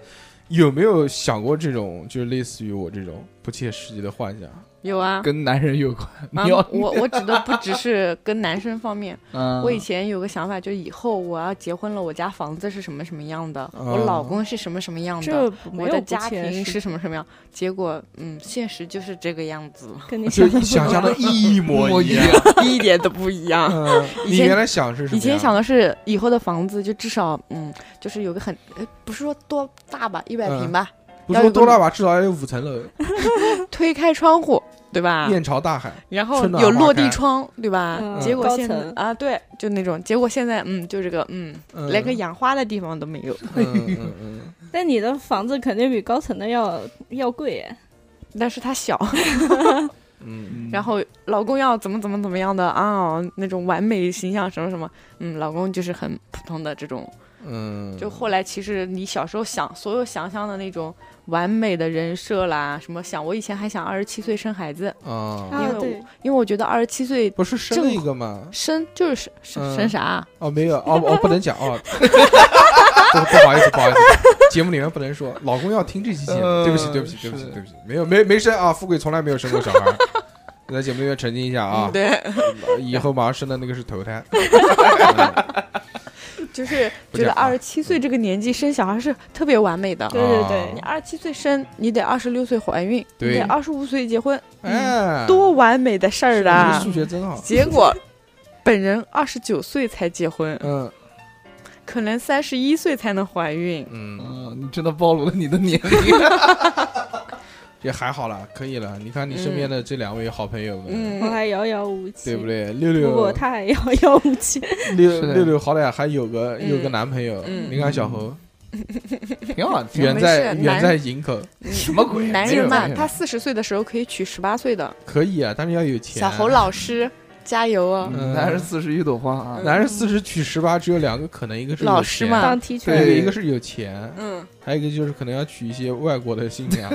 B: 有没有想过这种，就是类似于我这种不切实际的幻想？
F: 有啊，
C: 跟男人有关，
F: 啊
C: 你要、
F: 我我指的不只是跟男生方面，
C: 嗯
F: 我以前有个想法，就是以后我要结婚了，我家房子是什么什么样的，
C: 嗯
F: 我
B: 啊
F: 老公是什么什么样
E: 这
F: 的，
E: 没
F: 我
E: 有
F: 的
E: 不
F: 家
E: 切
F: 庭
E: 实
F: 是什么什么样。结果，嗯，现实就是这个样子，
E: 跟你
B: 就
E: 想的不一
B: 想象
E: 样
B: 的一模一样。
F: 一点都不一样。
B: 嗯，你
F: 以前
B: 原来想 是什么呀？
F: 以前想的是以后的房子就至少，嗯，就是有个很，呃不是说多大吧，一百
B: 嗯
F: 平吧，
B: 不说多大吧，至少要有五层楼，
F: 推开窗户，对吧？
B: 面朝大海。
F: 然后
B: 春暖
F: 有
B: 花
F: 落
B: 开
F: 地窗，对吧？
E: 嗯
F: 结果
E: 高
F: 现在
E: 层
F: 啊，对，就那种。结果现在，嗯，就这个，嗯，
B: 嗯
F: 连个养花的地方都没有。
B: 嗯嗯嗯，
E: 但你的房子肯定比高层的要要贵哎，
F: 但是它小，
B: 嗯，
C: 嗯
F: 然后老公要怎么怎么怎么样的啊，那种完美形象什么什么，嗯，老公就是很普通的这种。
B: 嗯，
F: 就后来其实你小时候想所有想象的那种完美的人设啦，什么想，我以前还想二十七岁生孩子，
B: 啊，
E: 啊
F: 因为
E: 对，
F: 因为我觉得二十七岁
B: 不是生了一个吗？
F: 生就是生生
B: 嗯
F: 生啥啊，
B: 哦，没有，哦，哦，不能讲哦。 不不好意思，不好意思，节目里面不能说。老公要听这期节目，
C: 呃
B: 对不起，对不起，对
C: 是
B: 不起，对不起，没有，没没生啊，富贵从来没有生过小孩。 我在节目里面澄清一下啊
F: 嗯，对，
B: 以后马上生的那个是头胎。
F: 就是
B: 不
F: 觉得
B: 讲话
F: 二十七岁这个年纪生小孩是特别完美
B: 嗯
F: 的。
E: 对对对
F: 你二十七岁生，你得二十六岁怀孕，你
B: 啊对
F: 得二十五岁结婚，嗯
B: 哎，
F: 多完美的事儿
B: 你
F: 啊！
B: 数学真好。
F: 结果，本人二十九岁才结婚，
B: 嗯
F: 可能三十一岁才能怀孕。
B: 嗯，
C: 嗯，你真的暴露了你的年龄。
B: 也还好啦，可以了。你看你身边的这两位好朋友们，
E: 我
F: 嗯，
E: 还遥遥无期，
B: 对不？对？六
E: 不
B: 六
E: 过他 还遥遥无期，
B: 六
C: 是的
B: 六六好歹还有个
F: 嗯
B: 有个男朋友，
F: 嗯
B: 你看小侯，
C: 挺好的，挺好
B: 远
C: 的
F: 没
B: 在
F: 事
B: 远
F: 男
B: 在营口，
C: 什么鬼？
F: 男
C: 没有
F: 人嘛
C: 没，有
F: 他四十岁的时候可以娶十八岁的
B: 可以啊，但是要有钱。
F: 小侯，老师，加油啊！
B: 嗯
C: 男人四十一朵花 啊，
B: 男人四十娶十八，只有两个可能，一个是
F: 老
B: 有
F: 师
B: 钱
F: 嘛
E: 当踢球
B: 对，
C: 对
B: 一个是有钱，
F: 嗯，
B: 还有一个就是可能要娶一些外国的新 娘，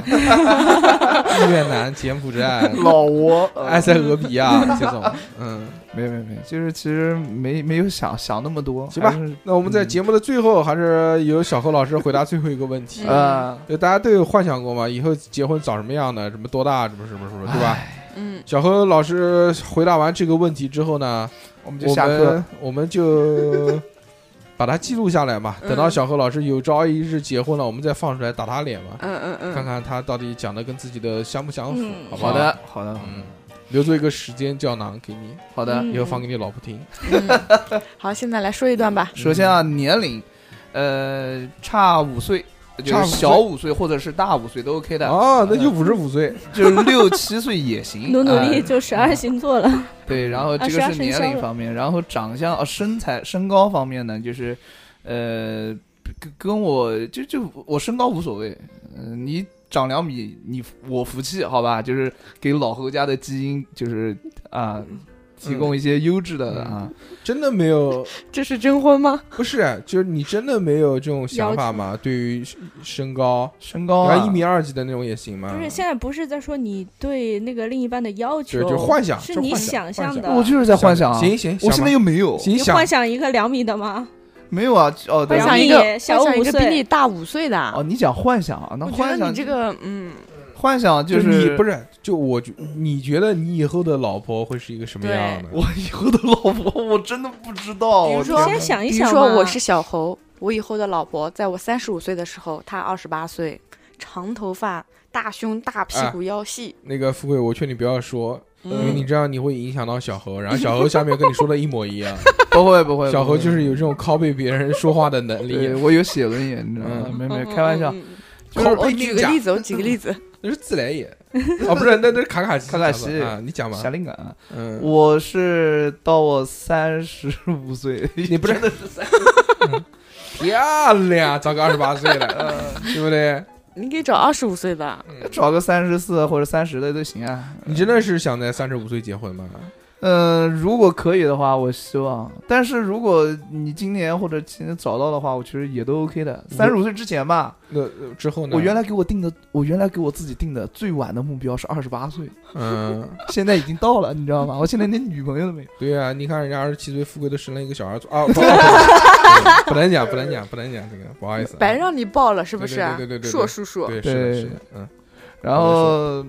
B: 越南、柬埔寨、
C: 老挝，
B: 埃塞俄比亚这种。嗯，
C: 哎没有没有没有，就是其实没没有想想那么多，
B: 行吧
C: 还是
B: 那我们在节目的最后，还是由小何老师回答最后一个问题。
F: 嗯
C: 呃，
B: 就大家都有幻想过吗？以后结婚长什么样的？什么多大？什么什么什么，对吧？
F: 嗯，
B: 小何老师回答完这个问题之后呢，
C: 我们就
B: 我
C: 下课
B: 们，我们就把它记录下来嘛。
F: 嗯
B: 等到小何老师有朝一日结婚了，我们再放出来打他脸嘛，
F: 嗯嗯嗯，
B: 看看他到底讲的跟自己的相不相符，
E: 嗯
B: 好不
C: 好
B: 好？
C: 的好的
B: 嗯，留作一个时间胶囊给你，
C: 好的。
E: 嗯
B: 以后放给你老婆听。
F: 嗯好，现在来说一段
B: 嗯
F: 吧。
C: 首先啊，年龄，呃，差五岁，就
B: 差
C: 是
B: 五岁
C: 小五岁或者是大五岁都 OK 的，
B: 哦，那就五十五岁，
C: 就是六七岁 也行。
E: 努努
C: 哎
E: 力就十二星座了。
B: 嗯
C: 对，然后这
E: 啊十
C: 个
E: 二
C: 是
E: 生
C: 年
E: 肖
C: 龄
E: 了
C: 方面，然后长相哦，身材身高方面呢，就是，呃，跟跟我就就我身高无所谓，嗯、你长两米，你我服气，好吧？就是给老侯家的基因，就是啊，提供一些优质的、
B: 嗯
C: 啊，
B: 真的没有，
F: 这是征婚吗？
B: 不是，就是你真的没有这种想法吗？对于身高，
C: 身高
B: 然
C: 啊
B: 后一米二几的那种也行吗？
E: 哦不是，现在不是在说你对那个另一半的要求，
B: 对就幻想
E: 是
B: 就
E: 你
B: 幻想
E: 想象
B: 幻
E: 的。
C: 我就是在幻想啊，
B: 行行，
C: 我现在又没有，
B: 行
E: 你
B: 想
E: 幻想一个两米的吗？
C: 没有啊，哦，对
E: 幻
F: 幻想
E: 想一
F: 一
E: 个
F: 个
E: 小
F: 想一
E: 五
F: 个比
E: 岁
F: 你大五岁的啊
C: 哦，。你讲幻想啊，那
F: 我觉
C: 幻
F: 得
C: 想
F: 你这个，嗯，
C: 幻想
B: 就是你不是就我觉，你觉得你以后的老婆会是一个什么样的？
C: 我以后的老婆，我真的不知道。
F: 比如
C: 我
F: 说
C: 天
E: 先
C: 哪
E: 想一
F: 比如
E: 想
F: 说
E: 嘛
F: 我是小侯，我以后的老婆，在我三十五岁的时候，她二十八岁，长头发，大胸大屁股，腰细，
B: 那个富贵，我劝你不要说，因为
F: 嗯
B: 你这样你会影响到小何，然后小何下面跟你说的一模一 样。
C: 不会不会，
B: 小
C: 何
B: 何就是有这种 copy 别人说话的能
C: 对，
B: 力，
C: 我有写轮眼，你知道吗？
B: 嗯
C: 没没
F: 嗯
C: 开玩笑，。
F: 嗯嗯
B: 就是
F: 我
B: 被
F: 举
B: 你
F: 个
B: 讲
F: 例，子，我举个例 子，
B: 那是自 来也。哦，不是，那那是卡卡西。
C: 卡卡西
B: 啊，你讲吧。
C: 侠灵感啊。
B: 嗯，
C: 我是到我三十五岁，
B: 你不是
C: 真的是三
B: 漂亮，找个二十八岁的，
C: 嗯
B: 对不对？
F: 你可以找二十五岁的，
C: 找个三十四或者三十的都行啊。
B: 你真的是想在三十五岁结婚吗？
C: 嗯，如果可以的话，我希望。但是如果你今年或者今年找到的话，我其实也都 OK 的。三十五岁之前吧，
B: 那呃之后呢？
C: 我原来给我定的，我原来给我自己定的最晚的目标是二十八岁，
B: 嗯，
C: 现在已经到了，你知道吗？我现在连女朋友都没有。
B: 对啊，你看人家二十七岁富贵都生了一个小儿子啊，不嗯 不能讲，不能讲，不能讲这个，不好意思啊，
F: 白让你报了是不是？
B: 对对对对对对
F: 硕叔叔，
B: 对，是的，
C: 对
B: 是的，嗯，
C: 然后，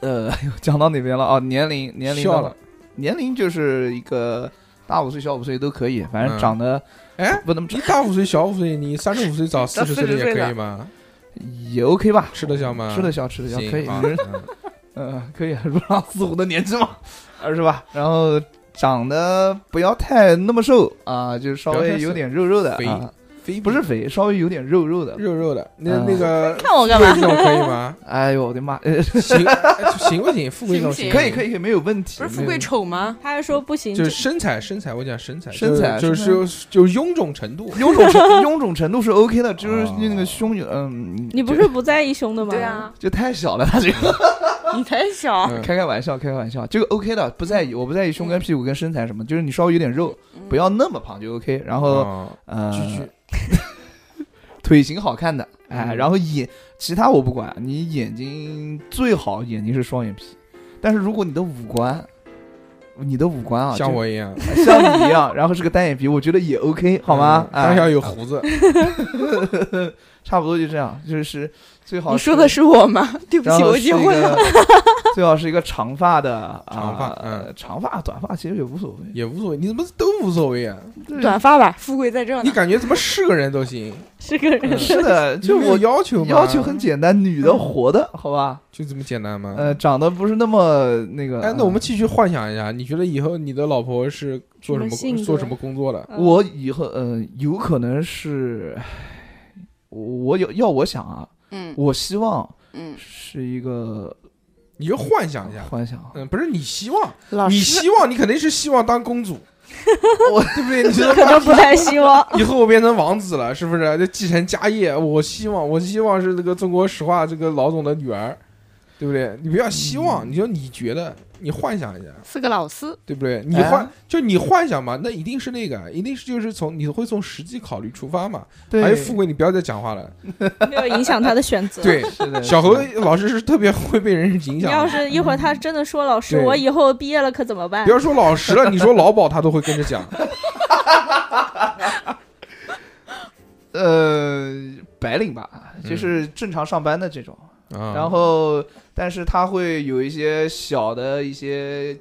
C: 呃， 哎呦讲到哪边了？哦，年龄，年龄
B: 笑
C: 到
B: 了，，
C: 年龄就是一个大五岁、小五岁都可以，反
B: 嗯
C: 正长得
B: 哎，
C: 不那么
B: 你
C: 长、
B: 大五岁、小五岁，你三十五岁找四十岁的也可以吗？
C: 也 OK 吧？
B: 吃得消吗
C: 吃得消，吃得消，
B: 行
C: 可以，
B: 啊
C: 嗯、 呃，可以，如狼似虎的年纪嘛，呃是吧？然后长得不要太那么瘦啊，就是稍
B: 不要太
C: 微
B: 瘦
C: 有点肉肉的
B: 肥
C: 啊，
B: 肥
C: 不是肥，稍微有点肉肉的。
B: 肉肉的，那
C: 嗯
B: 那 个
E: 看我干
B: 富贵
E: 嘛？
B: 这种可以 吗？
C: 哎呦我的妈！呃
B: 行哎行不行？富贵这种
F: 行
B: 行不
F: 不
C: 可
B: 行
C: 以可以可以，没有问题。
F: 不是富
C: 没有
F: 贵丑吗？
E: 他还说不行，
B: 就是身材，身材，我讲身材，
C: 身材
B: 就是
C: 身
B: 就是就是臃肿程 度，
C: 臃肿程 臃肿程度是 OK 的，就是
B: 哦
C: 那个胸有，嗯，
E: 你不是不在意胸的吗？
F: 对，啊，
C: 就太小了，他这个
F: 你才小，
B: 嗯
C: 开开玩笑，开开玩笑，这个 OK 的，不
F: 嗯
C: 在意，我不在意胸跟屁股跟身材什么，就是你稍微有点肉，不要那么胖就 OK，然后
B: 哦
C: 呃
B: 居居，
C: 腿型好看的，哎，
B: 嗯
C: 然后眼其他我不管，你眼睛最好眼睛是双眼皮，但是如果你的五官，你的五官啊，
B: 像
C: 就
B: 我一样，
C: 像你一样，然后是个单眼皮，我觉得也 OK 好吗？
B: 嗯当
C: 哎
B: 然，要有胡子，
C: 差不多就这样，就是最好
F: 你说的是我吗？对不
C: 然
F: 起，
C: 后
F: 我
C: 是一
F: 结婚了
C: 个， 最好是一个长发的，
B: 长发
C: 啊
B: 嗯
C: 长发短发其实也无所 谓。
B: 也无所谓，你怎么都无所谓啊？
F: 短发吧，富贵在这儿
B: 你
F: 呢。
B: 感觉怎么是个人都行？
E: 是个人。
C: 是 的，就
B: 你没有嗯
C: 我
B: 要求吗？
C: 要求很简单，女的活的，好吧？
B: 就这么简单吗？
C: 呃，长得不是那么那个。
B: 嗯哎，那我们继续幻想一下，你觉得以后你的老婆是做什
E: 什么性
B: 么
E: 格
B: 做什么工作的？
E: 嗯
C: 我以后呃，有可能是，唉我有要我想啊，
F: 嗯
C: 我希望
F: 嗯，
C: 是一个
B: 你就幻想一下，
C: 幻想，
B: 嗯，不是你希望，
F: 老
B: 你
F: 师
B: 希望你肯定是希望当公主，
C: 我
B: 对不对？你说
E: 可能不太希望。
B: 以后我变成王子了，是不是？就继承家业，我希望，我希望是这个中国石化这个老总的女儿，对不对？你不要希望，你就你觉得，你幻想一下，
F: 是个老师，
B: 对不对？你
C: 哎
B: 幻、就你幻想嘛，那一定是那个，一定是就是从你会从实际考虑出发嘛。
C: 对，
B: 还有富贵，你不要再讲话了。
E: 没有影响他的选择。
B: 对，
C: 是的，
B: 小
C: 是
B: 侯
C: 的
B: 老师是特别会被人影
E: 你
B: 响
E: 要
B: 的。
E: 是一会儿他真的说老师，
B: 对
E: 我以后毕业了可怎么办
B: 不？要说老实了，你说老鸨他都会跟着 讲。
C: 呃白领吧，
B: 嗯
C: 就是正常上班的这种。
B: 啊
C: 然后，但是他会有一些小的一些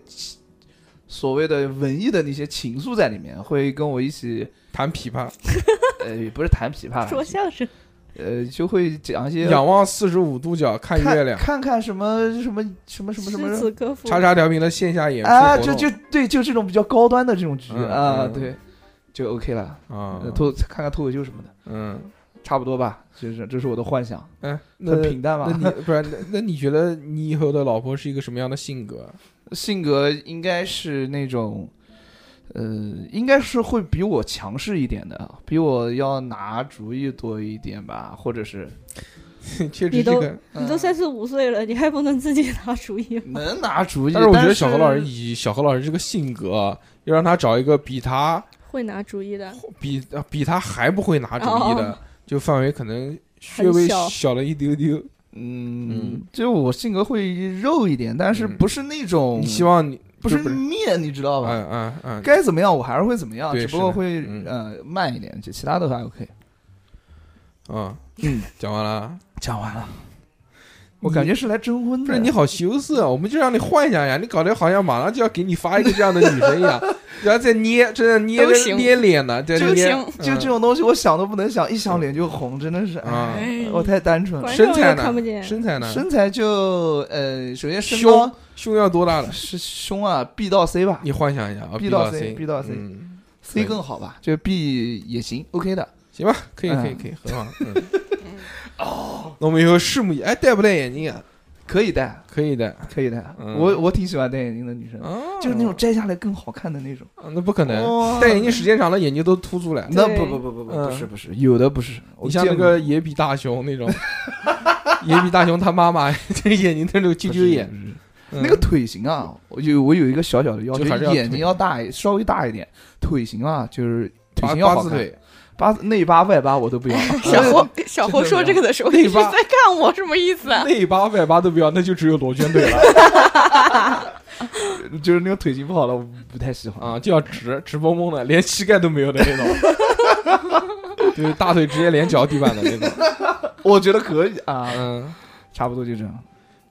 C: 所谓的文艺的那些情愫在里面，会跟我一起，
B: 弹琵琶，
C: 呃，也不是弹琵琶
E: 说
C: 啦，
E: 相声，
C: 呃，就会讲一些
B: 仰望四十五度角看月亮，
C: 看看什么什么什么什么什
E: 诗
C: 么
E: 词歌赋，
B: 叉叉调频的线下演出
C: 啊，
B: 活
C: 就
B: 动
C: 就对，就这种比较高端的这种局
B: 嗯
C: 啊，
B: 嗯
C: 对，就 OK 了。
B: 啊
C: 呃，脱看看脱口秀什么的，
B: 嗯
C: 差不多吧，就是这是我的幻想，
B: 嗯，那
C: 很平淡吧
B: 那。你 不然那那你觉得你以后的老婆是一个什么样的性格？
C: 性格应该是那种，呃，应该是会比我强势一点的，比我要拿主意多一点吧，或者是嗯
B: 确实
E: 你
B: 这
E: 都
B: 个，
E: 嗯你都三十五岁了，你还不能自己拿主意吗？
C: 能拿主意。
B: 但是我觉得小何老师以小何老师这个性格，啊要让他找一个比他
E: 会拿主意的，
B: 比啊比他还不会拿主意的，就范围可能稍
E: 很
B: 微
E: 小
B: 小了一丢丢。
C: 嗯
B: 嗯，
C: 就我性格会肉一点，但是
B: 嗯
C: 不是那种，
B: 你希望你
C: 不是
B: 就不是
C: 面，你知道吧？
B: 嗯嗯嗯，
C: 该怎么样我还是会怎么样，
B: 对
C: 只不
B: 是
C: 过
B: 的
C: 会
B: 嗯
C: 呃慢一点，就其他都还 OK。
B: 嗯
C: 嗯，
B: 讲完了。啊
C: 讲完了，我感觉是来征婚
B: 不
C: 的。
B: 是你好羞涩啊，我们就让你幻想一下，你搞得好像马上就要给你发一个这样的女生一样，然后再捏，真的捏
F: 都行
B: 捏脸呢，在那
C: 就
B: 边
F: 行
B: 嗯
C: 就这种东西，我想都不能想，一想脸就红，真的是，
B: 啊
C: 哎，我太单纯了。
E: 观
B: 身
E: 众
B: 材
E: 又看不
B: 呢？
E: 见，
B: 身材呢？
C: 身材就呃，首先身
B: 胸
C: 高
B: 胸要多大了？
C: 是胸啊，B 到 C 吧
B: 你幻想一下啊
C: B
B: 到
C: 到 C
B: C，B
C: ，B 到 C
B: 嗯，
C: ，C 更好吧，就 B 也行，OK 的。
B: 行吧，可以可以可以，很好。嗯
C: 哦
B: 那我们以后拭目以，哎，戴不戴眼镜啊？
C: 可以戴，
B: 可以戴，
C: 可以戴。
B: 嗯
C: 我我挺喜欢戴眼镜的女生，
B: 哦
C: 就是那种摘下来更好看的那种。
B: 啊那不可能，
C: 哇
B: 戴眼镜时间长了眼睛都凸出来。
C: 那
E: 对
C: 不不不不不，
B: 嗯
C: 不是不是，有的不是。我
B: 你像那
C: 见过
B: 个野比大雄那种，野比大雄他妈 妈这个眼睛那种啾
C: 不
B: 啾
C: 是
B: 眼，
C: 不
B: 嗯
C: 是那个腿型啊，我有我有一个小小的要求
B: 就还是要，腿
C: 眼睛要大一，稍微大一点，腿型啊就是腿
B: 八
C: 型要
B: 八
C: 好
B: 字
C: 看，
B: 腿，
C: 八字内八外八我都不 要。
F: 小侯小侯
C: 真的
F: 说
C: 这
F: 这
C: 样
F: 个的时候，
B: 内
F: 你是
B: 八
F: 在看我什么意思啊？
B: 内八外八都不要，那就只有罗圈腿了
C: 就是那个腿型不好了，我不太喜欢。
B: 啊，就要直直蹦蹦的，连膝盖都没有的那种，就是大腿直接连脚底板的那种。
C: 我觉得可以啊，
B: 嗯，
C: 差不多就这样。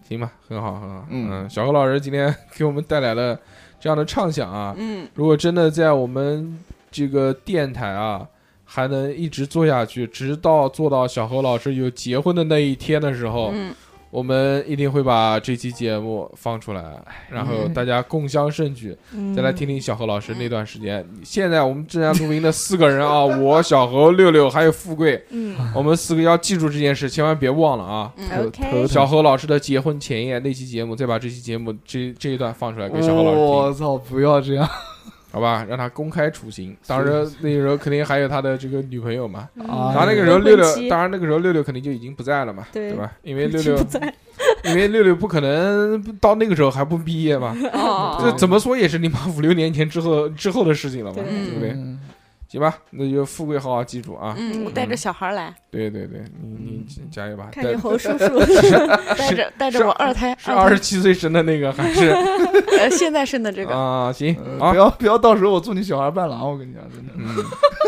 B: 行吧，很好很好。
C: 嗯
B: 嗯，小何老师今天给我们带来了这样的畅想啊，
F: 嗯，
B: 如果真的在我们这个电台啊，还能一直做下去，直到做到小何老师有结婚的那一天的时候，
F: 嗯
B: 我们一定会把这期节目放 出来，然后大家共襄盛举，再来听听小何老师那段时间。现在我们正在录音的四个人啊，我、小何、六六还有富贵，
E: 嗯，
B: 我们四个要记住这件事，千万别忘了啊。
F: 嗯
C: 头
E: OK
C: 头疼
B: 小何老师的结婚前夜那期节目，再把这期节目这这一段放出来给小何老师听。
C: 我操，不要这样
B: 好吧，让他公开处刑。当时那时候肯定还有他的这个女朋友嘛。
E: 嗯
C: 啊
B: 当然那个时候
E: 人
B: 六六，当然那个时候六六肯定就已经不在了嘛，
E: 对
B: 对吧？因为六
E: 已经
B: 六
E: 不，在，
B: 因为六六不可能到那个时候还不毕业嘛，
E: 啊
B: 这
F: 哦，
B: 怎么说也是你妈五六年前之后之后的事情了
F: 嗯
B: 嘛，
E: 对
B: 对不对？
C: 嗯
B: 行吧，那就富贵好好记住啊。
F: 嗯，我带着小孩来，
B: 对对对，你你加油吧。
E: 看见
B: 带
E: 侯叔叔，
F: 带着带着我二胎，
B: 是二
F: 胎
B: 十七岁生的那个还 是
F: 呃现在生的这个，
B: 啊？行
E: 呃
C: 嗯
B: 啊
C: 不，要不要，到时候我做你小孩伴郎，我跟你讲，真的。
B: 嗯，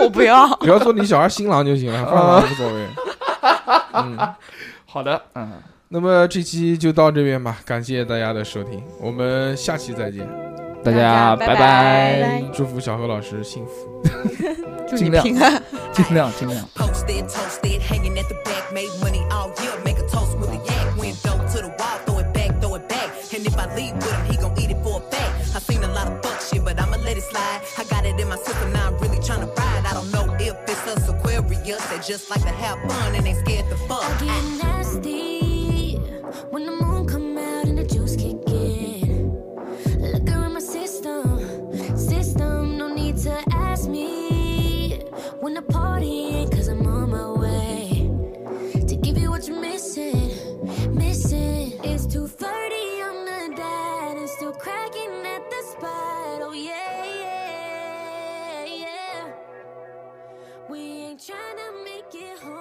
F: 我不要。
B: 只要做你小孩新郎就行了，伴郎无所谓。嗯。
C: 好的，嗯，
B: 那么这期就到这边吧，感谢大家的收听，我们下期再见。
C: 大
F: 家拜拜拜
E: 拜
B: 祝福小何老师幸福。
F: 祝
C: 尽
F: 你
C: 量
F: 平安。
C: 尽量尽量。
G: Posted, toasted, hanging at the back, made money all year, make a toast with a yak. Went dope to the wall, throw it back, throw it back. And if I leave with him, he gon' eat it for a fact. I seen a lot of fuck shit, but I'ma let it slide. I got it in my system, now I'm really tryna ride. I don't know if it's us Aquarius, they just like to have fun and ain't scared to fuck.
A: I get nasty when the moon come out and the juice kick in. Liquor in my system, system. Oh, get home.